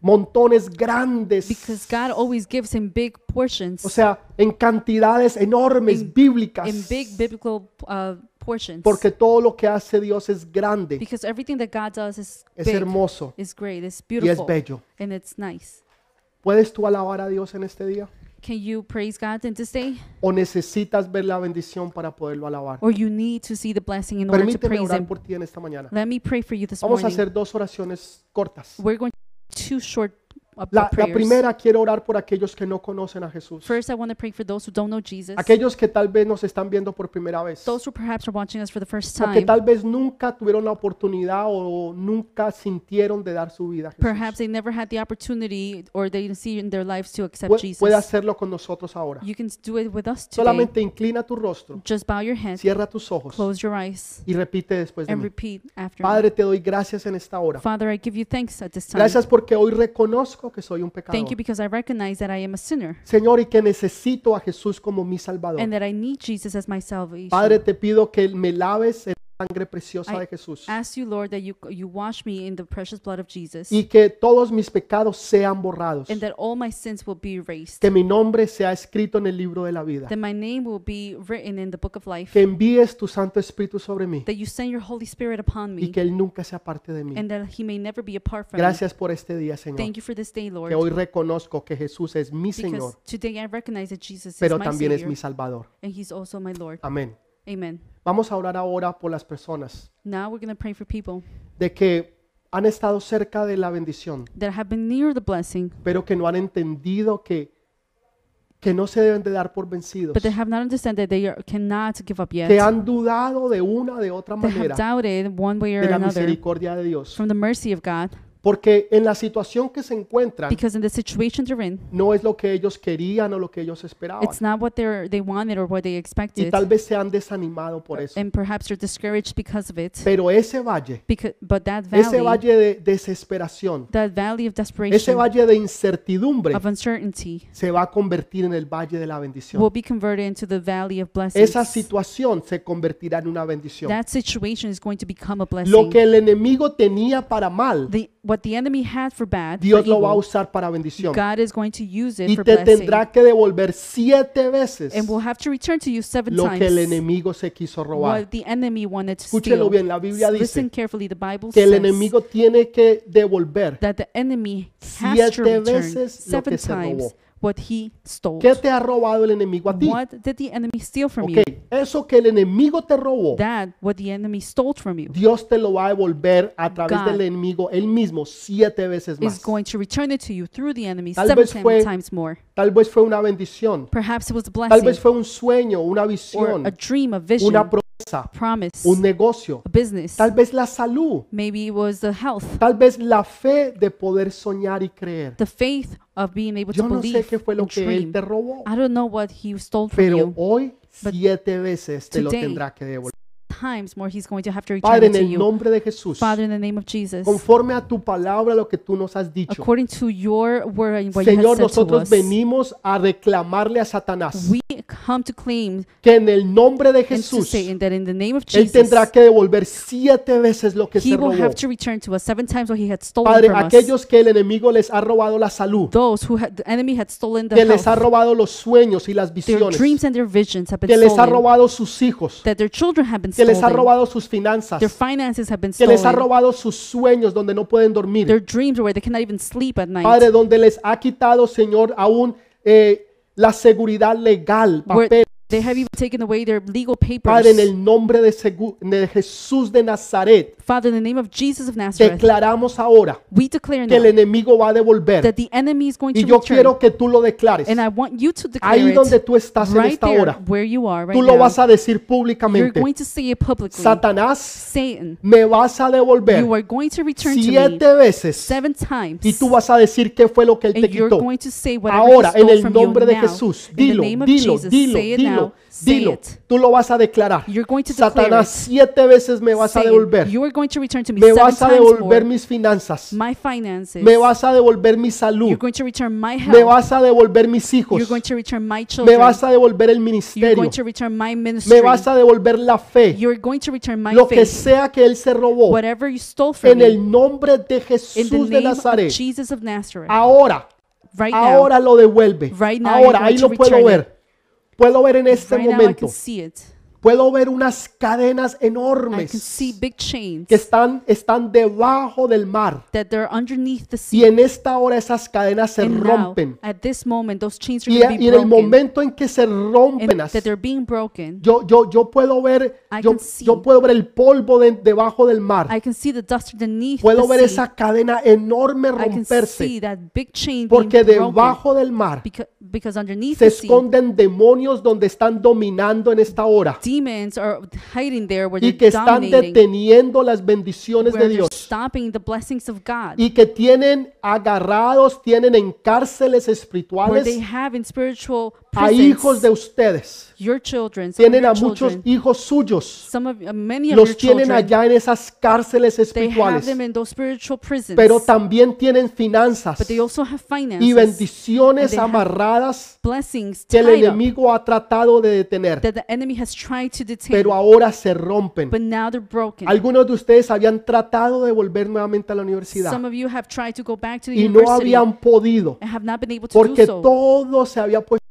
Speaker 1: montones
Speaker 2: Because
Speaker 1: grandes.
Speaker 2: God always gives him big portions
Speaker 1: O sea, en cantidades enormes,
Speaker 2: En-
Speaker 1: bíblicas.
Speaker 2: in big biblical uh, portions.
Speaker 1: Porque todo lo que hace Dios es grande,
Speaker 2: because everything that God does is
Speaker 1: es
Speaker 2: big,
Speaker 1: hermoso
Speaker 2: is great, it's
Speaker 1: y es
Speaker 2: beautiful,
Speaker 1: bello.
Speaker 2: and it's nice.
Speaker 1: ¿Puedes tú alabar a Dios en este día?
Speaker 2: Can you praise God in this day?
Speaker 1: ¿O necesitas ver la bendición para poderlo alabar?
Speaker 2: Or you need to see the blessing in order to
Speaker 1: Permíteme
Speaker 2: praise
Speaker 1: orar
Speaker 2: Him.
Speaker 1: por ti en esta mañana.
Speaker 2: Let me pray for you this
Speaker 1: Vamos a
Speaker 2: morning.
Speaker 1: hacer dos oraciones cortas.
Speaker 2: We're going to do two short uh,
Speaker 1: La, la
Speaker 2: prayers.
Speaker 1: primera quiero orar por aquellos que no conocen a Jesús.
Speaker 2: First, I want to pray for those who don't know Jesus,
Speaker 1: Aquellos que tal vez nos están viendo por primera vez.
Speaker 2: those who perhaps are watching us for the first
Speaker 1: O que
Speaker 2: time.
Speaker 1: tal vez nunca tuvieron la oportunidad o nunca sintieron de dar su vida a
Speaker 2: Perhaps
Speaker 1: Jesús.
Speaker 2: they never had the opportunity or they didn't see in their lives to accept
Speaker 1: Pue- Puede
Speaker 2: Jesus.
Speaker 1: hacerlo con nosotros ahora.
Speaker 2: You can do it with us today.
Speaker 1: Solamente inclina tu rostro,
Speaker 2: Just bow your head,
Speaker 1: cierra tus ojos
Speaker 2: close your eyes,
Speaker 1: y repite después de
Speaker 2: and
Speaker 1: mí.
Speaker 2: repeat after me.
Speaker 1: Padre, te doy gracias en esta hora.
Speaker 2: Father, I give you thanks at this time.
Speaker 1: Gracias porque hoy reconozco que soy un
Speaker 2: Thank you
Speaker 1: pecador.
Speaker 2: because I recognize that I am a sinner
Speaker 1: Señor, y que necesito a Jesús como mi Salvador.
Speaker 2: and that I need Jesus as my salvation.
Speaker 1: Padre, te pido que me laves en la sangre preciosa
Speaker 2: I
Speaker 1: de Jesús
Speaker 2: Ask you, Lord, that you you wash me in the precious blood of Jesus
Speaker 1: y que todos mis pecados sean borrados.
Speaker 2: and that all my sins will be erased.
Speaker 1: Que mi nombre sea escrito en el libro de la vida.
Speaker 2: That my name will be written in the book of life.
Speaker 1: Que envíes tu Santo Espíritu sobre mí
Speaker 2: That you send your Holy Spirit upon
Speaker 1: y
Speaker 2: me
Speaker 1: que Él nunca sea parte de mí.
Speaker 2: and that he may never be apart from me.
Speaker 1: Gracias por este día, Señor.
Speaker 2: Thank you for this day, Lord.
Speaker 1: Que hoy reconozco que Jesús es mi
Speaker 2: Because
Speaker 1: Señor,
Speaker 2: today I recognize that Jesus is
Speaker 1: pero
Speaker 2: my
Speaker 1: también es
Speaker 2: Savior
Speaker 1: mi Salvador.
Speaker 2: and he's also my Lord.
Speaker 1: Amén.
Speaker 2: Amen.
Speaker 1: Vamos a orar ahora por las personas
Speaker 2: Now we're going to pray for people
Speaker 1: de que han estado cerca de la bendición,
Speaker 2: that have been near the blessing,
Speaker 1: pero que no han entendido que, que no se deben de dar por vencidos.
Speaker 2: but they have not understood that they are, cannot give up yet.
Speaker 1: que han dudado de una de otra
Speaker 2: They have
Speaker 1: manera
Speaker 2: doubted one way or
Speaker 1: de la
Speaker 2: another
Speaker 1: misericordia de Dios.
Speaker 2: from the mercy of God
Speaker 1: Porque en la situación que se encuentran
Speaker 2: because in the situation they're in,
Speaker 1: no es lo que ellos querían o lo que ellos esperaban.
Speaker 2: it's not what they they wanted or what they
Speaker 1: Y
Speaker 2: expected,
Speaker 1: tal vez se han desanimado por eso.
Speaker 2: and perhaps they're discouraged because of it.
Speaker 1: Pero ese valle,
Speaker 2: Because, but that
Speaker 1: ese
Speaker 2: valley,
Speaker 1: valle de desesperación,
Speaker 2: that valley of
Speaker 1: ese
Speaker 2: desperation,
Speaker 1: valle de incertidumbre
Speaker 2: of uncertainty,
Speaker 1: se va a convertir en el valle de la bendición.
Speaker 2: will be converted into the valley of
Speaker 1: Esa
Speaker 2: blessings.
Speaker 1: situación se convertirá en una bendición.
Speaker 2: That situation is going to become
Speaker 1: Lo
Speaker 2: a blessing.
Speaker 1: que el enemigo tenía para mal,
Speaker 2: The what the enemy had for bad, for
Speaker 1: Dios lo va a
Speaker 2: evil,
Speaker 1: usar para bendición.
Speaker 2: God is going to use it
Speaker 1: Y
Speaker 2: for
Speaker 1: te
Speaker 2: blessing,
Speaker 1: tendrá que devolver siete veces
Speaker 2: and will have to return to you seven
Speaker 1: lo que el
Speaker 2: times
Speaker 1: enemigo se quiso robar.
Speaker 2: what the enemy wanted to
Speaker 1: Escúchelo
Speaker 2: steal.
Speaker 1: bien, la Biblia
Speaker 2: Listen
Speaker 1: dice
Speaker 2: carefully. The Bible
Speaker 1: que el
Speaker 2: says
Speaker 1: enemigo tiene que devolver.
Speaker 2: that the enemy has to
Speaker 1: siete
Speaker 2: return
Speaker 1: veces lo
Speaker 2: seven
Speaker 1: que se
Speaker 2: times
Speaker 1: robó.
Speaker 2: what he stole.
Speaker 1: ¿Qué te ha robado el enemigo a ti?
Speaker 2: What did the enemy steal from
Speaker 1: Ok,
Speaker 2: you?
Speaker 1: eso que el enemigo te robó,
Speaker 2: That what the enemy stole from you
Speaker 1: Dios te lo va a devolver a través
Speaker 2: God
Speaker 1: del enemigo él mismo siete veces
Speaker 2: is
Speaker 1: más.
Speaker 2: going to return it to you through the enemy
Speaker 1: Tal
Speaker 2: seven
Speaker 1: vez fue-
Speaker 2: times more.
Speaker 1: Tal vez fue una bendición,
Speaker 2: Perhaps it was a
Speaker 1: tal vez
Speaker 2: blessing
Speaker 1: fue un sueño, una
Speaker 2: or
Speaker 1: visión,
Speaker 2: a dream, a vision,
Speaker 1: una promesa,
Speaker 2: promise,
Speaker 1: un negocio,
Speaker 2: a business.
Speaker 1: tal vez la salud,
Speaker 2: Maybe it was the health,
Speaker 1: tal vez la fe de poder soñar y creer.
Speaker 2: the faith of being able to
Speaker 1: Yo no sé
Speaker 2: believe
Speaker 1: qué fue lo
Speaker 2: and
Speaker 1: que él
Speaker 2: dream.
Speaker 1: te robó,
Speaker 2: I don't know what he stole from
Speaker 1: pero
Speaker 2: you.
Speaker 1: hoy
Speaker 2: But
Speaker 1: siete veces te lo
Speaker 2: today,
Speaker 1: tendrá que devolver.
Speaker 2: Times more he's going to have to return
Speaker 1: Padre,
Speaker 2: it
Speaker 1: en
Speaker 2: to
Speaker 1: el
Speaker 2: you.
Speaker 1: nombre de Jesús,
Speaker 2: Father, in the name of Jesus,
Speaker 1: conforme a tu palabra, lo que tú nos has dicho,
Speaker 2: according to your word and what you
Speaker 1: Señor,
Speaker 2: have said to
Speaker 1: nosotros
Speaker 2: us,
Speaker 1: venimos a reclamarle a Satanás
Speaker 2: we come to claim
Speaker 1: que en el nombre de
Speaker 2: and to
Speaker 1: Jesús,
Speaker 2: Satan that in the name of
Speaker 1: Él
Speaker 2: Jesus,
Speaker 1: tendrá que devolver siete veces lo que
Speaker 2: he
Speaker 1: se
Speaker 2: will
Speaker 1: robó.
Speaker 2: have to return to us seven times what he had stolen
Speaker 1: Padre,
Speaker 2: from us.
Speaker 1: aquellos que el enemigo les ha robado la salud,
Speaker 2: Those who had, the enemy had stolen
Speaker 1: que
Speaker 2: their
Speaker 1: les ha
Speaker 2: health,
Speaker 1: robado los sueños y las
Speaker 2: their
Speaker 1: visiones,
Speaker 2: dreams and their visions have been
Speaker 1: que les ha
Speaker 2: stolen,
Speaker 1: robado sus hijos,
Speaker 2: that their children have been
Speaker 1: que les ha
Speaker 2: stolen,
Speaker 1: robado sus finanzas,
Speaker 2: their finances have been
Speaker 1: que les ha
Speaker 2: stolen,
Speaker 1: robado sus sueños donde no pueden dormir.
Speaker 2: their dreams where they cannot even sleep at night,
Speaker 1: Padre, donde les ha quitado, Señor, aún eh, la seguridad legal,
Speaker 2: where
Speaker 1: papel.
Speaker 2: they have even taken away their legal papers.
Speaker 1: Padre, en el nombre de, Segu- de Jesús de Nazaret,
Speaker 2: Father, in the name of Jesus of Nazareth,
Speaker 1: declaramos ahora
Speaker 2: we declare
Speaker 1: que el
Speaker 2: now
Speaker 1: enemigo va a devolver.
Speaker 2: that the enemy is going
Speaker 1: Y
Speaker 2: to
Speaker 1: yo
Speaker 2: return.
Speaker 1: quiero que tú lo declares.
Speaker 2: And I want you to declare
Speaker 1: Ahí donde
Speaker 2: it
Speaker 1: tú estás en
Speaker 2: right
Speaker 1: esta
Speaker 2: there
Speaker 1: hora,
Speaker 2: where you are right
Speaker 1: tú lo
Speaker 2: now.
Speaker 1: vas a decir
Speaker 2: You're
Speaker 1: públicamente.
Speaker 2: going to say it publicly.
Speaker 1: Satanás,
Speaker 2: Satan,
Speaker 1: me vas a devolver
Speaker 2: you are going to return to me
Speaker 1: siete veces
Speaker 2: seven times.
Speaker 1: y tú vas a decir qué fue lo que él te
Speaker 2: and you're
Speaker 1: quitó.
Speaker 2: going to say whatever he
Speaker 1: Ahora, en
Speaker 2: stole
Speaker 1: el
Speaker 2: from
Speaker 1: nombre
Speaker 2: you
Speaker 1: de
Speaker 2: now.
Speaker 1: Jesús,
Speaker 2: in the
Speaker 1: dilo,
Speaker 2: name of
Speaker 1: dilo,
Speaker 2: Jesus,
Speaker 1: dilo,
Speaker 2: say it
Speaker 1: dilo,
Speaker 2: now. Say
Speaker 1: dilo.
Speaker 2: it.
Speaker 1: Tú lo vas a declarar.
Speaker 2: You're going to declare
Speaker 1: Satanás,
Speaker 2: it.
Speaker 1: siete veces me vas
Speaker 2: Say
Speaker 1: a
Speaker 2: it.
Speaker 1: devolver.
Speaker 2: You are going to return to me
Speaker 1: Me
Speaker 2: seven
Speaker 1: vas a
Speaker 2: times
Speaker 1: devolver
Speaker 2: more.
Speaker 1: mis finanzas.
Speaker 2: My finances.
Speaker 1: Me vas a devolver mi
Speaker 2: you're
Speaker 1: salud.
Speaker 2: going to return my health.
Speaker 1: Me vas a devolver mis hijos.
Speaker 2: you're going to return my
Speaker 1: Me
Speaker 2: children.
Speaker 1: vas a devolver el
Speaker 2: you're
Speaker 1: ministerio.
Speaker 2: going to return my ministry.
Speaker 1: Me vas a devolver la fe.
Speaker 2: you're going to return my
Speaker 1: Lo que
Speaker 2: faith.
Speaker 1: sea que él se robó.
Speaker 2: whatever you stole from
Speaker 1: En
Speaker 2: me.
Speaker 1: el nombre de
Speaker 2: in the
Speaker 1: Jesús de
Speaker 2: name of
Speaker 1: Nazaret.
Speaker 2: Jesus of Nazareth.
Speaker 1: Ahora,
Speaker 2: right
Speaker 1: ahora lo devuelve.
Speaker 2: Right now you're
Speaker 1: Ahora,
Speaker 2: going
Speaker 1: ahí
Speaker 2: to
Speaker 1: lo puedo
Speaker 2: return
Speaker 1: ver. Puedo ver en
Speaker 2: now,
Speaker 1: este
Speaker 2: right now I can
Speaker 1: momento.
Speaker 2: see it.
Speaker 1: Puedo ver unas cadenas
Speaker 2: I can see
Speaker 1: enormes
Speaker 2: big chains
Speaker 1: que están, están debajo del mar.
Speaker 2: that they're underneath the sea.
Speaker 1: Y en esta hora esas cadenas se
Speaker 2: and now,
Speaker 1: rompen.
Speaker 2: at this moment, those chains are
Speaker 1: Y,
Speaker 2: going to
Speaker 1: y
Speaker 2: be
Speaker 1: en el
Speaker 2: broken.
Speaker 1: momento en que se
Speaker 2: And
Speaker 1: rompen,
Speaker 2: that they're being broken.
Speaker 1: yo, yo, yo puedo ver,
Speaker 2: I
Speaker 1: yo,
Speaker 2: can see.
Speaker 1: yo puedo ver el polvo de- debajo del mar.
Speaker 2: I can see the dust underneath
Speaker 1: Puedo ver
Speaker 2: the sea.
Speaker 1: esa cadena enorme
Speaker 2: I can
Speaker 1: romperse.
Speaker 2: see that big chain
Speaker 1: Porque
Speaker 2: being broken
Speaker 1: debajo del mar
Speaker 2: because, because underneath
Speaker 1: se
Speaker 2: the sea,
Speaker 1: esconden demonios donde están dominando en esta hora
Speaker 2: demons are hiding there where
Speaker 1: y que
Speaker 2: they're
Speaker 1: están
Speaker 2: dominating,
Speaker 1: deteniendo las bendiciones de
Speaker 2: where
Speaker 1: Dios
Speaker 2: they're stopping the blessings of God,
Speaker 1: y que tienen agarrados, tienen en cárceles
Speaker 2: where they
Speaker 1: espirituales
Speaker 2: have in spiritual
Speaker 1: a
Speaker 2: prisons
Speaker 1: hijos de ustedes.
Speaker 2: your children, some of
Speaker 1: Tienen
Speaker 2: your
Speaker 1: a muchos
Speaker 2: children,
Speaker 1: hijos suyos.
Speaker 2: some of uh, many of your
Speaker 1: Los tienen
Speaker 2: children,
Speaker 1: allá en esas cárceles
Speaker 2: they have
Speaker 1: espirituales.
Speaker 2: them in those spiritual prisons,
Speaker 1: Pero también tienen finanzas
Speaker 2: but they also have
Speaker 1: y
Speaker 2: finances,
Speaker 1: bendiciones
Speaker 2: they have
Speaker 1: amarradas
Speaker 2: blessings
Speaker 1: que el
Speaker 2: tied up
Speaker 1: enemigo ha tratado de detener.
Speaker 2: that the enemy has tried to detain,
Speaker 1: Pero ahora se rompen.
Speaker 2: but now they're broken.
Speaker 1: Algunos de ustedes habían tratado de volver nuevamente a la universidad
Speaker 2: Some of you have tried to go back to the
Speaker 1: y no
Speaker 2: university
Speaker 1: habían podido
Speaker 2: and have not been able to do
Speaker 1: porque
Speaker 2: so
Speaker 1: todo se había puesto. en contra.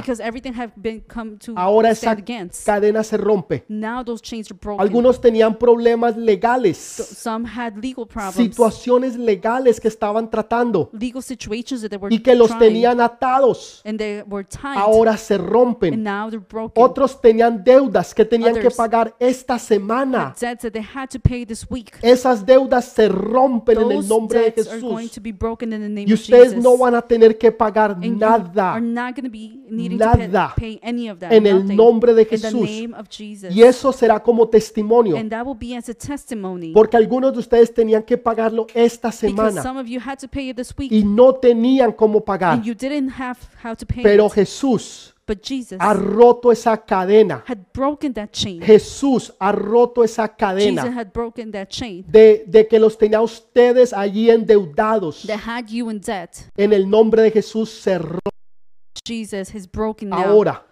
Speaker 2: because everything have been come to
Speaker 1: Ahora esa
Speaker 2: stand against.
Speaker 1: cadena se rompe.
Speaker 2: Now those chains are broken.
Speaker 1: Algunos tenían problemas
Speaker 2: Th-
Speaker 1: legales,
Speaker 2: Some had legal problems,
Speaker 1: situaciones legales que estaban tratando
Speaker 2: legal situations that they were
Speaker 1: y que los
Speaker 2: trying,
Speaker 1: tenían atados.
Speaker 2: and they were tied,
Speaker 1: Ahora se
Speaker 2: and
Speaker 1: rompen.
Speaker 2: now they're broken.
Speaker 1: Otros tenían deudas que tenían que
Speaker 2: Others
Speaker 1: pagar esta semana.
Speaker 2: debts that they had to pay this week.
Speaker 1: Esas deudas se rompen en el
Speaker 2: Those
Speaker 1: nombre de
Speaker 2: debts are going
Speaker 1: Jesús
Speaker 2: to be broken in the name
Speaker 1: y
Speaker 2: of
Speaker 1: ustedes
Speaker 2: Jesus.
Speaker 1: no van a tener que pagar
Speaker 2: and you
Speaker 1: nada.
Speaker 2: are not going to be needing to
Speaker 1: Nada.
Speaker 2: pay, pay any of that.
Speaker 1: en el
Speaker 2: nothing.
Speaker 1: nombre de
Speaker 2: In the
Speaker 1: Jesús.
Speaker 2: name of Jesus.
Speaker 1: Y eso será como testimonio,
Speaker 2: and that will be as a testimony.
Speaker 1: porque algunos de ustedes tenían que pagarlo esta
Speaker 2: because
Speaker 1: semana
Speaker 2: some of you had to pay it this week
Speaker 1: y no tenían cómo pagar.
Speaker 2: and you didn't have how to pay
Speaker 1: Ah. Pero
Speaker 2: it.
Speaker 1: Jesús
Speaker 2: But Jesus
Speaker 1: ha roto esa cadena.
Speaker 2: had broken that chain.
Speaker 1: Jesús ha roto esa
Speaker 2: Jesus
Speaker 1: cadena
Speaker 2: had broken that chain
Speaker 1: de, de que los tenía a ustedes allí endeudados.
Speaker 2: that had you in debt.
Speaker 1: En el nombre de Jesús cerró
Speaker 2: Jesus has broken now.
Speaker 1: ahora.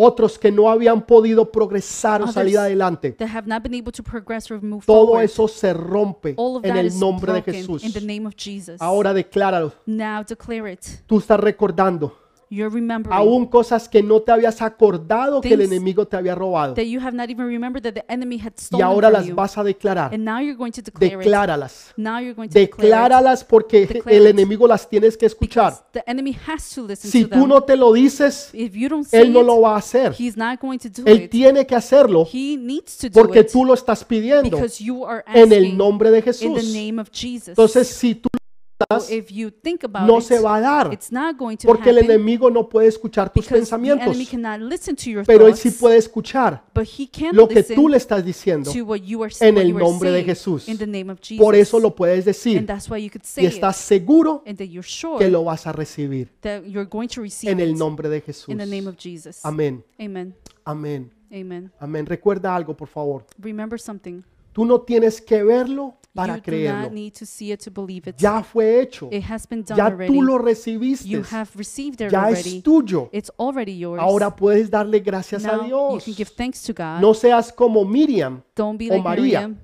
Speaker 1: otros que no habían podido progresar o salir
Speaker 2: Others.
Speaker 1: adelante.
Speaker 2: that have not been able to progress or move
Speaker 1: Todo
Speaker 2: forward.
Speaker 1: eso se rompe
Speaker 2: All of
Speaker 1: en
Speaker 2: that
Speaker 1: el
Speaker 2: is
Speaker 1: nombre de
Speaker 2: broken
Speaker 1: Jesús.
Speaker 2: in the name of Jesus.
Speaker 1: Ahora decláralo.
Speaker 2: now declare it.
Speaker 1: Tú estás recordando
Speaker 2: You're remembering
Speaker 1: aún cosas que no te habías acordado que el
Speaker 2: Things
Speaker 1: enemigo te había robado.
Speaker 2: that you have not even remembered that the enemy had
Speaker 1: Y
Speaker 2: stolen
Speaker 1: ahora
Speaker 2: from
Speaker 1: las
Speaker 2: you.
Speaker 1: vas a declarar.
Speaker 2: and now you're going to declare it.
Speaker 1: Decláralas.
Speaker 2: Now you're going to declare it.
Speaker 1: Decláralas porque
Speaker 2: Declare
Speaker 1: el
Speaker 2: it.
Speaker 1: enemigo las tienes que escuchar.
Speaker 2: Because The enemy has to listen
Speaker 1: Si
Speaker 2: to them.
Speaker 1: tú no te lo dices,
Speaker 2: if you don't say
Speaker 1: él no
Speaker 2: it,
Speaker 1: lo va a hacer.
Speaker 2: he's not going to do
Speaker 1: Él
Speaker 2: it.
Speaker 1: tiene que hacerlo
Speaker 2: He needs to do
Speaker 1: porque
Speaker 2: it
Speaker 1: tú lo estás pidiendo
Speaker 2: because you are
Speaker 1: en
Speaker 2: asking
Speaker 1: el nombre de
Speaker 2: in the
Speaker 1: Jesús.
Speaker 2: name of Jesus.
Speaker 1: Entonces, si tú lo
Speaker 2: so
Speaker 1: das,
Speaker 2: if you think about
Speaker 1: no
Speaker 2: it,
Speaker 1: se va a dar
Speaker 2: it's not going to
Speaker 1: porque el
Speaker 2: happen
Speaker 1: enemigo no puede escuchar tus
Speaker 2: because the
Speaker 1: pensamientos,
Speaker 2: enemy cannot listen to your
Speaker 1: pero él
Speaker 2: thoughts,
Speaker 1: sí puede escuchar
Speaker 2: but he can
Speaker 1: lo que
Speaker 2: listen
Speaker 1: tú le estás diciendo.
Speaker 2: to what you are,
Speaker 1: en
Speaker 2: what
Speaker 1: el
Speaker 2: you are
Speaker 1: nombre de
Speaker 2: saying
Speaker 1: Jesús.
Speaker 2: in the name of Jesus.
Speaker 1: Por eso lo puedes
Speaker 2: and
Speaker 1: decir
Speaker 2: that's why you could say
Speaker 1: y estás
Speaker 2: it
Speaker 1: seguro
Speaker 2: and that you're sure
Speaker 1: que lo vas a recibir
Speaker 2: that you're going to receive
Speaker 1: en el
Speaker 2: it
Speaker 1: nombre de Jesús.
Speaker 2: in the name of Jesus.
Speaker 1: Amén,
Speaker 2: Amen.
Speaker 1: amén,
Speaker 2: Amen.
Speaker 1: amén. Recuerda algo, por favor.
Speaker 2: Remember something.
Speaker 1: Tú no tienes que verlo para
Speaker 2: you do not
Speaker 1: creerlo.
Speaker 2: need to see it to believe it.
Speaker 1: Ya fue hecho.
Speaker 2: It has been done
Speaker 1: Ya
Speaker 2: already.
Speaker 1: tú lo
Speaker 2: you
Speaker 1: recibiste.
Speaker 2: have received it
Speaker 1: Ya
Speaker 2: already.
Speaker 1: es tuyo.
Speaker 2: It's already yours.
Speaker 1: Ahora puedes darle gracias a
Speaker 2: now you
Speaker 1: Dios.
Speaker 2: can give thanks to God.
Speaker 1: No seas como Miriam,
Speaker 2: Don't be
Speaker 1: o
Speaker 2: like
Speaker 1: María.
Speaker 2: Miriam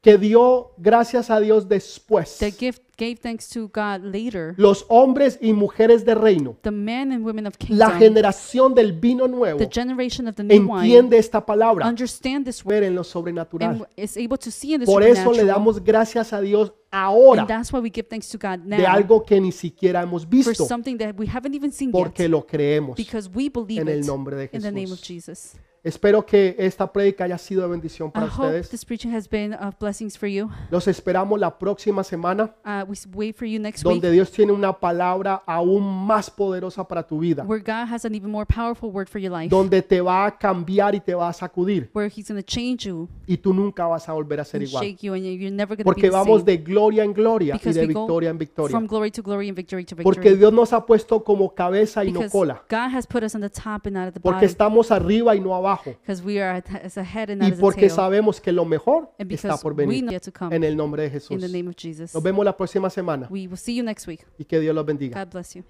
Speaker 1: que dio gracias a Dios después.
Speaker 2: that give, gave thanks to God later.
Speaker 1: Los hombres y mujeres de reino,
Speaker 2: The men and women of
Speaker 1: la
Speaker 2: kingdom,
Speaker 1: generación del vino nuevo,
Speaker 2: the generation of the new wine,
Speaker 1: entiende esta palabra.
Speaker 2: understand this word
Speaker 1: ver en lo
Speaker 2: and
Speaker 1: sobrenatural.
Speaker 2: is able to see in the
Speaker 1: Por eso le
Speaker 2: supernatural.
Speaker 1: damos gracias a Dios
Speaker 2: And
Speaker 1: ahora
Speaker 2: that's why we give thanks to God
Speaker 1: de
Speaker 2: now
Speaker 1: algo que ni siquiera hemos
Speaker 2: for
Speaker 1: visto,
Speaker 2: something that we haven't even seen
Speaker 1: porque
Speaker 2: yet
Speaker 1: lo creemos.
Speaker 2: because we believe
Speaker 1: en el
Speaker 2: it
Speaker 1: nombre de
Speaker 2: in the name of
Speaker 1: Jesús.
Speaker 2: Jesus.
Speaker 1: Espero que esta prédica haya sido de bendición
Speaker 2: I
Speaker 1: para
Speaker 2: hope
Speaker 1: ustedes.
Speaker 2: this preaching has been of blessings for you.
Speaker 1: Los esperamos la próxima semana,
Speaker 2: Uh, we s- wait for you next week
Speaker 1: donde Dios tiene una palabra aún más poderosa para tu vida,
Speaker 2: where God has an even more powerful word for your life,
Speaker 1: donde te va a cambiar y te va a sacudir,
Speaker 2: where He's going to change you,
Speaker 1: y tú nunca vas a volver a ser
Speaker 2: and
Speaker 1: igual.
Speaker 2: shake you, and you're never going to be
Speaker 1: Porque
Speaker 2: the
Speaker 1: vamos
Speaker 2: same.
Speaker 1: de gloria en gloria y
Speaker 2: Because
Speaker 1: de
Speaker 2: we go
Speaker 1: victoria en victoria.
Speaker 2: From glory to glory and victory to victory.
Speaker 1: Porque Dios nos ha puesto como cabeza y no
Speaker 2: because
Speaker 1: cola.
Speaker 2: God has put us on the top and not at the
Speaker 1: porque
Speaker 2: bottom.
Speaker 1: estamos arriba y no abajo
Speaker 2: Because we are at- as a head and not
Speaker 1: y
Speaker 2: as a
Speaker 1: porque
Speaker 2: tail.
Speaker 1: sabemos que lo mejor
Speaker 2: And
Speaker 1: está
Speaker 2: because
Speaker 1: por
Speaker 2: we know
Speaker 1: venir
Speaker 2: yet to come.
Speaker 1: en el nombre de
Speaker 2: In
Speaker 1: Jesús.
Speaker 2: the name of Jesus.
Speaker 1: Nos vemos la próxima semana
Speaker 2: We will see you next week.
Speaker 1: y que Dios los bendiga.
Speaker 2: God bless you.